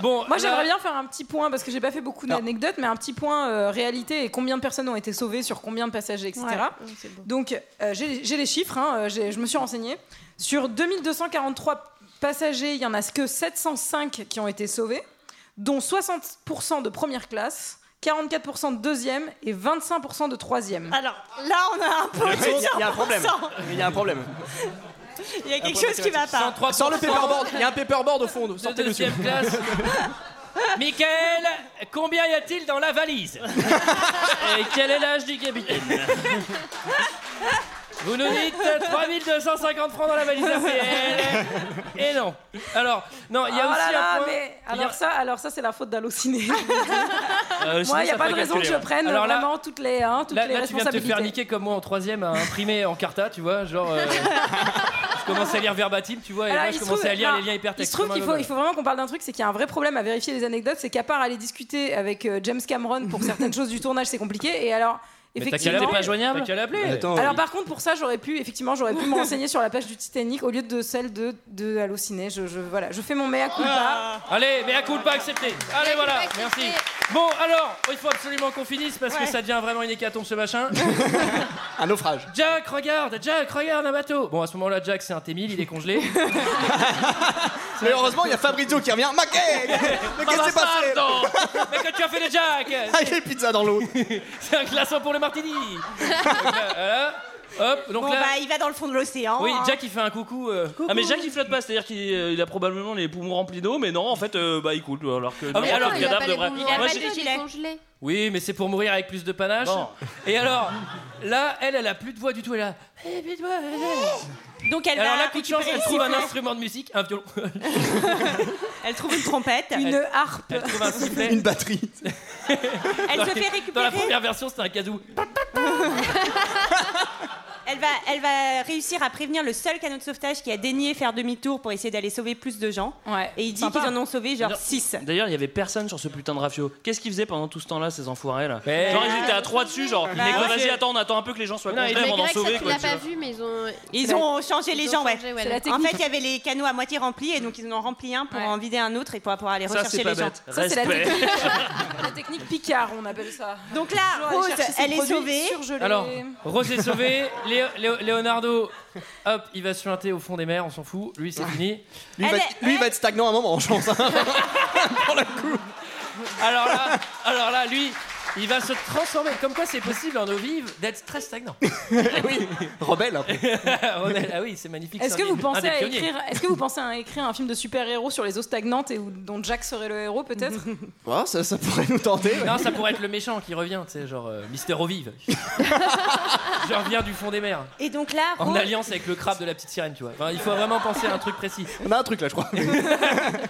bon,
Moi,
là-
j'aimerais bien faire un petit point parce que j'ai pas fait beaucoup d'anecdotes, mais un petit point euh, réalité et combien de personnes ont été sauvées sur combien de passagers, etc.
Ouais, c'est beau.
Donc, euh, j'ai j'ai les chiffres, hein, euh, j'ai- je me suis renseignée. Sur 2243 passagers, il y en a que 705 qui ont été sauvés, dont 60% de première classe. 44% de deuxième et 25% de troisième.
Alors là, on a
Ah,
un peu
Il y a un problème. Il y a un problème.
Il y a quelque chose qui va pas.
Sors le paperboard. Il y a un paperboard au fond. Sortez le
deuxième classe. Michael, combien y a-t-il dans la valise Et quel est l'âge du capitaine Vous nous dites 3250 francs dans la valise APL. Et non. Alors, non, il y a
Oh là
aussi
là,
un point.
mais
il y a-
alors ça, alors ça c'est la faute d'Allociné.
Euh, sinon,
Moi, il n'y
ça
a pas de
peut
raison que je
calculer, ouais.
prenne
Alors là-
vraiment toutes les, hein, toutes
Là,
les
là, tu viens de te
responsabilités.
faire niquer comme moi en troisième à imprimer en carta, tu vois, genre. euh, je commençais à lire verbatim, tu vois, et
Alors,
là je
Ah il se
commençais
trouve-
à lire
non,
les liens
Il
hypertextes.
se trouve
comme un
qu'il faut,
gogol.
il faut vraiment qu'on parle d'un truc, c'est qu'il y a un vrai problème à vérifier les anecdotes, c'est qu'à part aller discuter avec euh, James Cameron pour certaines choses du tournage, c'est compliqué. Et alors,
Mais t'as qu'à
effectivement,
l'appeler, T'as qu'à l'appeler.
alors par contre, pour ça, j'aurais pu effectivement, j'aurais pu me renseigner sur la page du Titanic au lieu de celle de de Allociné. Je, je- voilà, je fais mon mea
Ah.
culpa.
Allez, mais à coup de pas accepté. Allez, voilà, merci. Bon, alors, il faut absolument qu'on finisse parce que ça devient vraiment une hécatombe ce machin.
Un naufrage.
Jack, regarde, Jack, regarde un bateau. Bon, à ce moment-là, Jack, c'est un Témil, il est congelé.
Mais heureusement, il y a Fabrizio qui revient. Maquet Mais qu'est-ce qui s'est passé Ah, là
Bastardo Mais que tu as fait les Jack
Avec les pizzas dans l'eau.
C'est un glaçon pour le martini. Donc là, voilà. Hop, donc
Bon,
là.
bah, il va dans le fond de l'océan.
Oui,
hein.
Jack il fait un coucou. euh,
Ah mais Jack il flotte pas, c'est-à-dire qu'il euh, il a probablement les poumons remplis d'eau, mais non en fait euh, bah il coule alors que
Ah oui, alors
le
qu'il a
cadavre
pas les
devrait-
poumons
Moi,
remplis
j'ai-
d'eau.
Il congelé.
Oui, mais c'est pour mourir avec plus de panache.
Bon.
Et alors, là, elle, elle a plus de voix du tout. Elle a.
Eh,
Donc elle
alors
va
là, coup de chance,
récupérer
elle
le
trouve un
sifflet.
instrument de musique, un violon.
Elle trouve une trompette.
Une
harpe.
Elle trouve un sifflet.
Une batterie.
Elle
Dans
se
les-
fait récupérer.
Dans la première version, c'était un cadeau.
Elle va, elle va réussir à prévenir le seul canot de sauvetage qui a daigné faire demi-tour pour essayer d'aller sauver plus de gens. Et il dit qu'ils
Sympa.
en ont sauvé genre
D'ailleurs-
6.
D'ailleurs, il y avait personne sur ce putain de rafio. Qu'est-ce qu'ils faisaient pendant tout ce temps-là, ces enfoirés là
Mais-
Genre, ils étaient à 3 dessus,
Bah
genre,
Il
mais
négociait.
vas-y, attends, on attend un peu que les gens soient
Non, il
contents,
Mais
on en
Greg, ça,
sauver
tu
quoi.
l'as
tu
pas
vois.
vu, mais ils ont.
Ils
C'est
ont
la-
changé les
ils ont
gens, ouais.
changé,
C'est la en
technique.
fait, il y avait les canots à moitié remplis et donc ils en ont rempli un pour en vider un autre et pour pouvoir aller
Ça,
rechercher
c'est pas
les gens.
bête.
Ça, c'est la
Respect.
technique, la technique Picard, on appelle ça.
Donc là,
Toujours aller
Rose,
chercher ses
elle est
produits
sauvée.
surgelés.
Alors, Rose est sauvé. Leonardo, hop, il va se suinter au fond des mers, on s'en fout. Lui, c'est fini.
Lui, il va, être- lui, il va être stagnant à un moment, je pense.
Alors là, alors là, lui, il va se transformer. Comme quoi, c'est possible en eau vive d'être très stagnant.
Rebelle.
Ronel, ah oui, c'est magnifique.
Est-ce
c'est
que
un
vous
des-
pensez
un des
à
pionniers.
écrire Est-ce que vous pensez à écrire un film de super-héros sur les eaux stagnantes et où- dont Jack serait le héros peut-être
Ah, ça, ça pourrait nous tenter. ouais.
Non, ça pourrait être le méchant qui revient, tu sais, genre euh, Mister eau vive. Je reviens du fond des mers.
Et donc là,
En
Rose,
alliance avec le crabe de la petite sirène, tu vois. Enfin, il faut vraiment penser à un truc précis.
On a un truc là, je crois.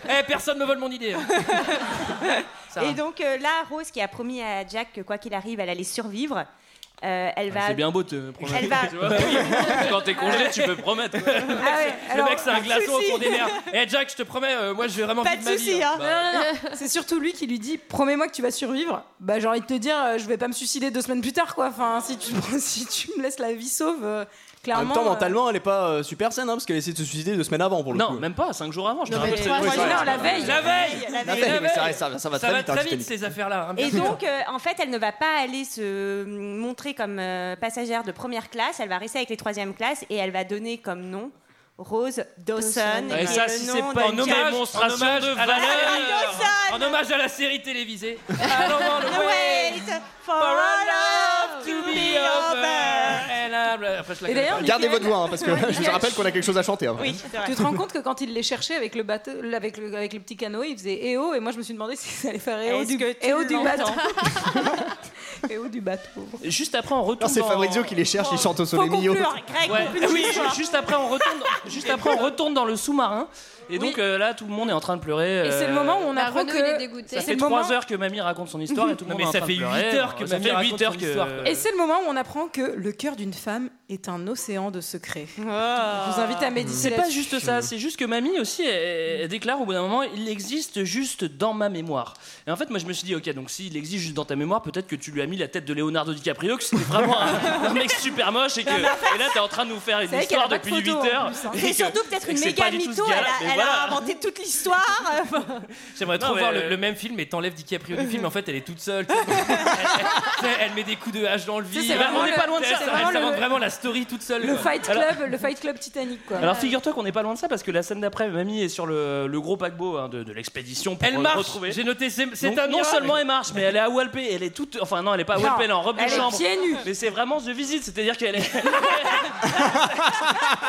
Eh, personne me vole mon idée. hein. Ça va.
et donc euh, là, Rose qui a promis à Jack que quoi qu'il arrive, elle allait survivre. Euh, elle va.
C'est bien beau de te promettre.
Elle va-
tu vois. Quand t'es congelé, tu peux promettre. quoi.
Ah le
alors,
mec, c'est
pas
un
de
glaçon au
soucis.
fond des nerfs. Eh Jack, je te promets, euh, moi, je vais vraiment
Pas de
vivre ma vie.
soucis,
hein.
hein.
Bah,
Non, non, non. C'est surtout lui qui lui dit Promets-moi que tu vas survivre. Bah, j'ai envie de te dire, euh, je vais pas me suicider deux semaines plus tard, quoi. Enfin, si tu, si tu me laisses la vie sauve, euh,
En
clairement.
même temps,
euh,
mentalement, elle est pas euh, super saine, hein, parce qu'elle a essayé de se suicider deux semaines avant pour le coup.
Non, même pas, cinq jours avant. Je
Non,
te
mais
rappelle,
trois
c'est-
jours
ouais,
avant,
c'est-
la veille.
La veille
La
veille,
La
mais ça
veille.
reste- ça va- ça va très vite, hein, Titanic.
ces affaires-là. hein, bien
Et
sûr.
donc, euh, en fait, elle ne va pas aller se montrer comme euh, passagère de première classe. Elle va rester avec les troisième classe et elle va donner comme nom Rose Dawson.
Et
qui
ça,
est le
si
nom
c'est
d'un
pas une
gars-
démonstration
en hommage
de
Ah,
Ah,
à la
valeur,
série
en hommage à la série télévisée. Ah,
Wait for our love to be over.
Et là, bla- après, je la
Et
connais
d'ailleurs,
pas.
Gardez votre voix, hein, parce que je vous rappelle qu'on a quelque chose à chanter. hein. après.
Tu te rends compte que quand il les cherchait avec le bateau, avec le, avec le petit canot, il faisait eh oh, et moi je me suis demandé si ça allait faire eh oh
Est-ce
du,
que tu
eh oh du
l'entends
bateau. eh oh du bateau.
Juste après, on
Non,
retourne.
Ah, c'est
dans-
Fabrizio qui les cherche, il chante au soleil mio.
Ouais. Oui, juste après on retourne, juste après on retourne dans le sous-marin et donc euh, là tout le monde est en train de pleurer.
Et c'est
euh,
le moment où on apprend
Bah, Renaud,
que
il est dégoûté.
Ça
c'est
fait
le
3
moment-
heures que mamie raconte son histoire et tout le
Non,
monde
mais
est en
ça
train
fait
de
8
pleurer.
heures que
Ça
mamie
fait
raconte
8 heures
son
que-
histoire, quoi.
Et c'est le moment où on apprend que le cœur d'une femme est un océan de secrets. Je vous invite à méditer.
Ah, C'est pas
là-dessus.
juste ça, c'est juste que mamie aussi elle, elle déclare au bout d'un moment il existe juste dans ma mémoire. Et en fait, moi je me suis dit ok, donc s'il existe juste dans ta mémoire, peut-être que tu lui as mis la tête de Leonardo DiCaprio, que c'était vraiment un, un mec super moche et que et là t'es en train de nous faire une
C'est vrai qu'elle
histoire
a pas de photo,
depuis 8
en
heures.
plus, hein.
Et
C'est
que-
surtout peut-être
et
une
que c'est
méga
pas du tout ce
mytho,
gars-là,
elle
mais
a, elle a
voilà.
inventé toute l'histoire.
J'aimerais
Non,
trop
mais,
voir le-
euh,
le, même film et t'enlèves DiCaprio du film.
Mhm.
En fait, elle est toute seule. tu sais. elle, elle- tu sais, elle met des coups de hache dans le vide.
c'est vraiment
Elle-
le- c'est
Elle,
vraiment
elle s'invente
le-
vraiment la story toute seule.
Le
quoi.
Fight Club, le Fight Club Titanic quoi.
Alors figure-toi qu'on n'est pas loin de ça parce que la scène d'après, Mamie est sur le, le gros paquebot hein, de, de l'expédition pour
Elle
le
marche.
retrouver.
J'ai noté, c'est c'est
Donc,
un
non
miracle.
seulement elle marche, mais elle est à Walpé, elle est toute. Enfin, non, elle est pas à
Non,
Walpé, elle est en robe
elle
de
est
chambre.
pieds
Mais c'est vraiment de visite, c'est-à-dire qu'elle est.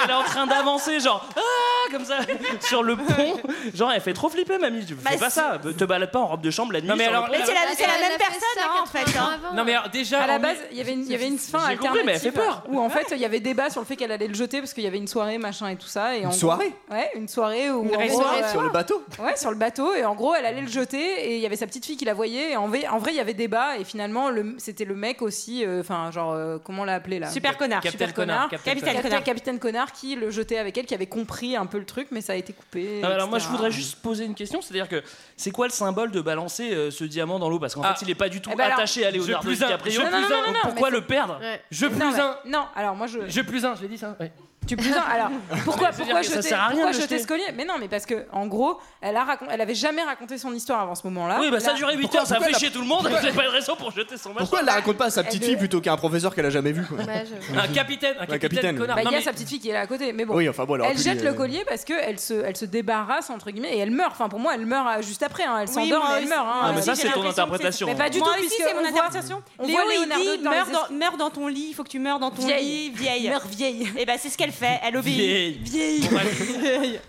elle est en train d'avancer, genre. Ah, comme ça, sur le pont. Genre, elle fait trop flipper, mamie. Tu
Bah,
fais pas
c'est-
ça. Te balade pas en robe de chambre la nuit.
Non, mais
sur le
alors-
pont.
Mais c'est la-
c'est la même personne,
en fait.
Non, mais alors, déjà.
à la
on
base,
est-
il y avait une, il y avait une fin
J'ai compris,
alternative
mais elle fait peur.
où en fait il y avait débat sur le fait qu'elle allait le jeter parce qu'il y avait une soirée machin et tout ça et
Une
en gros-
soirée
ouais une soirée où
Une
en
vraie
gros,
soirée
euh,
Sur le bateau
ouais sur le bateau et en gros elle allait le jeter et il y avait sa petite fille qui la voyait et en vrai en vrai il y avait débat et finalement le- c'était le mec aussi euh, enfin genre euh, comment on l'a appelé là
Super connard. Super connard. Capitaine
Capitaine
connard.
Capitaine connard qui le jetait avec elle qui avait compris un peu le truc mais ça a été coupé
Non, alors moi je
etc.
voudrais juste poser une question, c'est-à-dire que c'est quoi le symbole de balancer euh, ce diamant dans l'eau Parce qu'en
Ah.
fait il est pas du tout
Eh ben alors,
attaché à
je
Leonardo
plus un,
DiCaprio.
je Non, plus non, un. non,
Donc
non,
pourquoi
mais
le perdre
Je plus
non, mais-
un.
non alors moi je
Je plus un, je l'ai dit ça. ouais.
Tu plus un. Alors pourquoi
C'est-à-dire
pourquoi
que ça
jeter,
sert à rien
pourquoi
de
jeter
jeter.
ce collier Mais non, mais parce que en gros, elle a racon- elle avait jamais raconté son histoire avant ce moment-là.
Oui, bah ça a
Ah, Là-
duré 8
Pourquoi-
heures, ça a
pourquoi
fait
la-
chier tout le monde, j'ai pas de raison pour jeter son machin.
Pourquoi elle la raconte pas à sa petite
Elle
fille
est-
plutôt qu'à un professeur qu'elle a jamais vu quoi
Un capitaine, un capitaine,
capitaine.
connard.
Bah, il y
Non,
a
mais-
sa petite fille qui est là à côté, mais bon.
Oui, enfin, bon, elle aurait
elle
pu
jette
lui-
le collier parce que elle se, elle se débarrasse entre guillemets et elle meurt. Enfin, pour moi, elle meurt euh, juste après. hein. Elle
Oui,
s'endort,
moi
mais elle
aussi.
meurt. hein.
Ah, mais ça
Euh,
c'est ton interprétation.
Mais pas du
Moi
tout,
aussi,
puisque
c'est mon
on voit-
interprétation.
on
Léo,
voit
il
Leonardo
dit
dans
meurs
les
dans, meurs dans ton lit, il faut que tu meurs dans ton lit,
Vieille.
vieille.
Meurs vieille.
Et bah c'est ce qu'elle fait, elle obéit.
Vieille.
Vieille.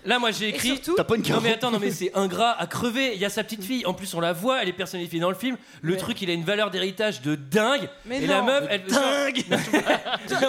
Là, moi, j'ai écrit.
T'as pas une
Non,
carotte
mais attends, non, mais c'est ingrat à crever. Il y a sa petite fille. En plus, on la voit, elle est personnifiée dans le film. Le truc, il a une valeur d'héritage de dingue.
Mais
et
non.
la meuf, elle.
Dingue
Non,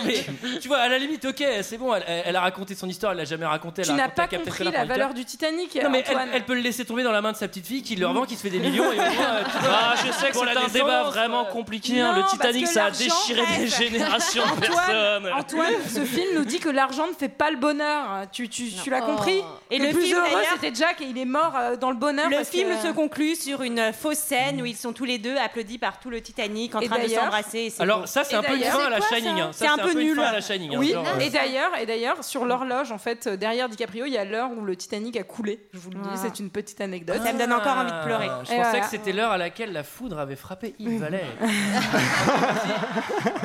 mais, tu vois, à la limite, ok, c'est bon, elle, elle a raconté son histoire, elle l'a jamais racontée. elle
Tu
a
n'as
raconté à
pas
Captain
compris
Connard
la
pour
valeur
le
du Titanic.
cas. Non, mais elle,
Antoine.
elle peut le laisser tomber dans la main de sa petite fille qui le revend, qui se fait des millions. Et au moins, euh, tu vois,
Ah, je sais que
pour
c'est
la
un débat
descendance,
vraiment
euh,
compliqué. hein.
Non,
Le
parce
Titanic,
que
ça a
l'argent
déchiré des
reste.
générations de
Antoine,
personnes.
Antoine, ce film nous dit que l'argent ne fait pas le bonheur. Tu, tu, tu l'as
Oh.
compris
Et
le,
le
plus
film,
heureux,
d'ailleurs-
c'était Jack et il est mort euh, dans le bonheur.
Le
parce que-
film se conclut sur une fausse scène où ils sont tous les deux applaudis par tout le Titanic en
Et
train de
d'ailleurs-
s'embrasser. et c'est beau.
Alors, ça, c'est
Et
un peu une
d'ailleurs-
fin à la
C'est quoi,
Shining.
ça
hein. Ça,
C'est un peu
une
nul.
fin à la Shining. hein.
Oui,
Genre, euh,
et d'ailleurs, et d'ailleurs, sur l'horloge, en fait, euh, derrière DiCaprio, il y a l'heure où le Titanic a coulé. Je vous le dis,
Ah.
c'est une petite anecdote.
Ça me donne encore envie de pleurer.
Ah, Je
Et
pensais
voilà.
que c'était l'heure à laquelle la foudre avait frappé Yves Valais.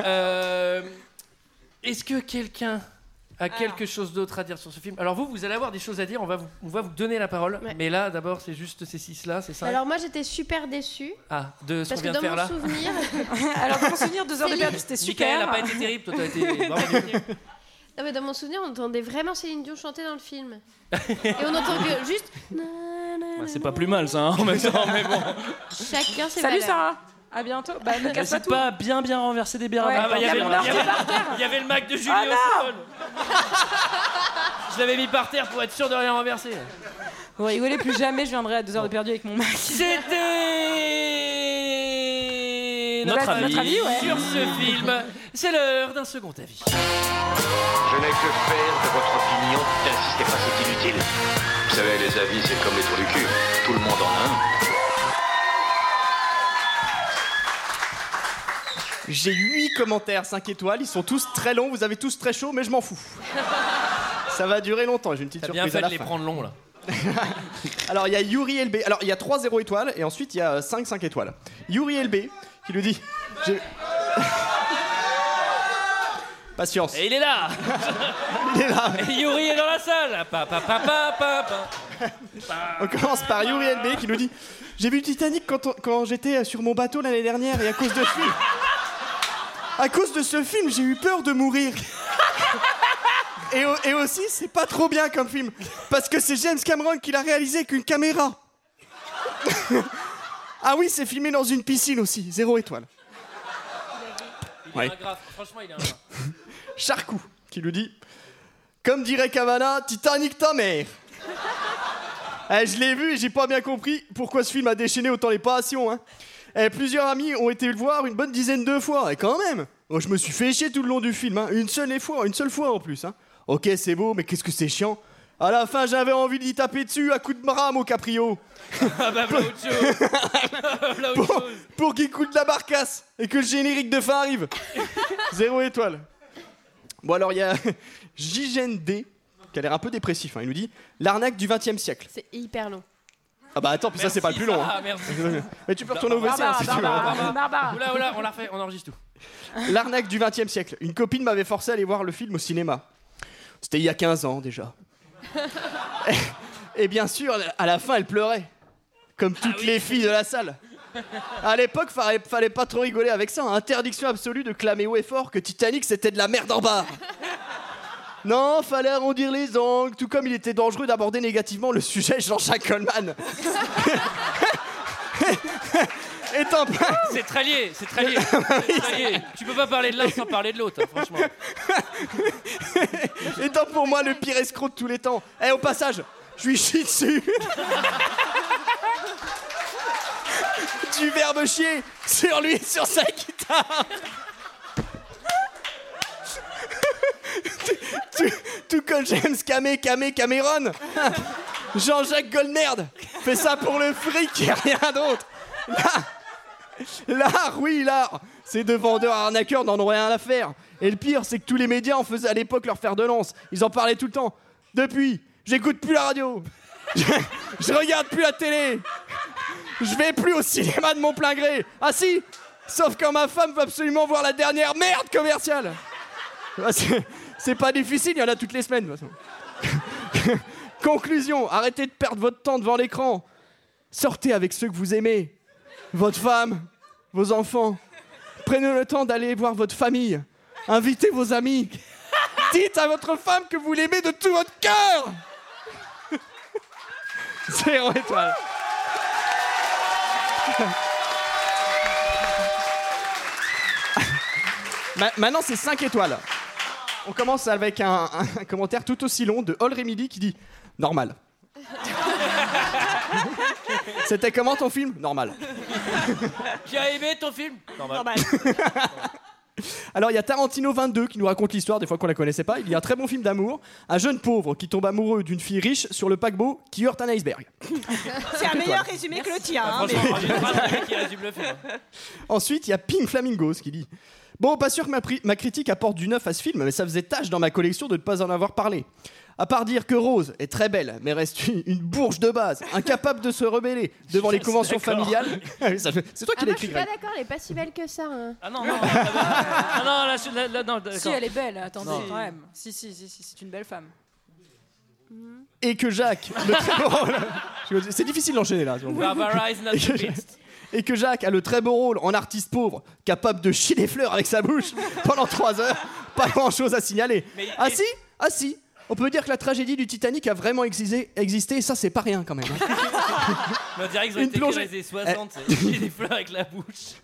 Euh, Est-ce que quelqu'un a quelque chose d'autre à dire sur ce film Alors vous, vous allez avoir des choses à dire, on va vous, on va vous donner la parole.
Ouais.
Mais là, d'abord, c'est juste ces six-là, c'est ça
Alors moi j'étais super déçue
Ah, de ce qu'on
parce que
vient de
dans mon
faire là
souvenir,
Alors, pour souvenir, deux heures de perdu, c'était
Michael n'a
super.
pas été terrible, toi t'as été vraiment nul.
non, mais Ah bah, dans mon souvenir on entendait vraiment Céline Dion chanter dans le film. Et on entend que juste
Bah, C'est pas plus mal ça hein, en même temps, mais bon.
chacun ses
Salut
valeurs.
Sarah, à bientôt. Bah, ne casse pas
C'est
tout.
pas bien bien renversé des
Ouais.
bérables.
Ah bah, il y avait le-
Regarde,
il y
on
avait-
l'a par terre.
il y avait le Mac de Julien
Ah,
au sol. Je l'avais mis par terre pour être sûr de rien renverser.
Vous rigolez plus jamais, je viendrai à deux heures de perdu avec mon mec.
C'était notre,
Notre
avis,
avis, ouais.
sur ce film. C'est l'heure d'un second avis.
Je n'ai que faire de votre opinion. N'insistez pas, c'est inutile. Vous savez, les avis, c'est comme les trous du cul. Tout le monde en a un.
J'ai 8 commentaires 5 étoiles, ils sont tous très longs, vous avez tous très chaud, mais je m'en fous. Ça va durer longtemps, j'ai une petite
T'as bien
surprise
fait
à
de
la
les
fin.
prendre long là.
Alors il y a Yuri LB, alors il y a 3 0 étoiles et ensuite il y a 5 5 étoiles. Yuri LB qui nous dit J'ai- Patience.
Et il est là
Il est là.
Et Yuri est dans la salle Pa, pa, pa, pa, pa, pa.
On commence par Yuri LB qui nous dit J'ai vu Titanic quand, on- quand j'étais euh, sur mon bateau l'année dernière et à cause de ce film. À cause de ce film, j'ai eu peur de mourir. Et, au- et aussi, c'est pas trop bien comme film. Parce que c'est James Cameron qui l'a réalisé avec une caméra. ah oui, c'est filmé dans une piscine aussi. Zéro étoile.
Il
Ouais.
est un graphe, franchement il est un graphe.
Charcou qui nous dit Comme dirait Cavana, Titanic ta mère Eh, Je l'ai vu et j'ai pas bien compris pourquoi ce film a déchaîné autant les passions. hein. Eh, plusieurs amis ont été le voir une bonne dizaine de fois, et quand même Moi, Je me suis fait chier tout le long du film, hein. une seule fois, une seule fois en plus. hein. Ok, c'est beau, mais qu'est-ce que c'est chiant à la fin, j'avais envie d'y taper dessus à coups de rame au Caprio.
Ah bah, voilà autre chose. Voilà autre
pour,
chose.
pour qu'il coule de la barcasse et que le générique de fin arrive. Zéro étoile. Bon, alors il y a Jigen D qui a l'air un peu dépressif. hein. Il nous dit l'arnaque du 20 e siècle.
C'est hyper long.
Ah bah attends, puis ça c'est pas le plus long.
Sarah,
hein.
merci.
Mais tu peux retourner au
Barbara,
WC si tu veux.
Barbara, Barbara. Oula, oula, on la refait, on enregistre tout.
L'arnaque du 20 e siècle. Une copine m'avait forcé à aller voir le film au cinéma. C'était il y a 15 ans déjà. Et bien sûr, à la fin, elle pleurait. Comme toutes les filles de la salle. À l'époque, fallait, fallait pas trop rigoler avec ça. hein. Interdiction absolue de clamer haut et fort que Titanic c'était de la merde en bas. Non, fallait arrondir les angles, tout comme il était dangereux d'aborder négativement le sujet Jean-Jacques Coleman. Étant pas.
C'est très lié, c'est très lié. C'est très lié. Tu peux pas parler de l'un sans parler de l'autre, hein, franchement.
Étant pour moi le pire escroc de tous les temps. Eh, au passage, je lui chie dessus. du verbe chier sur lui et sur sa guitare. tout, tout- tout comme James Camé, Camé, Cameron. Jean-Jacques Goldmerd fait ça pour le fric et rien d'autre. Là, l'art, oui, l'art. Ces deux vendeurs arnaqueurs n'en ont rien à faire. Et le pire, c'est que tous les médias en faisaient à l'époque leur fer de lance. Ils en parlaient tout le temps. Depuis, j'écoute plus la radio. Je, je regarde plus la télé. Je vais plus au cinéma de mon plein gré. Ah si Sauf quand ma femme veut absolument voir la dernière merde commerciale. Bah, c'est- C'est pas difficile, il y en a toutes les semaines. de toute façon. Conclusion, arrêtez de perdre votre temps devant l'écran. Sortez avec ceux que vous aimez. Votre femme, vos enfants. Prenez le temps d'aller voir votre famille. Invitez vos amis. Dites à votre femme que vous l'aimez de tout votre cœur. Zéro étoile. Ma- maintenant, c'est 5 étoiles. On commence avec un, un commentaire tout aussi long de Ol Remedy qui dit Normal. C'était comment ton film Normal.
Tu as aimé ton film Normal.
Alors il y a Tarantino 22 qui nous raconte l'histoire des fois qu'on la connaissait pas. Il y a un très bon film d'amour, un jeune pauvre qui tombe amoureux d'une fille riche sur le paquebot qui heurte un iceberg.
C'est un meilleur résumé que le tien. hein, mais-
Franchement, j'ai une phrase le mec qui résume le film.
Ensuite, il y a Pink Flamingos qui dit Bon, pas sûr que ma, pri- ma critique apporte du neuf à ce film, mais ça faisait tâche dans ma collection de ne pas en avoir parlé. À part dire que Rose est très belle, mais reste une, une bourge de base, incapable de se rebeller devant les conventions
D'accord.
familiales. Ah oui, ça fait- C'est toi qui
Ah,
l'as
moi, je suis
écrit,
pas
Greg.
d'accord, elle est pas si belle que ça. hein.
Ah non, non, Ah non, là, je- là, là, non,
Si,
d'accord.
elle est belle, attendez,
Non.
quand même. Si, si, si, si, c'est une belle femme.
Et que Jacques, le très beau rôle. Je- C'est difficile d'enchaîner là. sur le moment.
Barbara is not
Et que
the
Jacques- Et que Jacques a le très beau rôle en artiste pauvre, capable de chier des fleurs avec sa bouche pendant trois heures. Pas grand chose à signaler.
Mais-
ah si Ah si On peut dire que la tragédie du Titanic a vraiment existé, existé et ça, c'est pas rien quand même. hein.
Mais Bah, on dirait que ça a
Une
été
plongée. Eh.
les années 60. J'ai des fleurs avec la bouche.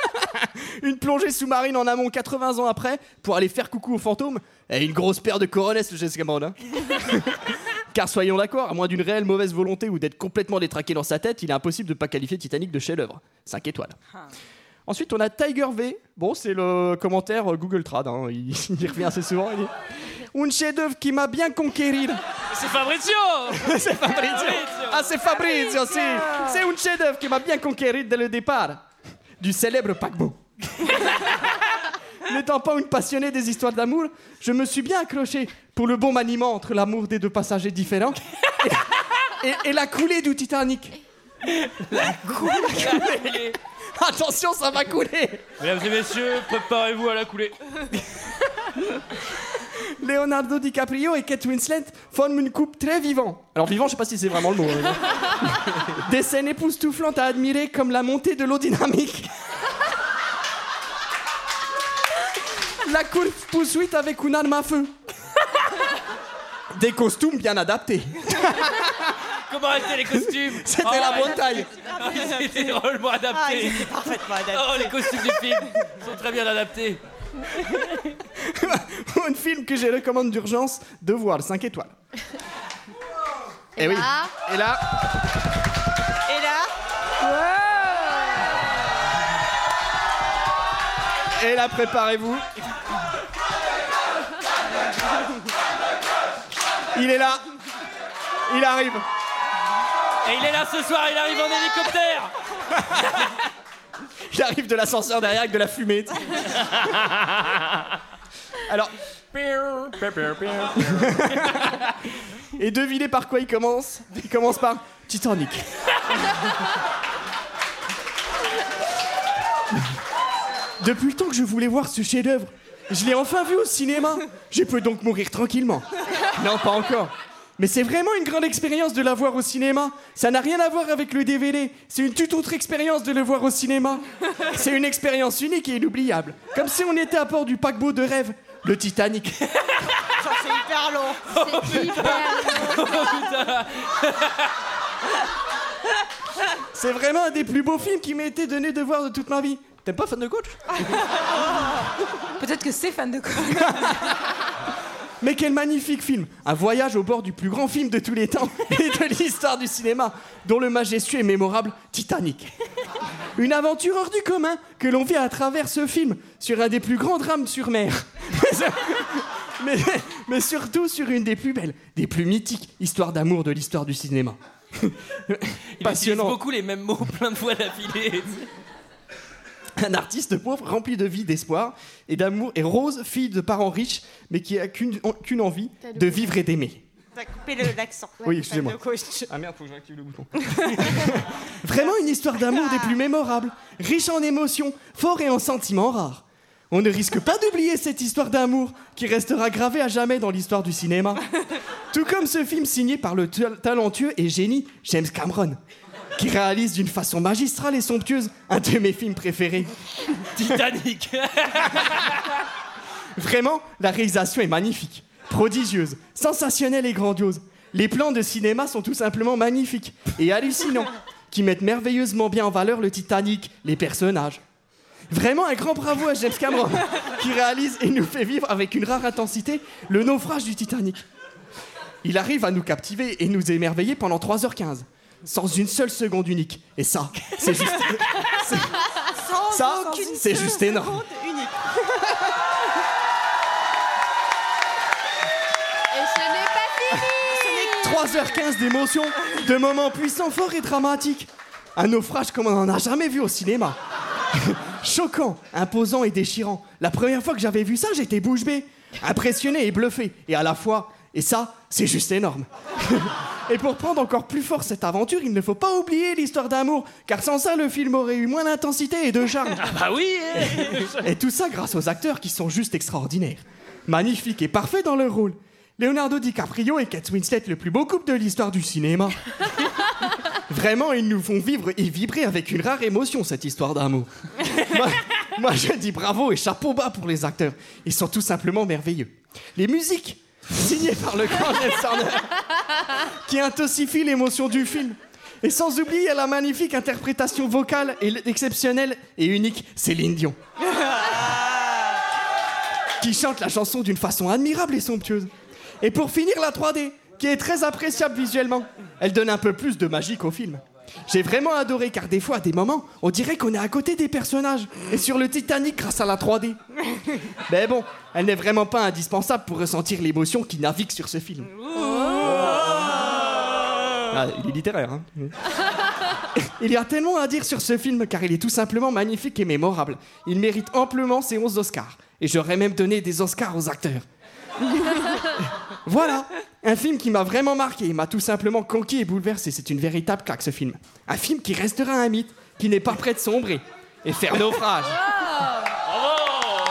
une plongée sous-marine en amont 80 ans après pour aller faire coucou aux fantômes et une grosse paire de coronets le James Cameron, hein. Car soyons d'accord, à moins d'une réelle mauvaise volonté ou d'être complètement détraqué dans sa tête, il est impossible de pas qualifier Titanic de chef-d'œuvre. 5 étoiles. Ensuite, on a Tiger V. Bon, c'est le commentaire euh, Google Trad. hein. Il, il revient assez souvent. Il dit Un chef-d'œuvre qui m'a bien conquérir.
C'est Fabrizio
c'est Fabrizio. Ah, c'est Fabrizio, si. C'est un chef-d'œuvre qui m'a bien conquéri dès le départ du célèbre paquebot. N'étant pas une passionnée des histoires d'amour, je me suis bien accroché pour le bon maniement entre l'amour des deux passagers différents et, et- et la coulée du Titanic. La coulée. Attention, ça va couler.
Mesdames et messieurs, préparez-vous à la coulée.
Leonardo DiCaprio et Kate Winslet forment une coupe très vivante. Alors vivant, je sais pas si c'est vraiment le mot. hein. Des scènes époustouflantes à admirer comme la montée de l'eau dynamique. La course poursuite avec une arme à feu. Des costumes bien adaptés.
Comment étaient les costumes
C'était
Oh,
la
ouais.
bonne taille.
Ah, Ils étaient drôlement adaptés.
Ah, ils étaient parfaitement adaptés.
Oh, les costumes du film sont très bien adaptés.
Un film que je recommande d'urgence de voir, 5 étoiles. Et, oui. Et là,
Et là
et là, préparez-vous. Il est là. Il arrive.
Et il est là ce soir, il arrive en hélicoptère.
Il arrive de l'ascenseur derrière avec de la fumée. tu sais. Alors. Et devinez par quoi il commence Il commence par Titanic. Depuis le temps que je voulais voir ce chef-d'œuvre, je l'ai enfin vu au cinéma. Je peux donc mourir tranquillement. Non, pas encore. Mais c'est vraiment une grande expérience de la voir au cinéma. Ça n'a rien à voir avec le DVD. C'est une toute autre expérience de le voir au cinéma. C'est une expérience unique et inoubliable. Comme si on était à bord du paquebot de rêve, le Titanic.
Genre, c'est hyper long. C'est hyper Oh,
C'est vraiment un des plus beaux films qui m'a été donné de voir de toute ma vie. T'es pas fan de coach
Peut-être que c'est fan de coach.
Mais quel magnifique film Un voyage au bord du plus grand film de tous les temps et de l'histoire du cinéma, dont le majestueux et mémorable Titanic. Une aventure hors du commun que l'on vit à travers ce film, sur un des plus grands drames sur mer. mais, mais surtout sur une des plus belles, des plus mythiques histoires d'amour de l'histoire du cinéma.
Il utilise beaucoup les mêmes mots plein de fois d'affilée.
Un artiste pauvre rempli de vie, d'espoir et d'amour, et Rose, fille de parents riches, mais qui a qu'une en- qu'une envie,
T'as le
de
coup.
vivre et d'aimer.
T'as coupé le- l'accent.
Oui, excusez-moi.
Ah
merde, faut que j'active le bouton. Vraiment une histoire d'amour des plus mémorables, riche en émotions, fort et en sentiments rares. On ne risque pas d'oublier cette histoire d'amour qui restera gravée à jamais dans l'histoire du cinéma. Tout comme ce film signé par le ta- talentueux et génie James Cameron, qui réalise d'une façon magistrale et somptueuse un de mes films préférés.
Titanic.
Vraiment, la réalisation est magnifique, prodigieuse, sensationnelle et grandiose. Les plans de cinéma sont tout simplement magnifiques et hallucinants, qui mettent merveilleusement bien en valeur le Titanic, les personnages. Vraiment un grand bravo à James Cameron, qui réalise et nous fait vivre avec une rare intensité le naufrage du Titanic. Il arrive à nous captiver et nous émerveiller pendant 3h15, sans une seule seconde unique. Et ça, c'est juste...
Sans
Ça,
aucune
c'est juste
seule
énorme.
seconde unique. Et ce n'est pas fini.
3h15 d'émotions, de moments puissants, forts et dramatiques. Un naufrage comme on n'en a jamais vu au cinéma. Choquant, imposant et déchirant. La première fois que j'avais vu ça, j'étais bouche bée. Impressionné et bluffé. Et à la fois, et ça, c'est juste énorme. et pour prendre encore plus fort cette aventure, il ne faut pas oublier l'histoire d'amour, car sans ça, le film aurait eu moins d'intensité et de charme.
Bah oui
Et tout ça grâce aux acteurs qui sont juste extraordinaires. Magnifiques et parfaits dans leur rôle. Leonardo DiCaprio et Kate Winslet, le plus beau couple de l'histoire du cinéma. Vraiment, ils nous font vivre et vibrer avec une rare émotion cette histoire d'amour. moi, moi, je dis bravo et chapeau bas pour les acteurs. Ils sont tout simplement merveilleux. Les musiques, signées par le grand James Horner, qui intensifient l'émotion du film. Et sans oublier la magnifique interprétation vocale et l'exceptionnelle et unique Céline Dion qui chante la chanson d'une façon admirable et somptueuse. Et pour finir, la 3D, qui est très appréciable visuellement. Elle donne un peu plus de magie qu'au film. J'ai vraiment adoré car des fois, à des moments, on dirait qu'on est à côté des personnages et sur le Titanic grâce à la 3D. Mais bon, elle n'est vraiment pas indispensable pour ressentir l'émotion qui navigue sur ce film. Ah, il est littéraire. hein. il y a tellement à dire sur ce film car il est tout simplement magnifique et mémorable. Il mérite amplement ses 11 Oscars. Et j'aurais même donné des Oscars aux acteurs.
Oh.
Voilà, un film qui m'a vraiment marqué, m'a tout simplement conquis et bouleversé. C'est une véritable claque ce film. Un film qui restera un mythe, qui n'est pas prêt de sombrer et faire naufrage.
Oh.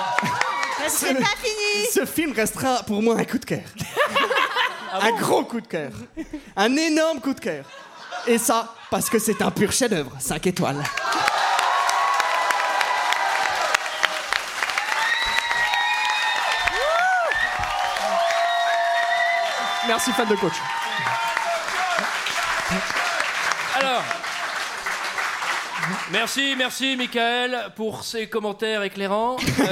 C'est pas fini
Ce film restera pour moi un coup de cœur. un gros coup de cœur. Un énorme coup de cœur. Et ça, parce que c'est un pur chef-d'œuvre, 5 étoiles. Merci, fan de coach.
Alors. Merci, merci, Michael, pour ces commentaires éclairants. Euh,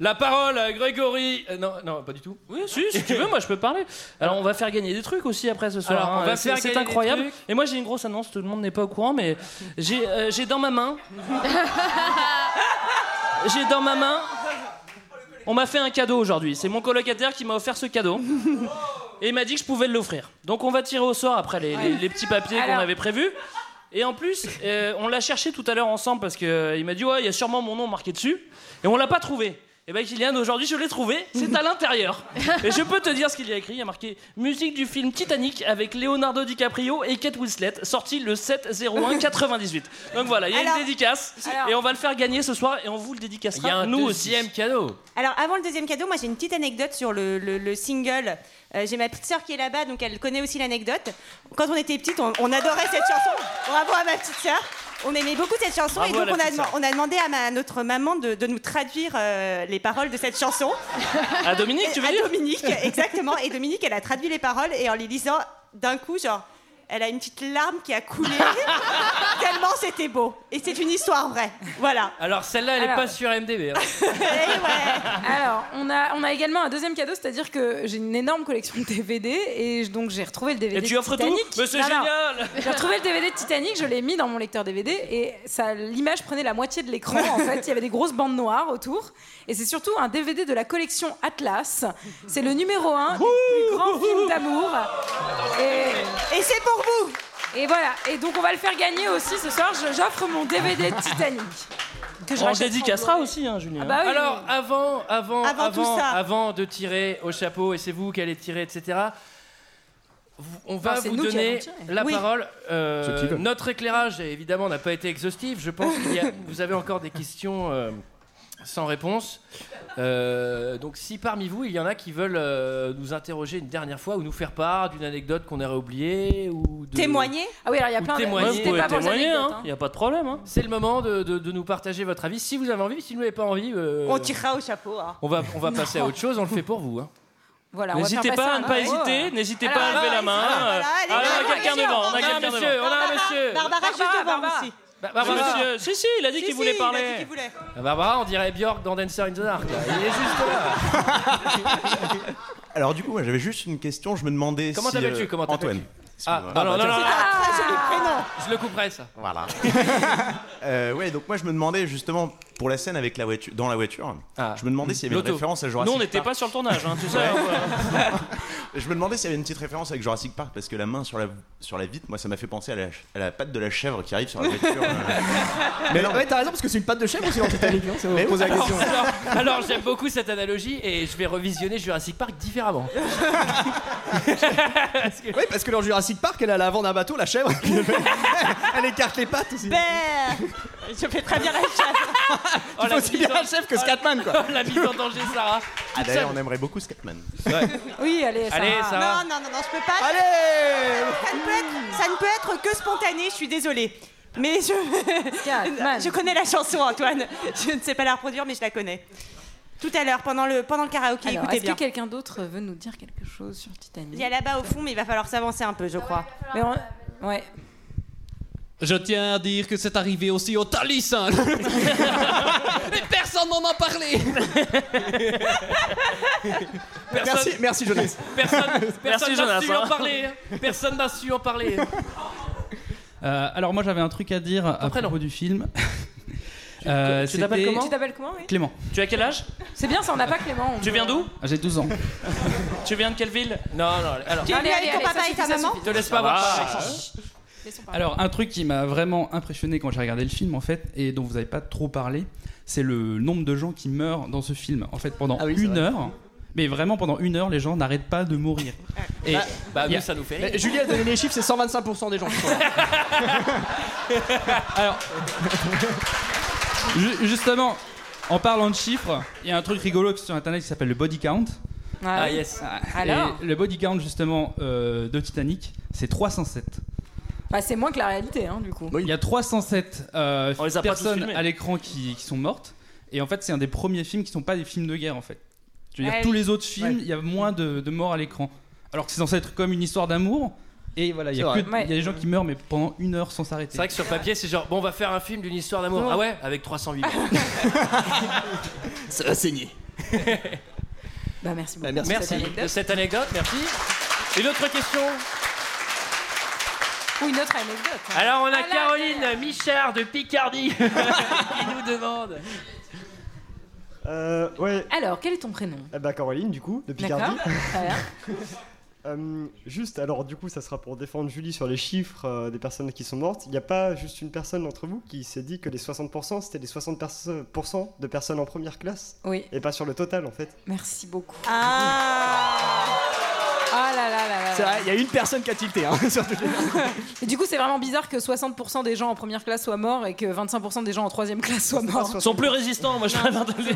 la parole à Grégory. euh, non, non, pas du tout. Oui, si, si tu veux, moi je peux parler. Alors, on va faire gagner des trucs aussi après ce soir.
Alors, on
hein.
va
C'est-
faire
C'est
gagner des
incroyable.
trucs.
Et moi, j'ai une grosse annonce, tout le monde n'est pas au courant, mais j'ai euh, j'ai dans ma main. j'ai dans ma main. On m'a fait un cadeau aujourd'hui. C'est mon colocataire qui m'a offert ce cadeau. Et il m'a dit que je pouvais l'offrir. Donc on va tirer au sort après les, les- les petits papiers qu'on
Alors.
avait prévus. Et en plus, euh, on l'a cherché tout à l'heure ensemble parce qu'il m'a dit Ouais, il y a sûrement mon nom marqué dessus. Et on l'a pas trouvé. Et bien, Kylian, aujourd'hui, je l'ai trouvé. C'est à l'intérieur. Et je peux te dire ce qu'il y a écrit. Il y a marqué Musique du film Titanic avec Leonardo DiCaprio et Kate Winslet, sorti le 7-01-98. Donc voilà, il y a
Alors.
une dédicace.
Alors.
Et on va le faire gagner ce soir et on vous le
Il
dédicacera.
y a un
nous
deuxième
aussi. cadeau.
Alors, avant le deuxième cadeau, moi j'ai une petite anecdote sur le, le- le single. Euh, j'ai ma petite sœur qui est là-bas, donc elle connaît aussi l'anecdote. Quand on était petite, on, on adorait cette chanson. Bravo à ma petite sœur. On aimait beaucoup cette chanson
Bravo à
et
la
donc on a,
petite sœur.
deman- on a demandé à, ma- à notre maman de, de nous traduire euh, les paroles de cette chanson.
À Dominique, tu veux
à
dire
Dominique, exactement. Et Dominique, elle a traduit les paroles et en les lisant, d'un coup, genre, elle a une petite larme qui a coulé. Tellement c'était beau. Et c'est une histoire vraie. Voilà.
Alors celle-là, elle n'est
Alors.
pas sur MDB. hein.
Alors, on a, on a également un deuxième cadeau, c'est-à-dire que j'ai une énorme collection de DVD et je- donc j'ai retrouvé le DVD.
Et tu
de
offres tout
Titanic.
Mais c'est
Non, non.
génial
J'ai retrouvé le DVD de Titanic, je l'ai mis dans mon lecteur DVD et ça, l'image prenait la moitié de l'écran en fait. Il y avait des grosses bandes noires autour et c'est surtout un DVD de la collection Atlas. C'est le numéro un des plus grands films d'amour. Et,
c'est pour vous.
Et voilà. Et donc on va le faire gagner aussi ce soir. Je- J'offre mon DVD de Titanic. Que je
On
rachète
dédicacera
sans
aussi, hein, Julien.
Ah bah oui.
Alors, avant, avant,
Avant
avant,
tout ça.
avant de tirer au chapeau, et c'est vous qui allez tirer, etc., vous- on va
Enfin, c'est
vous
nous qui
donner
allons tirer.
la
Oui.
parole. Euh,
Ceux qui veulent.
notre éclairage, évidemment, n'a pas été exhaustif. Je pense qu'il y a- vous avez encore des questions euh, sans réponse. Euh, donc, si parmi vous, il y en a qui veulent euh, nous interroger une dernière fois ou nous faire part d'une anecdote qu'on aurait oubliée ou de...
Témoigner
Ah oui, alors il y a plein de
témoigner,
N'hésitez pas pour les anecdotes, hein.
n'y a pas de problème. C'est le moment de, de- de nous partager votre avis. Si vous avez envie, si vous n'avez pas envie, euh,
On tirera au chapeau. hein.
on va, on va
Non.
passer à autre chose, on le fait pour vous. hein.
Voilà, on va
N'hésitez
faire
pas
passer
à
un Oh.
ne pas
moment.
hésiter, n'hésitez
Ah,
pas à lever
ah,
la main.
ah,
Ah,
voilà,
on a quelqu'un devant, on a quelqu'un devant.
monsieur, on a un monsieur.
Barbara, juste devant aussi.
Bah, Barbara.
Monsieur, si, si, il a dit
Si,
qu'il
si,
voulait
il a
parler.
dit qu'il Ah, Barbara, on dirait Björk dans Dancer in the Dark. là. Il est juste là.
Alors du coup, moi, j'avais juste une question. Je me demandais
Comment
si,
t'appelles-tu
euh,
Comment t'appelles-tu
Antoine. bah,
Ah, non, non, non, non, non. Je le couperai, ça.
Voilà. Euh, ouais, donc moi je me demandais justement pour la scène avec la voiture, dans la voiture,
Ah.
je me demandais s'il y avait une
L'auto.
référence à Jurassic
Nous, on n'était
Park.
pas sur le tournage, hein, tout ça.
Ouais.
on va-
je me demandais s'il y avait une petite référence avec Jurassic Park parce que la main sur la sur la vitre, moi ça m'a fait penser à la, à la patte de la chèvre qui arrive sur la voiture. euh.
Mais ouais, t'as raison, parce que c'est une patte de chèvre aussi dans Titanic. Hein, c'est- posez la
alors,
question.
alors- alors, j'aime beaucoup cette analogie et je vais revisionner Jurassic Park différemment.
Oui, parce que dans Jurassic Park, elle a l'avant d'un bateau, la chèvre. elle écarte les pattes aussi.
Je fais très bien la chèvre.
Tu fais aussi bien la chèvre que Scatman, quoi.
La mise en danger, Sarah.
Ah d'ailleurs, on aimerait beaucoup Scatman.
Oui, allez,
Allez, ça va.
Non, non, non, non, je peux pas. ça, ne peut être, ça ne peut être que spontané, je suis désolée. Mais je. je connais la chanson, Antoine. Je ne sais pas la reproduire, mais je la connais. Tout à l'heure, pendant le, pendant le karaoké,
Alors,
écoutez
est-ce
bien.
que quelqu'un d'autre veut nous dire quelque chose sur Titanic
Il y a là-bas au fond, mais il va falloir s'avancer un peu, je crois.
Mais on- Ouais.
Je tiens à dire que c'est arrivé aussi au hein. Talisson.
Mais personne n'en a parlé
Merci, merci, Jonas.
Personne n'a
Merci,
su
Jonas,
en
hein.
parler. hein. Personne n'a su en parler. hein.
Euh, alors moi j'avais un truc à dire à propos du film. Euh,
tu t'appelles
c'était-
comment
Tu t'appelles comment oui
Clément.
Tu as quel âge
C'est bien, ça, on n'a pas Clément. on-
Tu viens d'où
J'ai 12 ans.
Tu viens de quelle ville Non, non, alors.
Tu es venu avec ton papa et ta maman
Te laisse pas avoir
Ah.
par Alexandre.
Alors, un truc qui m'a vraiment impressionné quand j'ai regardé le film, en fait, et dont vous n'avez pas trop parlé, c'est le nombre de gens qui meurent dans ce film. En fait,
Ah
pendant une heure, mais vraiment pendant une heure, les gens n'arrêtent pas de mourir. Et
Bah,
bah,
il y a-
nous, ça nous fait
Mais Julie a donné les chiffres, c'est 125% des gens. qui sont là.
Alors, ju- justement, en parlant de chiffres, il y a un truc rigolo sur internet qui s'appelle le body count.
Ah Ah, oui. yes. Alors
Et le body count, justement, euh, de Titanic, c'est 307.
Bah, c'est moins que la réalité, hein, du coup.
Il y a 307 euh,
On les a pas tous
personnes
filmés.
à l'écran qui, qui sont mortes. Et en fait, c'est un des premiers films qui sont pas des films de guerre, en fait. Je veux dire,
Ah
tous
oui.
les autres films, il y a moins de, de morts à l'écran. Alors que c'est censé être comme une histoire d'amour. Et voilà, il y, a
C'est
que-
vrai.
il y a des gens qui meurent, mais pendant une heure sans s'arrêter.
C'est vrai que sur papier, c'est genre, bon, on va faire un film d'une histoire d'amour.
Non.
Ah ouais Avec 308 morts.
ça va saigner.
Bah, merci
Ah,
beaucoup.
merci de cette anecdote, merci. Une autre question
Ou une autre anecdote. hein.
Alors, on a
euh,
Caroline Michard de Picardie qui nous demande.
Euh, ouais.
Alors, quel est ton prénom
Eh ben, Caroline, du coup, de
D'accord.
Picardie.
Très bien.
Euh, juste, alors du coup, ça sera pour défendre Julie sur les chiffres euh, des personnes qui sont mortes. Il n'y a pas juste une personne d'entre vous qui s'est dit que les 60%, c'était les 60% perso- pour cent de personnes en première classe
Oui.
Et pas sur le total, en fait.
Merci beaucoup.
Ah
là là là là.
C'est vrai, il y a une personne qui a tilté, hein,
Et du coup, c'est vraiment bizarre que 60% des gens en première classe soient morts et que 25% des gens en troisième classe soient morts.
Ils sont plus résistants, moi je préfère te le dire.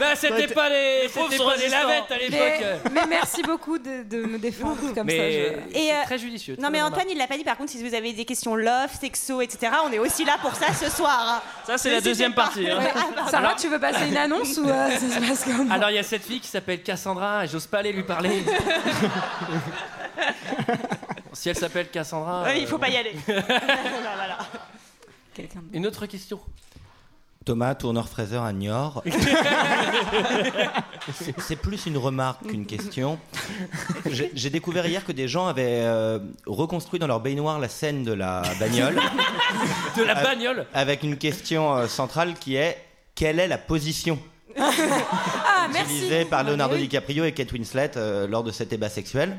Bah, c'était pas les, c'était pas les lavettes à
mais,
l'époque.
mais merci beaucoup de, de me défendre comme
Mais-
ça.
Et, euh,
très judicieux.
Non mais Antoine il l'a pas dit par contre si vous avez des questions love, sexo, etc. On est aussi là pour ça ce soir. hein.
Ça, c'est la deuxième partie. hein.
ah,
Ah,
Sarah, tu veux passer une annonce ou euh, ça se passe comment
Alors, il y a cette fille qui s'appelle Cassandra, et j'ose pas aller lui parler. si elle s'appelle Cassandra.
Ouais, il
euh,
faut pas y aller. Voilà, voilà.
Une autre question.
Thomas Tourneur Fraser à Niort. C'est- C'est plus une remarque qu'une question. J'ai j'ai découvert hier que des gens avaient euh, reconstruit dans leur baignoire la scène de la bagnole.
De la bagnole
Avec une question euh, centrale qui est quelle est la position
Ah, merci.
utilisée par Leonardo
Ah, oui.
DiCaprio et Kate Winslet euh, lors de cet débat sexuel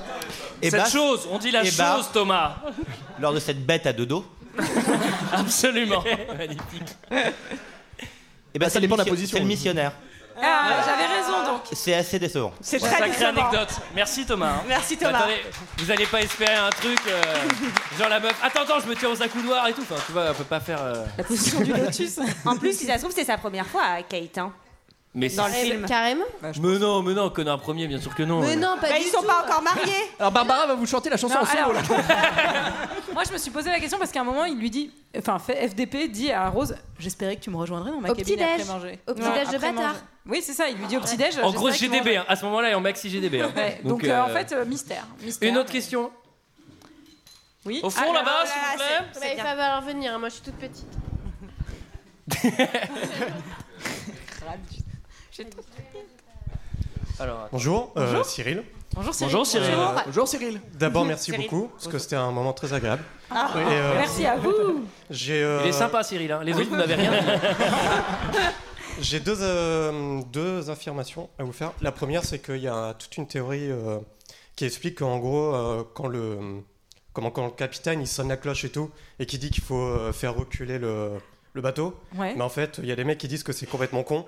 Cette chose, on dit la
eh
chose,
bah-
Thomas.
Lors de cette bête à deux dos.
Absolument. Magnifique.
Eh ben,
Ah, ça
c'est
dépend
le
de la
missi-
position.
C'est le missionnaire.
Ah, j'avais raison donc.
C'est assez décevant.
C'est
Bon,
très
sacrée
décevant.
anecdote. Merci Thomas. hein.
Merci, Thomas.
Attendez, vous allez pas espérer un truc euh, genre la meuf. Attends, attends, je me tire aux accoudoirs et tout. Enfin, tu vois, on peut pas faire. euh,
En plus si ça se trouve c'est sa première fois à Kate. hein.
Mais
Dans
c'est-
le film.
Carrément.
Bah,
Mais non, mais non, connard premier, bien sûr que non.
Mais non, pas
Bah,
du
ils sont
tout.
pas encore mariés.
Alors Barbara va vous chanter la chanson
Non,
en solo.
alors-
là.
Moi, je me suis posé la question parce qu'à un moment, il lui dit, enfin, fait- FDP dit à Rose, j'espérais que tu me rejoindrais dans ma
Au
cabine
petit-déj.
après manger.
Au petit-déj
Ouais,
de
après
bâtard.
manger. Oui, c'est ça. Il lui dit au petit déj.
En grosse GDB, hein. à ce moment-là, et en maxi GDB. hein.
Donc, euh,
euh,
en fait, euh, mystère. mystère.
une autre question.
Oui. Ah,
Au fond,
Alors,
là-bas,
là,
s'il vous plaît.
Mais Bah, il va falloir venir, hein, moi je suis toute petite.
J'ai tout-
Alors,
Bonjour, euh,
Bonjour.
Cyril.
Bonjour, Cyril. Bonjour, Cyril. Bonjour. Bonjour, Cyril.
D'abord, merci
Cyril.
beaucoup, parce que c'était un moment très agréable.
Ah.
Et, euh,
Merci à vous.
J'ai, euh,
Il est sympa, Cyril. hein. Les autres, vous n'avez rien dit.
J'ai deux, euh, deux affirmations à vous faire. La première, c'est qu'il y a toute une théorie euh, qui explique qu'en gros, euh, quand, le, comment, quand le capitaine il sonne la cloche et tout, et qui dit qu'il faut euh, faire reculer le, le bateau,
Ouais.
mais en fait, il y a des mecs qui disent que c'est complètement con,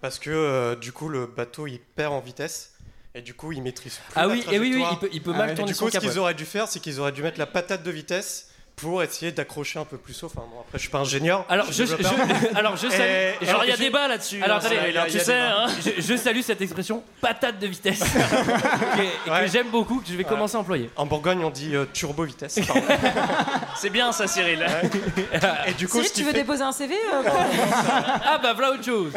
parce que euh, du coup, le bateau il perd en vitesse. Et du coup, il maîtrise plus
Ah
la
oui, et oui, oui,
trajectoire.
il peut- il peut mal
Ah,
Et
tourner
Du
son
coup, ce
cap, ouais.
qu'ils auraient dû faire, c'est qu'ils auraient dû mettre la patate de vitesse pour essayer d'accrocher un peu plus haut. Enfin, bon, après, je suis pas ingénieur.
Alors je,
développeur.
je- alors je
Et-
salue.
et
alors,
je-
je- Alors attendez, tu sais, Ah, hein, je, je salue cette expression patate de vitesse que, que j'aime beaucoup, que je vais
Ouais.
commencer à employer.
En Bourgogne, on dit euh, turbo vitesse. pardon.
C'est bien ça, Cyril.
Et du coup,
Cyril,
ce
tu
qui
veux
fait,
déposer un CV euh,
ah bah voilà autre chose.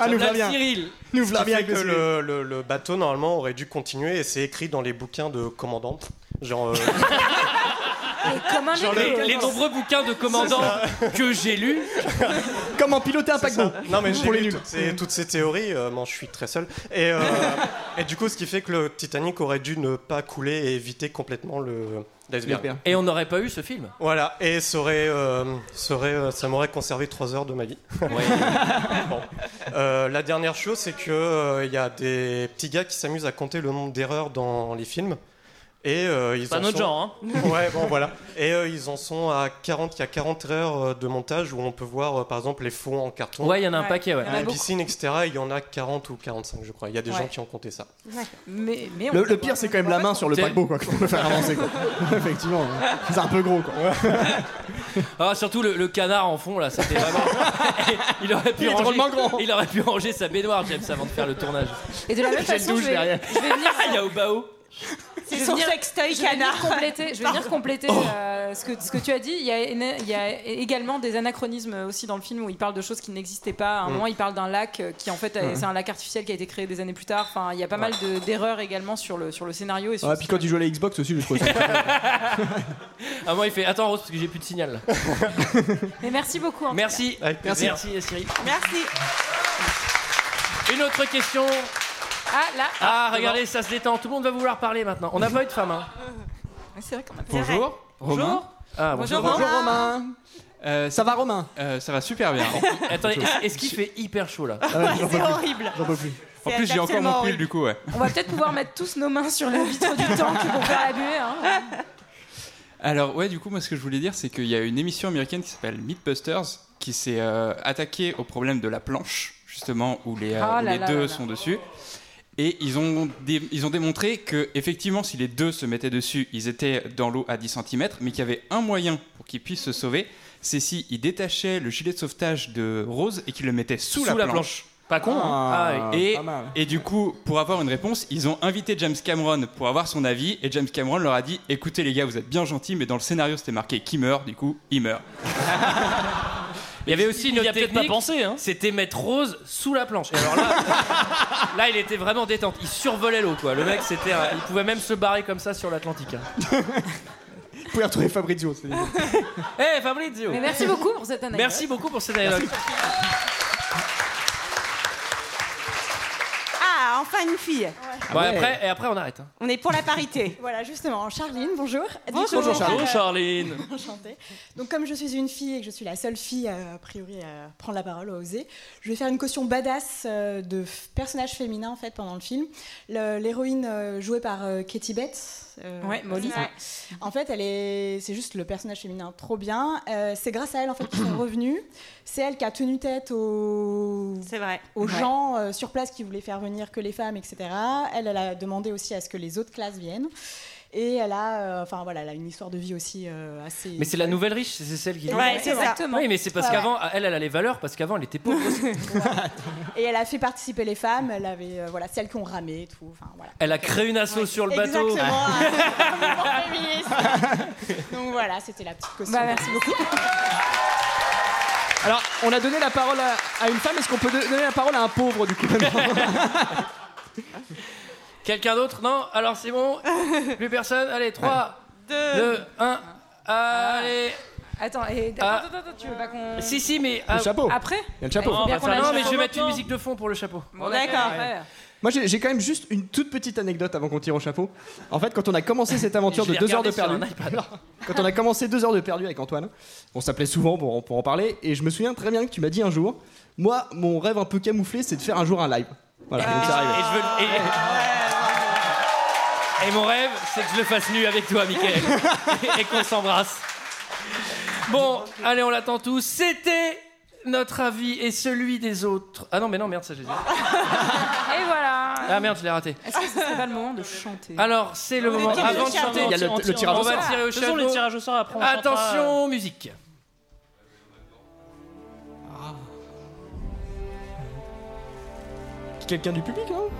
Ah, nous voilà bien.
Cyril.
ce qui fait que le, le- le bateau normalement aurait dû continuer et c'est écrit dans les bouquins de commandant. Genre. euh,
comment
Genre
les,
le-
les nombreux bouquins de commandants que j'ai lus.
Comment piloter un paquebot Non mais
Pour
j'ai
les
lu
nuls.
toutes ces, toutes ces théories, euh, moi, je suis très seul. Et, euh, et du coup, ce qui fait que le Titanic aurait dû ne pas couler et éviter complètement le d'iceberg.
Et on n'aurait pas eu ce film.
Voilà, et ça, aurait, euh, ça aurait, euh, ça m'aurait conservé 3 heures de ma vie. Bon. Euh, la dernière chose, c'est qu'il il y a des petits gars qui s'amusent à compter le nombre d'erreurs dans les films. Et, euh, ils
Pas
en
notre
sont-
genre, hein.
Ouais, bon, voilà. Et euh, ils en sont à 40, il y a 40 erreurs euh, de montage où on peut voir, euh, par exemple, les fonds en carton.
Ouais, il y en a un Ouais. paquet, ouais. Il y en a
La
beaucoup.
piscine, etc. Il y en a 40 ou 45, je crois. Il y a des
Ouais.
gens qui ont compté ça.
Mais, mais on
Le,
peut
le
voir.
pire, c'est quand même la main sur le
T'es-
paquebot, quoi, qu'on peut faire avancer, quoi. Effectivement, ouais. c'est un peu gros, quoi.
Ah, surtout le, le canard en fond là, c'était vraiment. il aurait pu
Il est
ranger.
drôlement grand.
Il aurait pu ranger sa baignoire, James, avant de faire le tournage.
Et de la même
J'ai le
façon,
douche
je vais-
derrière.
je vais venir-
Il y a Obao.
Je vais
son
venir-
sextoy
je vais venir
canard.
compléter- Je vais venir
Pardon.
compléter euh, ce, que, ce que tu as dit. Il y, a, une- il y a également des anachronismes aussi dans le film où il parle de choses qui n'existaient pas. À un
Mm.
moment, il parle d'un lac euh, qui, en fait, euh,
Mm.
c'est un lac artificiel qui a été créé des années plus tard. Enfin, il y a pas mal de- d'erreurs également sur le, sur le scénario. Et sur
Ah, puis quand il joue à la Xbox aussi, je trouve ça.
Ah, moi, il fait Attends, Rose, parce que j'ai plus de signal. là.
Mais merci beaucoup. en tout
Merci.
cas.
Merci, Cyril.
Merci.
Une autre question.
Ah, là.
Ah, regardez, ça se détend. Tout le monde va vouloir parler maintenant. On n'a pas eu de femme. hein.
Ouais, C'est vrai qu'on a
Bonjour.
Bonjour. Ah,
bonjour, Romain. Euh, ça va, Romain
Ça va super bien.
Attendez, est- est-ce qu'il fait hyper chaud là
C'est horrible.
J'en Ah peux plus.
En plus, j'ai encore mon pull
horrible.
du coup, ouais.
On va peut-être pouvoir mettre tous nos mains sur la vitre du tank pour faire la buée. hein.
Alors ouais, du coup, moi ce que je voulais dire, c'est qu'il y a une émission américaine qui s'appelle Mythbusters qui s'est euh, attaquée au problème de la planche, justement, où les, euh,
Ah
où
là
les
là
deux
là là.
sont dessus. Et ils ont, dé- ils ont démontré que effectivement, si les deux se mettaient dessus, ils étaient dans l'eau à 10 cm, mais qu'il y avait un moyen pour qu'ils puissent se sauver, c'est si ils détachaient le gilet de sauvetage de Rose et qu'ils le mettaient sous,
Sous la planche. Pas con, hein. Ah, ouais.
et,
pas mal.
et du coup, pour avoir une réponse, ils ont invité James Cameron pour avoir son avis. Et James Cameron leur a dit Écoutez, les gars, vous êtes bien gentils, mais dans le scénario, c'était marqué qui meurt, du coup, il meurt.
Il y avait aussi une
Il y a
autre
peut-être hein.
technique. C'était mettre Rose sous la planche. Et alors là, là, il était vraiment détente. Il survolait l'eau, quoi. Le mec, c'était, un- il pouvait même se barrer comme ça sur l'Atlantique. hein.
Vous pouvez retrouver Fabrizio. c'est-
Eh, Fabrizio.
Mais merci beaucoup pour cette anecdote.
Merci beaucoup pour cette anecdote.
Ah, enfin une fille.
Ah
Bon, et après, et après, on arrête. hein.
On est pour la parité.
Voilà, justement, Charline, bonjour. Du
Bonjour,
coup,
Charline.
euh,
Bonjour, Charline.
Enchantée. Donc, comme je suis une fille et que je suis la seule fille, euh, a priori, à prendre la parole, à oser, je vais faire une caution badass euh, de f- personnages féminins, en fait, pendant le film. Le- L'héroïne euh, jouée par euh, Katie Bates. euh,
Ouais, Molly.
c'est ça. En fait, elle est, c'est juste le personnage féminin trop bien. Euh, c'est grâce à elle, en fait, qu'ils sont revenus. C'est elle qui a tenu tête aux, aux
Ouais.
gens euh, sur place qui voulaient faire venir que les femmes, etc. Elle, elle a demandé aussi à ce que les autres classes viennent. Et elle a, euh, enfin voilà, elle a une histoire de vie aussi euh, assez.
Mais c'est la nouvelle riche, c'est celle qui.
Ouais, c'est ça. Exactement.
Oui, mais c'est parce
Ouais, ouais.
qu'avant, elle, elle a les valeurs parce qu'avant, elle était pauvre.
Et elle a fait participer les femmes. Elle avait, euh, voilà, celles qui ont ramé, et tout. Enfin voilà.
Elle a créé une asso sur le bateau.
Exactement. hein, Donc voilà, c'était la petite caution.
Bah, merci beaucoup.
Alors, on a donné la parole à, à une femme, est-ce qu'on peut do- donner la parole à un pauvre, du coup
Quelqu'un d'autre Non Alors c'est bon Plus personne Allez, 3, 2, 1.
Ah.
Allez
Attends, et,
Ah.
attends, attends, attends, tu veux pas qu'on.
Si, si, mais. euh,
Le chapeau.
Euh. Après
Il y a le chapeau.
Eh, faut bien
Non,
qu'on aille
mais
chapeau
je vais mettre une
maintenant.
musique de fond pour le chapeau.
Bon, d'accord. Ouais.
Moi, j'ai j'ai quand même juste une toute petite anecdote avant qu'on tire au chapeau. En fait, quand on a commencé cette aventure
Je
de
l'ai
deux heures de
regardé sur
perdu,
un iPad.
quand on a commencé deux heures de perdu avec Antoine, on s'appelait souvent pour, en- pour en parler, et je me souviens très bien que tu m'as dit un jour, moi, mon rêve un peu camouflé, c'est de faire un jour un live. Voilà,
Ah.
donc ça arrive.
Et, je veux- et- et mon rêve, c'est que je le fasse nu avec toi, Mickaël. et qu'on s'embrasse. Bon, allez, on l'attend tous. C'était notre avis et celui des autres. Ah non, mais non, merde, ça j'ai dit.
Et voilà.
Ah merde, je l'ai raté.
Est-ce que ce serait pas le moment de chanter
Alors, c'est le moment. Avant de chanter, on va tirer au
De toute façon,
chapeau.
les tirages au sort après. on chantera,
Attention, musique.
Quelqu'un du public, hein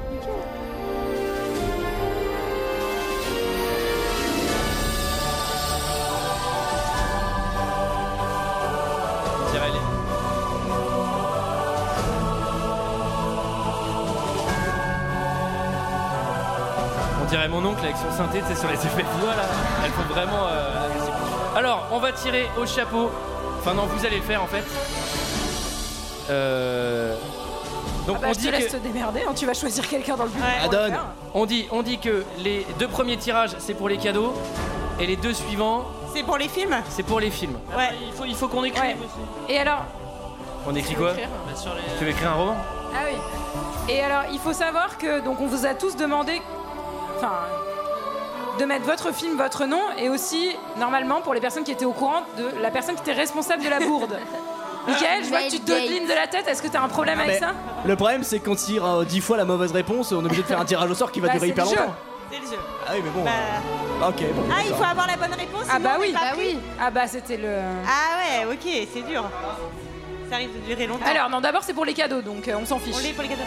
On dirait mon oncle avec son synthé, c'est sur les effets de voix là. Elles font vraiment. euh, la musique. Alors, on va tirer au chapeau. Enfin, non, vous allez le faire en fait. Euh, Donc,
Ah bah,
on
je te
dit
laisse
que.
te démerder, hein, tu vas choisir quelqu'un dans le public. pour le faire.
On dit, on dit que les deux premiers tirages, c'est pour les cadeaux. Et les deux suivants.
C'est pour les films
C'est pour les films.
Ouais.
Il faut, il faut qu'on écrive aussi.
Et alors
On écrit quoi
Écrire.
Bah, sur les-
Tu veux écrire un roman
Ah oui. Et alors, il faut savoir que donc on vous a tous demandé, enfin, de mettre votre film, votre nom, et aussi normalement pour les personnes qui étaient au courant de la personne qui était responsable de la bourde. Michael, je vois que tu te dodelines de la tête. Est-ce que t'as un problème
Ah,
avec
mais
ça
Le problème, c'est qu'on tire euh, 10 fois la mauvaise réponse, on est obligé de faire un tirage au sort qui va
Bah,
durer
c'est
hyper
le jeu.
longtemps.
C'est le jeu.
Ah oui, mais bon.
Bah,
euh, Ok, bon.
Ah, il
d'accord.
faut avoir la bonne réponse.
Ah
sinon
bah
on
oui.
est pas
Bah
pris.
oui. Ah bah c'était le.
Ah ouais, ok, c'est dur. Ça arrive de durer longtemps.
Alors non, d'abord c'est pour les cadeaux, donc euh, on s'en fiche.
On l'est pour les cadeaux.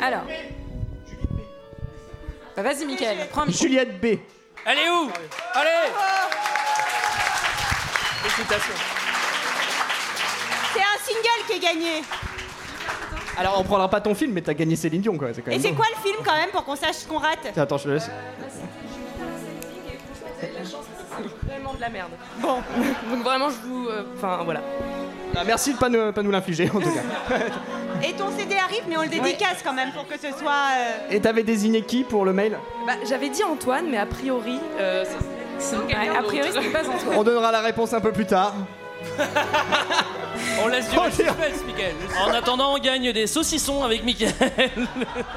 Alors. Bah vas-y, Michael, prends un micro.
Juliette B.
Elle est où Allez Félicitations.
C'est un single qui est gagné.
Alors, on prendra pas ton film, mais t'as gagné Céline Dion, quoi. C'est quand
Et
même
c'est
beau.
quoi le film quand même pour qu'on sache ce qu'on rate
Attends, je te laisse.
Euh, bah,
Vraiment de la merde. Bon, donc vraiment, je vous. euh, Enfin, voilà.
Ah, merci de pas nous, pas nous l'infliger, en tout cas.
Et ton CD arrive, mais on le dédicace quand même pour que ce soit. euh,
Et t'avais désigné qui pour le mail
Bah, j'avais dit Antoine, mais a priori. euh, c'est- c'est quelqu'un
Ouais, a priori,
d'autre.
c'était pas Antoine.
On donnera la réponse un peu plus tard.
On laisse durer le suspense, Mickaël.
En attendant, on gagne des saucissons avec Mickaël.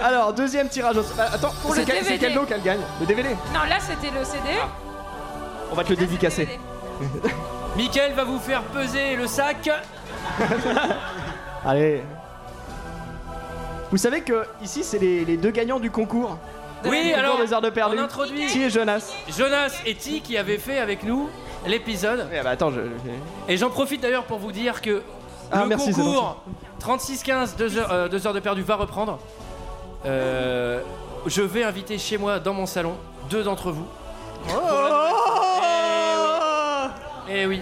Alors, deuxième tirage au sort. Ah, Attends,
Pour
c'est
le
quel, c'est
DVD.
quel nom qu'elle gagne Le DVD
Non, là c'était le CD.
Ah.
On va te le dédicacer.
Mickaël va vous faire peser le sac.
Allez. Vous savez que ici, c'est les, les deux gagnants du concours.
Oui,
Du concours
alors,
des heures de perdu.
on introduit-
Ti et Jonas.
Jonas et Ti qui avaient fait avec nous l'épisode.
Eh bah attends, je.
Et j'en profite d'ailleurs pour vous dire que
Ah,
le
merci, c'est
concours 36-15, 2 heures, euh, deux heures de perdu va reprendre. Euh, je vais inviter chez moi, dans mon salon, deux d'entre vous.
Oh
Eh oui.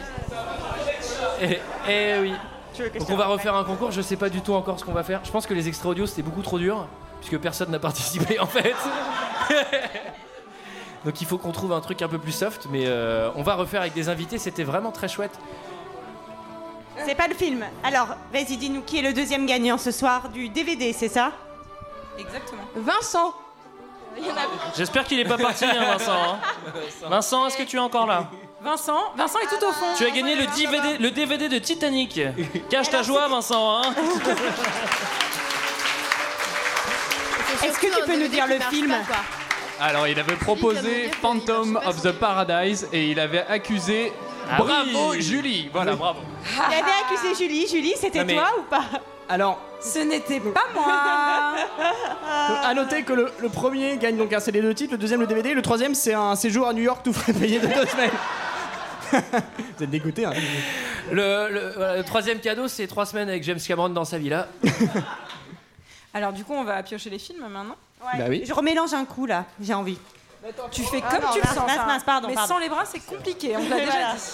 Eh, eh oui. Donc on va refaire un concours, je sais pas du tout encore ce qu'on va faire. Je pense que les extra audio c'était beaucoup trop dur, puisque personne n'a participé en fait. Donc il faut qu'on trouve un truc un peu plus soft, mais euh, on va refaire avec des invités, c'était vraiment très chouette.
C'est pas le film. Alors, vas-y, dis-nous qui est le deuxième gagnant ce soir du DVD, c'est ça
Exactement.
Vincent
J'espère qu'il est pas parti, hein, Vincent. hein. Vincent, est-ce que tu es encore là
Vincent, Vincent est tout au fond.
Tu as gagné le DVD, le DVD de Titanic. Cache ta joie, Vincent. hein.
Est-ce que tu peux nous dire le film
Alors, il avait proposé Phantom of the Paradise et il avait accusé.
Ah oui.
bravo Julie Voilà, bravo
Il avait accusé Julie. Julie, c'était
Non, mais-
toi ou pas
Alors,
Ce n'était pas moi.
à noter que le, le premier gagne donc un CD de titre, le deuxième le DVD, le troisième c'est un séjour à New York tout frais payé de deux semaines. Vous êtes dégoûté, hein
Le, le- voilà, le troisième cadeau, c'est trois semaines avec James Cameron dans sa villa.
Alors du coup, on va piocher les films maintenant.
Bah oui.
Je remélange un coup là, j'ai envie.
Tu fais
Ah
comme
non,
tu le
mince,
sens.
mince,
ça.
mince, pardon,
Mais
pardon.
sans les bras, c'est compliqué. On te l'a déjà
Voilà.
dit.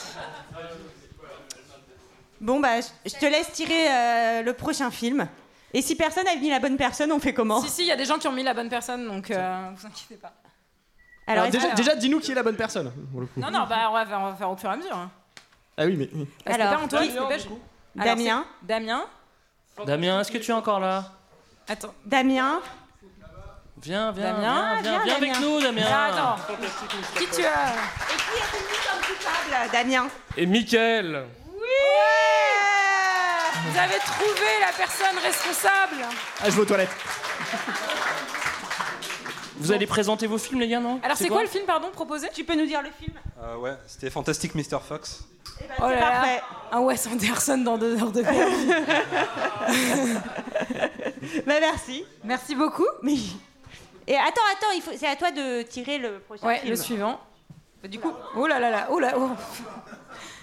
Bon, bah, je- je te laisse tirer euh, le prochain film. Et si personne n'a mis la bonne personne, on fait comment
Si si, il y a des gens qui ont mis la bonne personne, donc euh, vous inquiétez pas.
Alors,
est-ce
déjà,
que-
déjà, dis-nous qui est la bonne personne. pour le coup.
Non non, bah on va, faire- on va faire au fur et à mesure. hein.
Ah oui, mais. oui.
Ah, c'était
Alors,
pas Antoine,
qui-
c'était pas- Alors, c'est
Damien.
Damien.
Damien, est-ce que tu es encore là
Attends.
Damien.
Viens, viens,
Damien,
viens, viens,
viens,
viens avec
Damien.
nous, Damien.
Ah, attends.
Qui tu as
Et qui est tenu comme coupable, Damien
Et Michael
Vous avez trouvé la personne responsable.
Ah, je vais aux toilettes.
Vous allez présenter vos films, les gars, non
Alors c'est quoi, le film pardon proposé Tu
peux nous dire le film
Euh, ouais, c'était Fantastic Mr. Fox.
Oh là là.
parfait.
Un Wes Anderson dans deux heures de
Bah, merci.
Merci beaucoup.
Et attends, attends, il faut... c'est à toi de tirer le prochain
Ouais,
film.
le suivant. Bah, du coup, oh là là là, oh là, oh.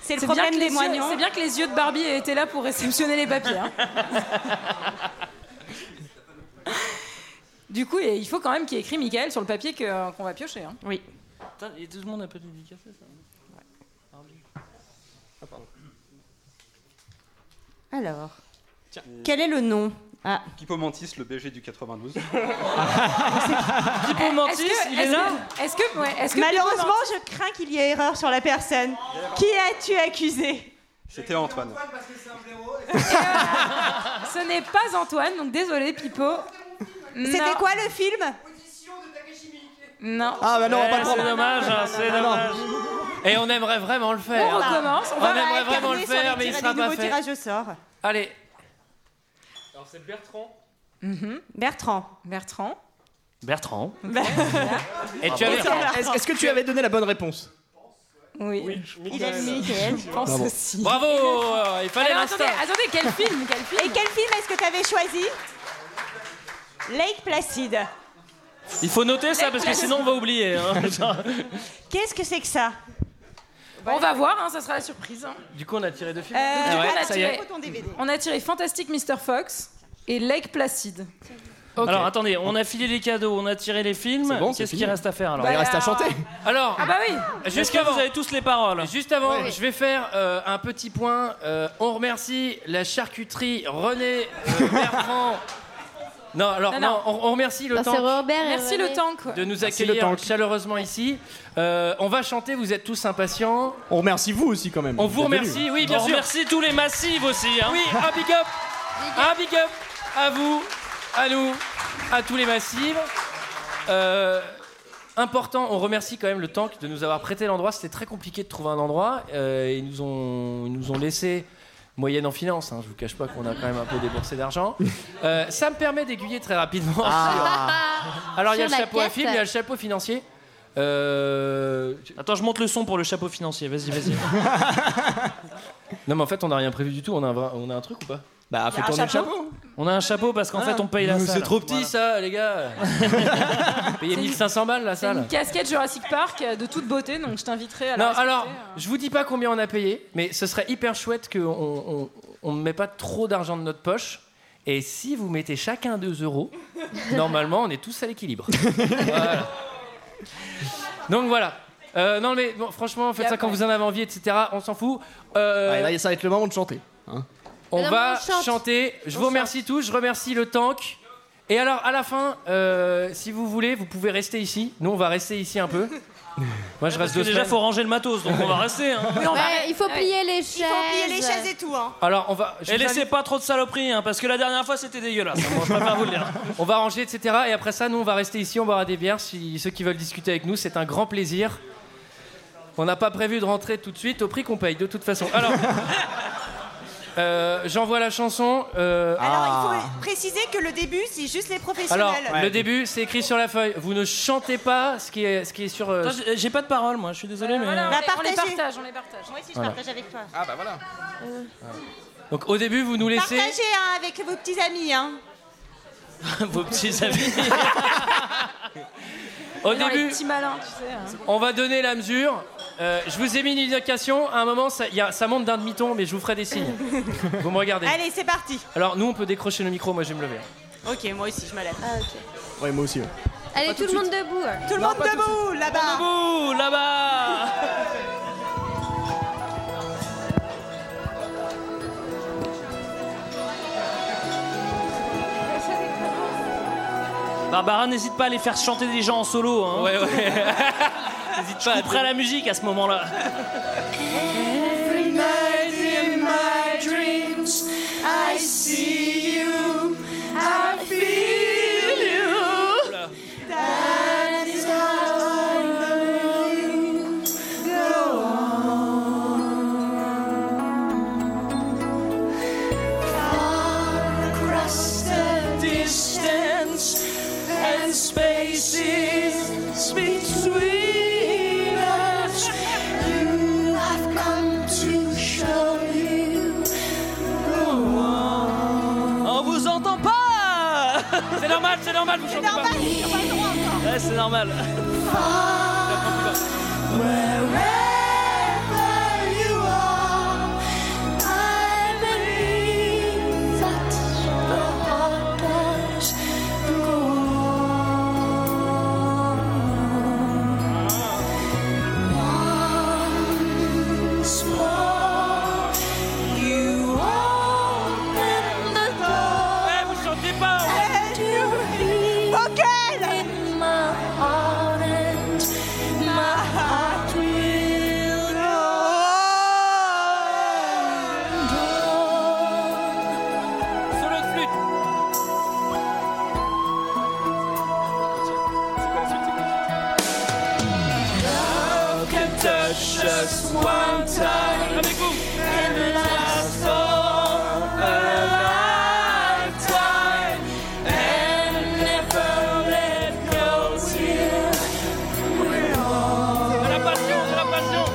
C'est le
bien
problème
que les
des
yeux-
moignons.
C'est bien que les yeux de Barbie aient été là pour réceptionner les papiers. hein. du coup, il faut quand même qu'il ait écrit Michael sur le papier que- qu'on va piocher. hein.
Oui.
Putain, et tout le monde a pas dédicacé ça.
Alors, quel est le nom ah.
Mantis, le BG du 92.
Pippo Mantis, il est là
Euh, Est-ce que, ouais, est-ce que
Malheureusement,
Pippo
je crains qu'il y ait erreur sur la personne. Qui as-tu accusé
C'était Antoine.
Mantis- Ce n'est pas Antoine, donc désolé, Pipo.
C'était quoi le film
Non.
Ah
bah
non, on va pas Ah, le prendre.
C'est dommage, hein, c'est dommage.
Et on aimerait vraiment le faire.
On recommence, on
On
va
aimerait
alterner
vraiment le
sur les
faire, mais il
tirages,
sera
les
pas
nouveaux
fait.
tirages au sort.
Allez,
Alors c'est Bertrand.
Bertrand.
Mhm. Bertrand.
Bertrand.
Et tu avais-
Est-ce est-ce que tu avais donné la bonne réponse
Oui.
Il a mis Michael.
Je pense
Bravo.
aussi.
Bravo euh, Il fallait
Alors,
l'instinct.
attendez,
attendez, quel film, quel film
Et quel film est-ce que tu avais choisi Lake Placid.
Il faut noter ça parce que sinon on va oublier. hein.
Qu'est-ce que c'est que ça
On va voir, hein, ça sera la surprise. hein.
du coup on a tiré deux films.
Euh,
Ah ouais,
on, a
ça y est.
tiré, on a tiré Fantastic Mr. Fox et Lake Placid. Ok.
Alors attendez, on a filé les cadeaux, on a tiré les films.
C'est bon, c'est
Qu'est-ce qu'il
fini.
reste à faire alors
Bah, il reste à
Alors-
chanter. Alors,
Ah bah oui.
Est-ce que vous avez tous les paroles
Juste avant, je vais faire euh, un petit point. Euh, on remercie la charcuterie René euh, Bertrand. Non, alors non,
Non, non.
on, on remercie le
Non, Bah, c'est
temps.
Robert et Merci, René. le Tank, ouais.
de nous
Merci,
accueillir
le Tank.
chaleureusement ici. Euh, on va chanter. Vous êtes tous impatients.
On remercie vous aussi quand même.
On vous
êtes venus.
remercie. Oui, bien
On
sûr.
remercie tous les massifs aussi. hein.
Oui, un big up. Un big up à vous, à nous, à tous les massifs. Euh, important, on remercie quand même le tank de nous avoir prêté l'endroit. C'était très compliqué de trouver un endroit. Euh, ils, nous ont, ils nous ont laissé moyenne en finance. hein. je vous cache pas qu'on a quand même un peu déboursé d'argent. Euh, ça me permet d'aiguiller très rapidement. sur- Alors il y a le
Sur la
chapeau à
quête.
film, il y a le chapeau financier. Euh,
Attends, je monte le son pour le chapeau financier. Vas-y, vas-y.
Non mais en fait on n'a rien prévu du tout. On a un, vra- on a un truc ou pas Bah
fait Il y a un tourner le chapeau. chapeau. On a un chapeau parce qu'en
Ah.
fait on paye la
Mais
salle.
C'est trop petit ça, les gars. Payez 1500 balles la
C'est
salle.
une casquette Jurassic Park euh, de toute beauté, donc je t'inviterai à la
Non,
respecter. hein.
alors, je vous dis pas combien on a payé, mais ce serait hyper chouette qu'on on, on ne met pas trop d'argent de notre poche. Et si vous mettez chacun 2 euros, normalement, on est tous à l'équilibre. Voilà. Donc voilà. Euh, non, mais bon, franchement, faites ça quand vous en avez envie, etc. On s'en fout. Euh,
Ouais, Ah, là, ça va être le moment de chanter.
on
Non,
va
mais on chante.
chanter. Je
On
vous remercie tous. Je remercie le tank. Et alors, à la fin, euh, si vous voulez, vous pouvez rester ici. Nous, on va rester ici un peu. Moi, je
Parce
reste
que
deux
déjà
semaines.
faut ranger le matos, donc on va rester. hein.
Ouais, Bah, il faut plier les chaises.
Il faut plier les chaises et tout. Hein.
Alors, on va. je
Et
vous invite-
laissez pas trop de saloperies, hein, parce que la dernière fois c'était dégueulasse. hein. Bon, je préfère vous le dire.
On va ranger, etc. Et après ça, nous, on va rester ici, on boira des bières. Si ceux qui veulent discuter avec nous, c'est un grand plaisir. On n'a pas prévu de rentrer tout de suite au prix qu'on paye, de toute façon. Alors, euh, j'envoie la chanson. euh,
Alors, il faut préciser que le début, c'est juste les
Alors,
professionnels.
le début, c'est écrit sur la feuille. Vous ne chantez pas ce qui est, ce qui est sur. euh,
Attends, j'ai- J'ai pas de parole, moi. Je suis désolé, mais.
Voilà, on,
Bah,
les- on les
partagez.
partage, on les partage. Moi
Si je
Voilà.
partage Euh, avec toi.
Ah bah voilà.
Donc, au début, vous nous laissez
Partagez hein, avec vos petits amis. Hein.
vos petits amis. au
Dans les
début,
petits malins, tu sais. hein.
On va donner la mesure. Euh, je vous ai mis une indication. À un moment, ça, y a- ça monte d'un demi-ton, mais je vous ferai des signes. vous me regardez.
Allez, c'est parti.
Alors, nous, on peut décrocher le micro. Moi, je vais me lever. hein.
Ok, moi aussi, je me lève.
Ouais, moi aussi. ouais.
Allez, tout, le monde debout.
Ah, Tout le monde debout, là-bas.
Debout, là-bas Barbara, n'hésite pas à les faire chanter des gens en solo. Hein. Ouais, ouais. N'hésite pas. Je couperai la musique à ce moment-là.
Every night in my dreams, I see you, I feel you. That is how I love you. Go on. Far across the distance and spaces between us, you have come to show you. Go on.
On vous entend pas C'est normal, c'est normal, vous chantez pas. Ouais, c'est normal.
Wherever you are, I believe that the heart does go on. Once more, you open the door.
Eh, vous chantez pas
And you leave in my heart and my heart will Just one time. Avec vous. And it lasts all a lifetime. And never let go till we're all. La passion, la passion.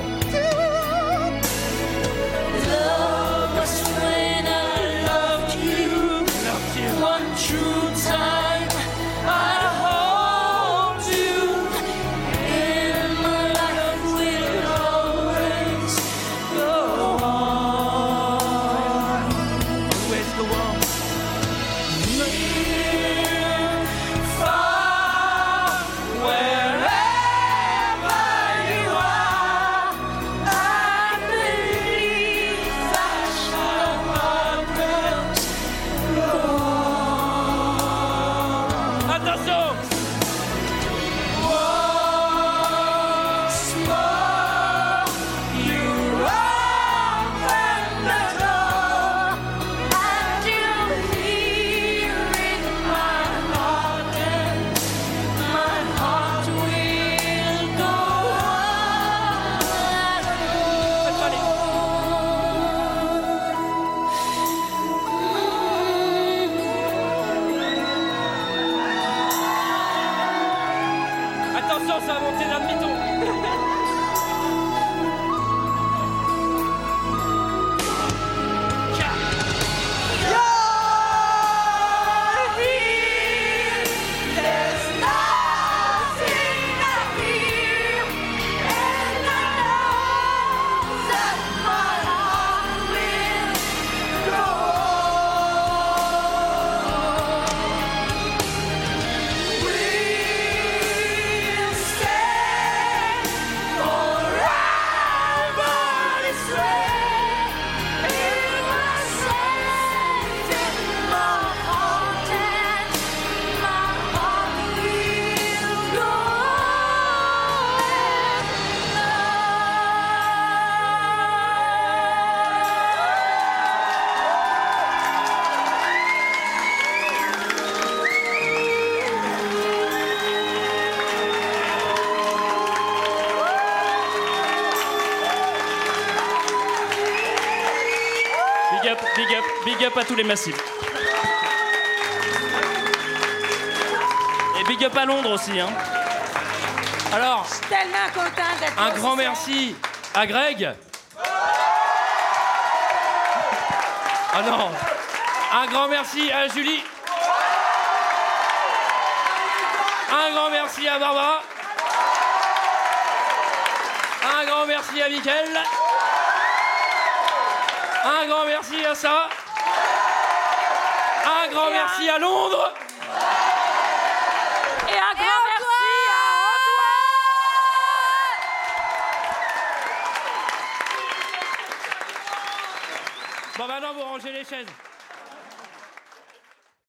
Love was when I loved you. Loved you. One true time. I hold you. And my life will always go on. Where's the one? Near, far, wherever you are, I believe that love must go on. Attention! Once more, you open the door, and you hear in my heart, and my heart will go
Attention, ça va monter d'un demi-ton.
Big up, big up, big up à tous les massifs. Et big up à Londres aussi. Hein. Alors,
Tellement content d'être
un grand merci à Greg. Ah non. Un grand merci à Julie. Un grand merci à Barbara. Un grand merci à Mickaël. Un grand merci à Sarah. Un grand merci à Londres.
Et un grand merci à Antoine
bah,
Bon, maintenant, vous rangez les chaises.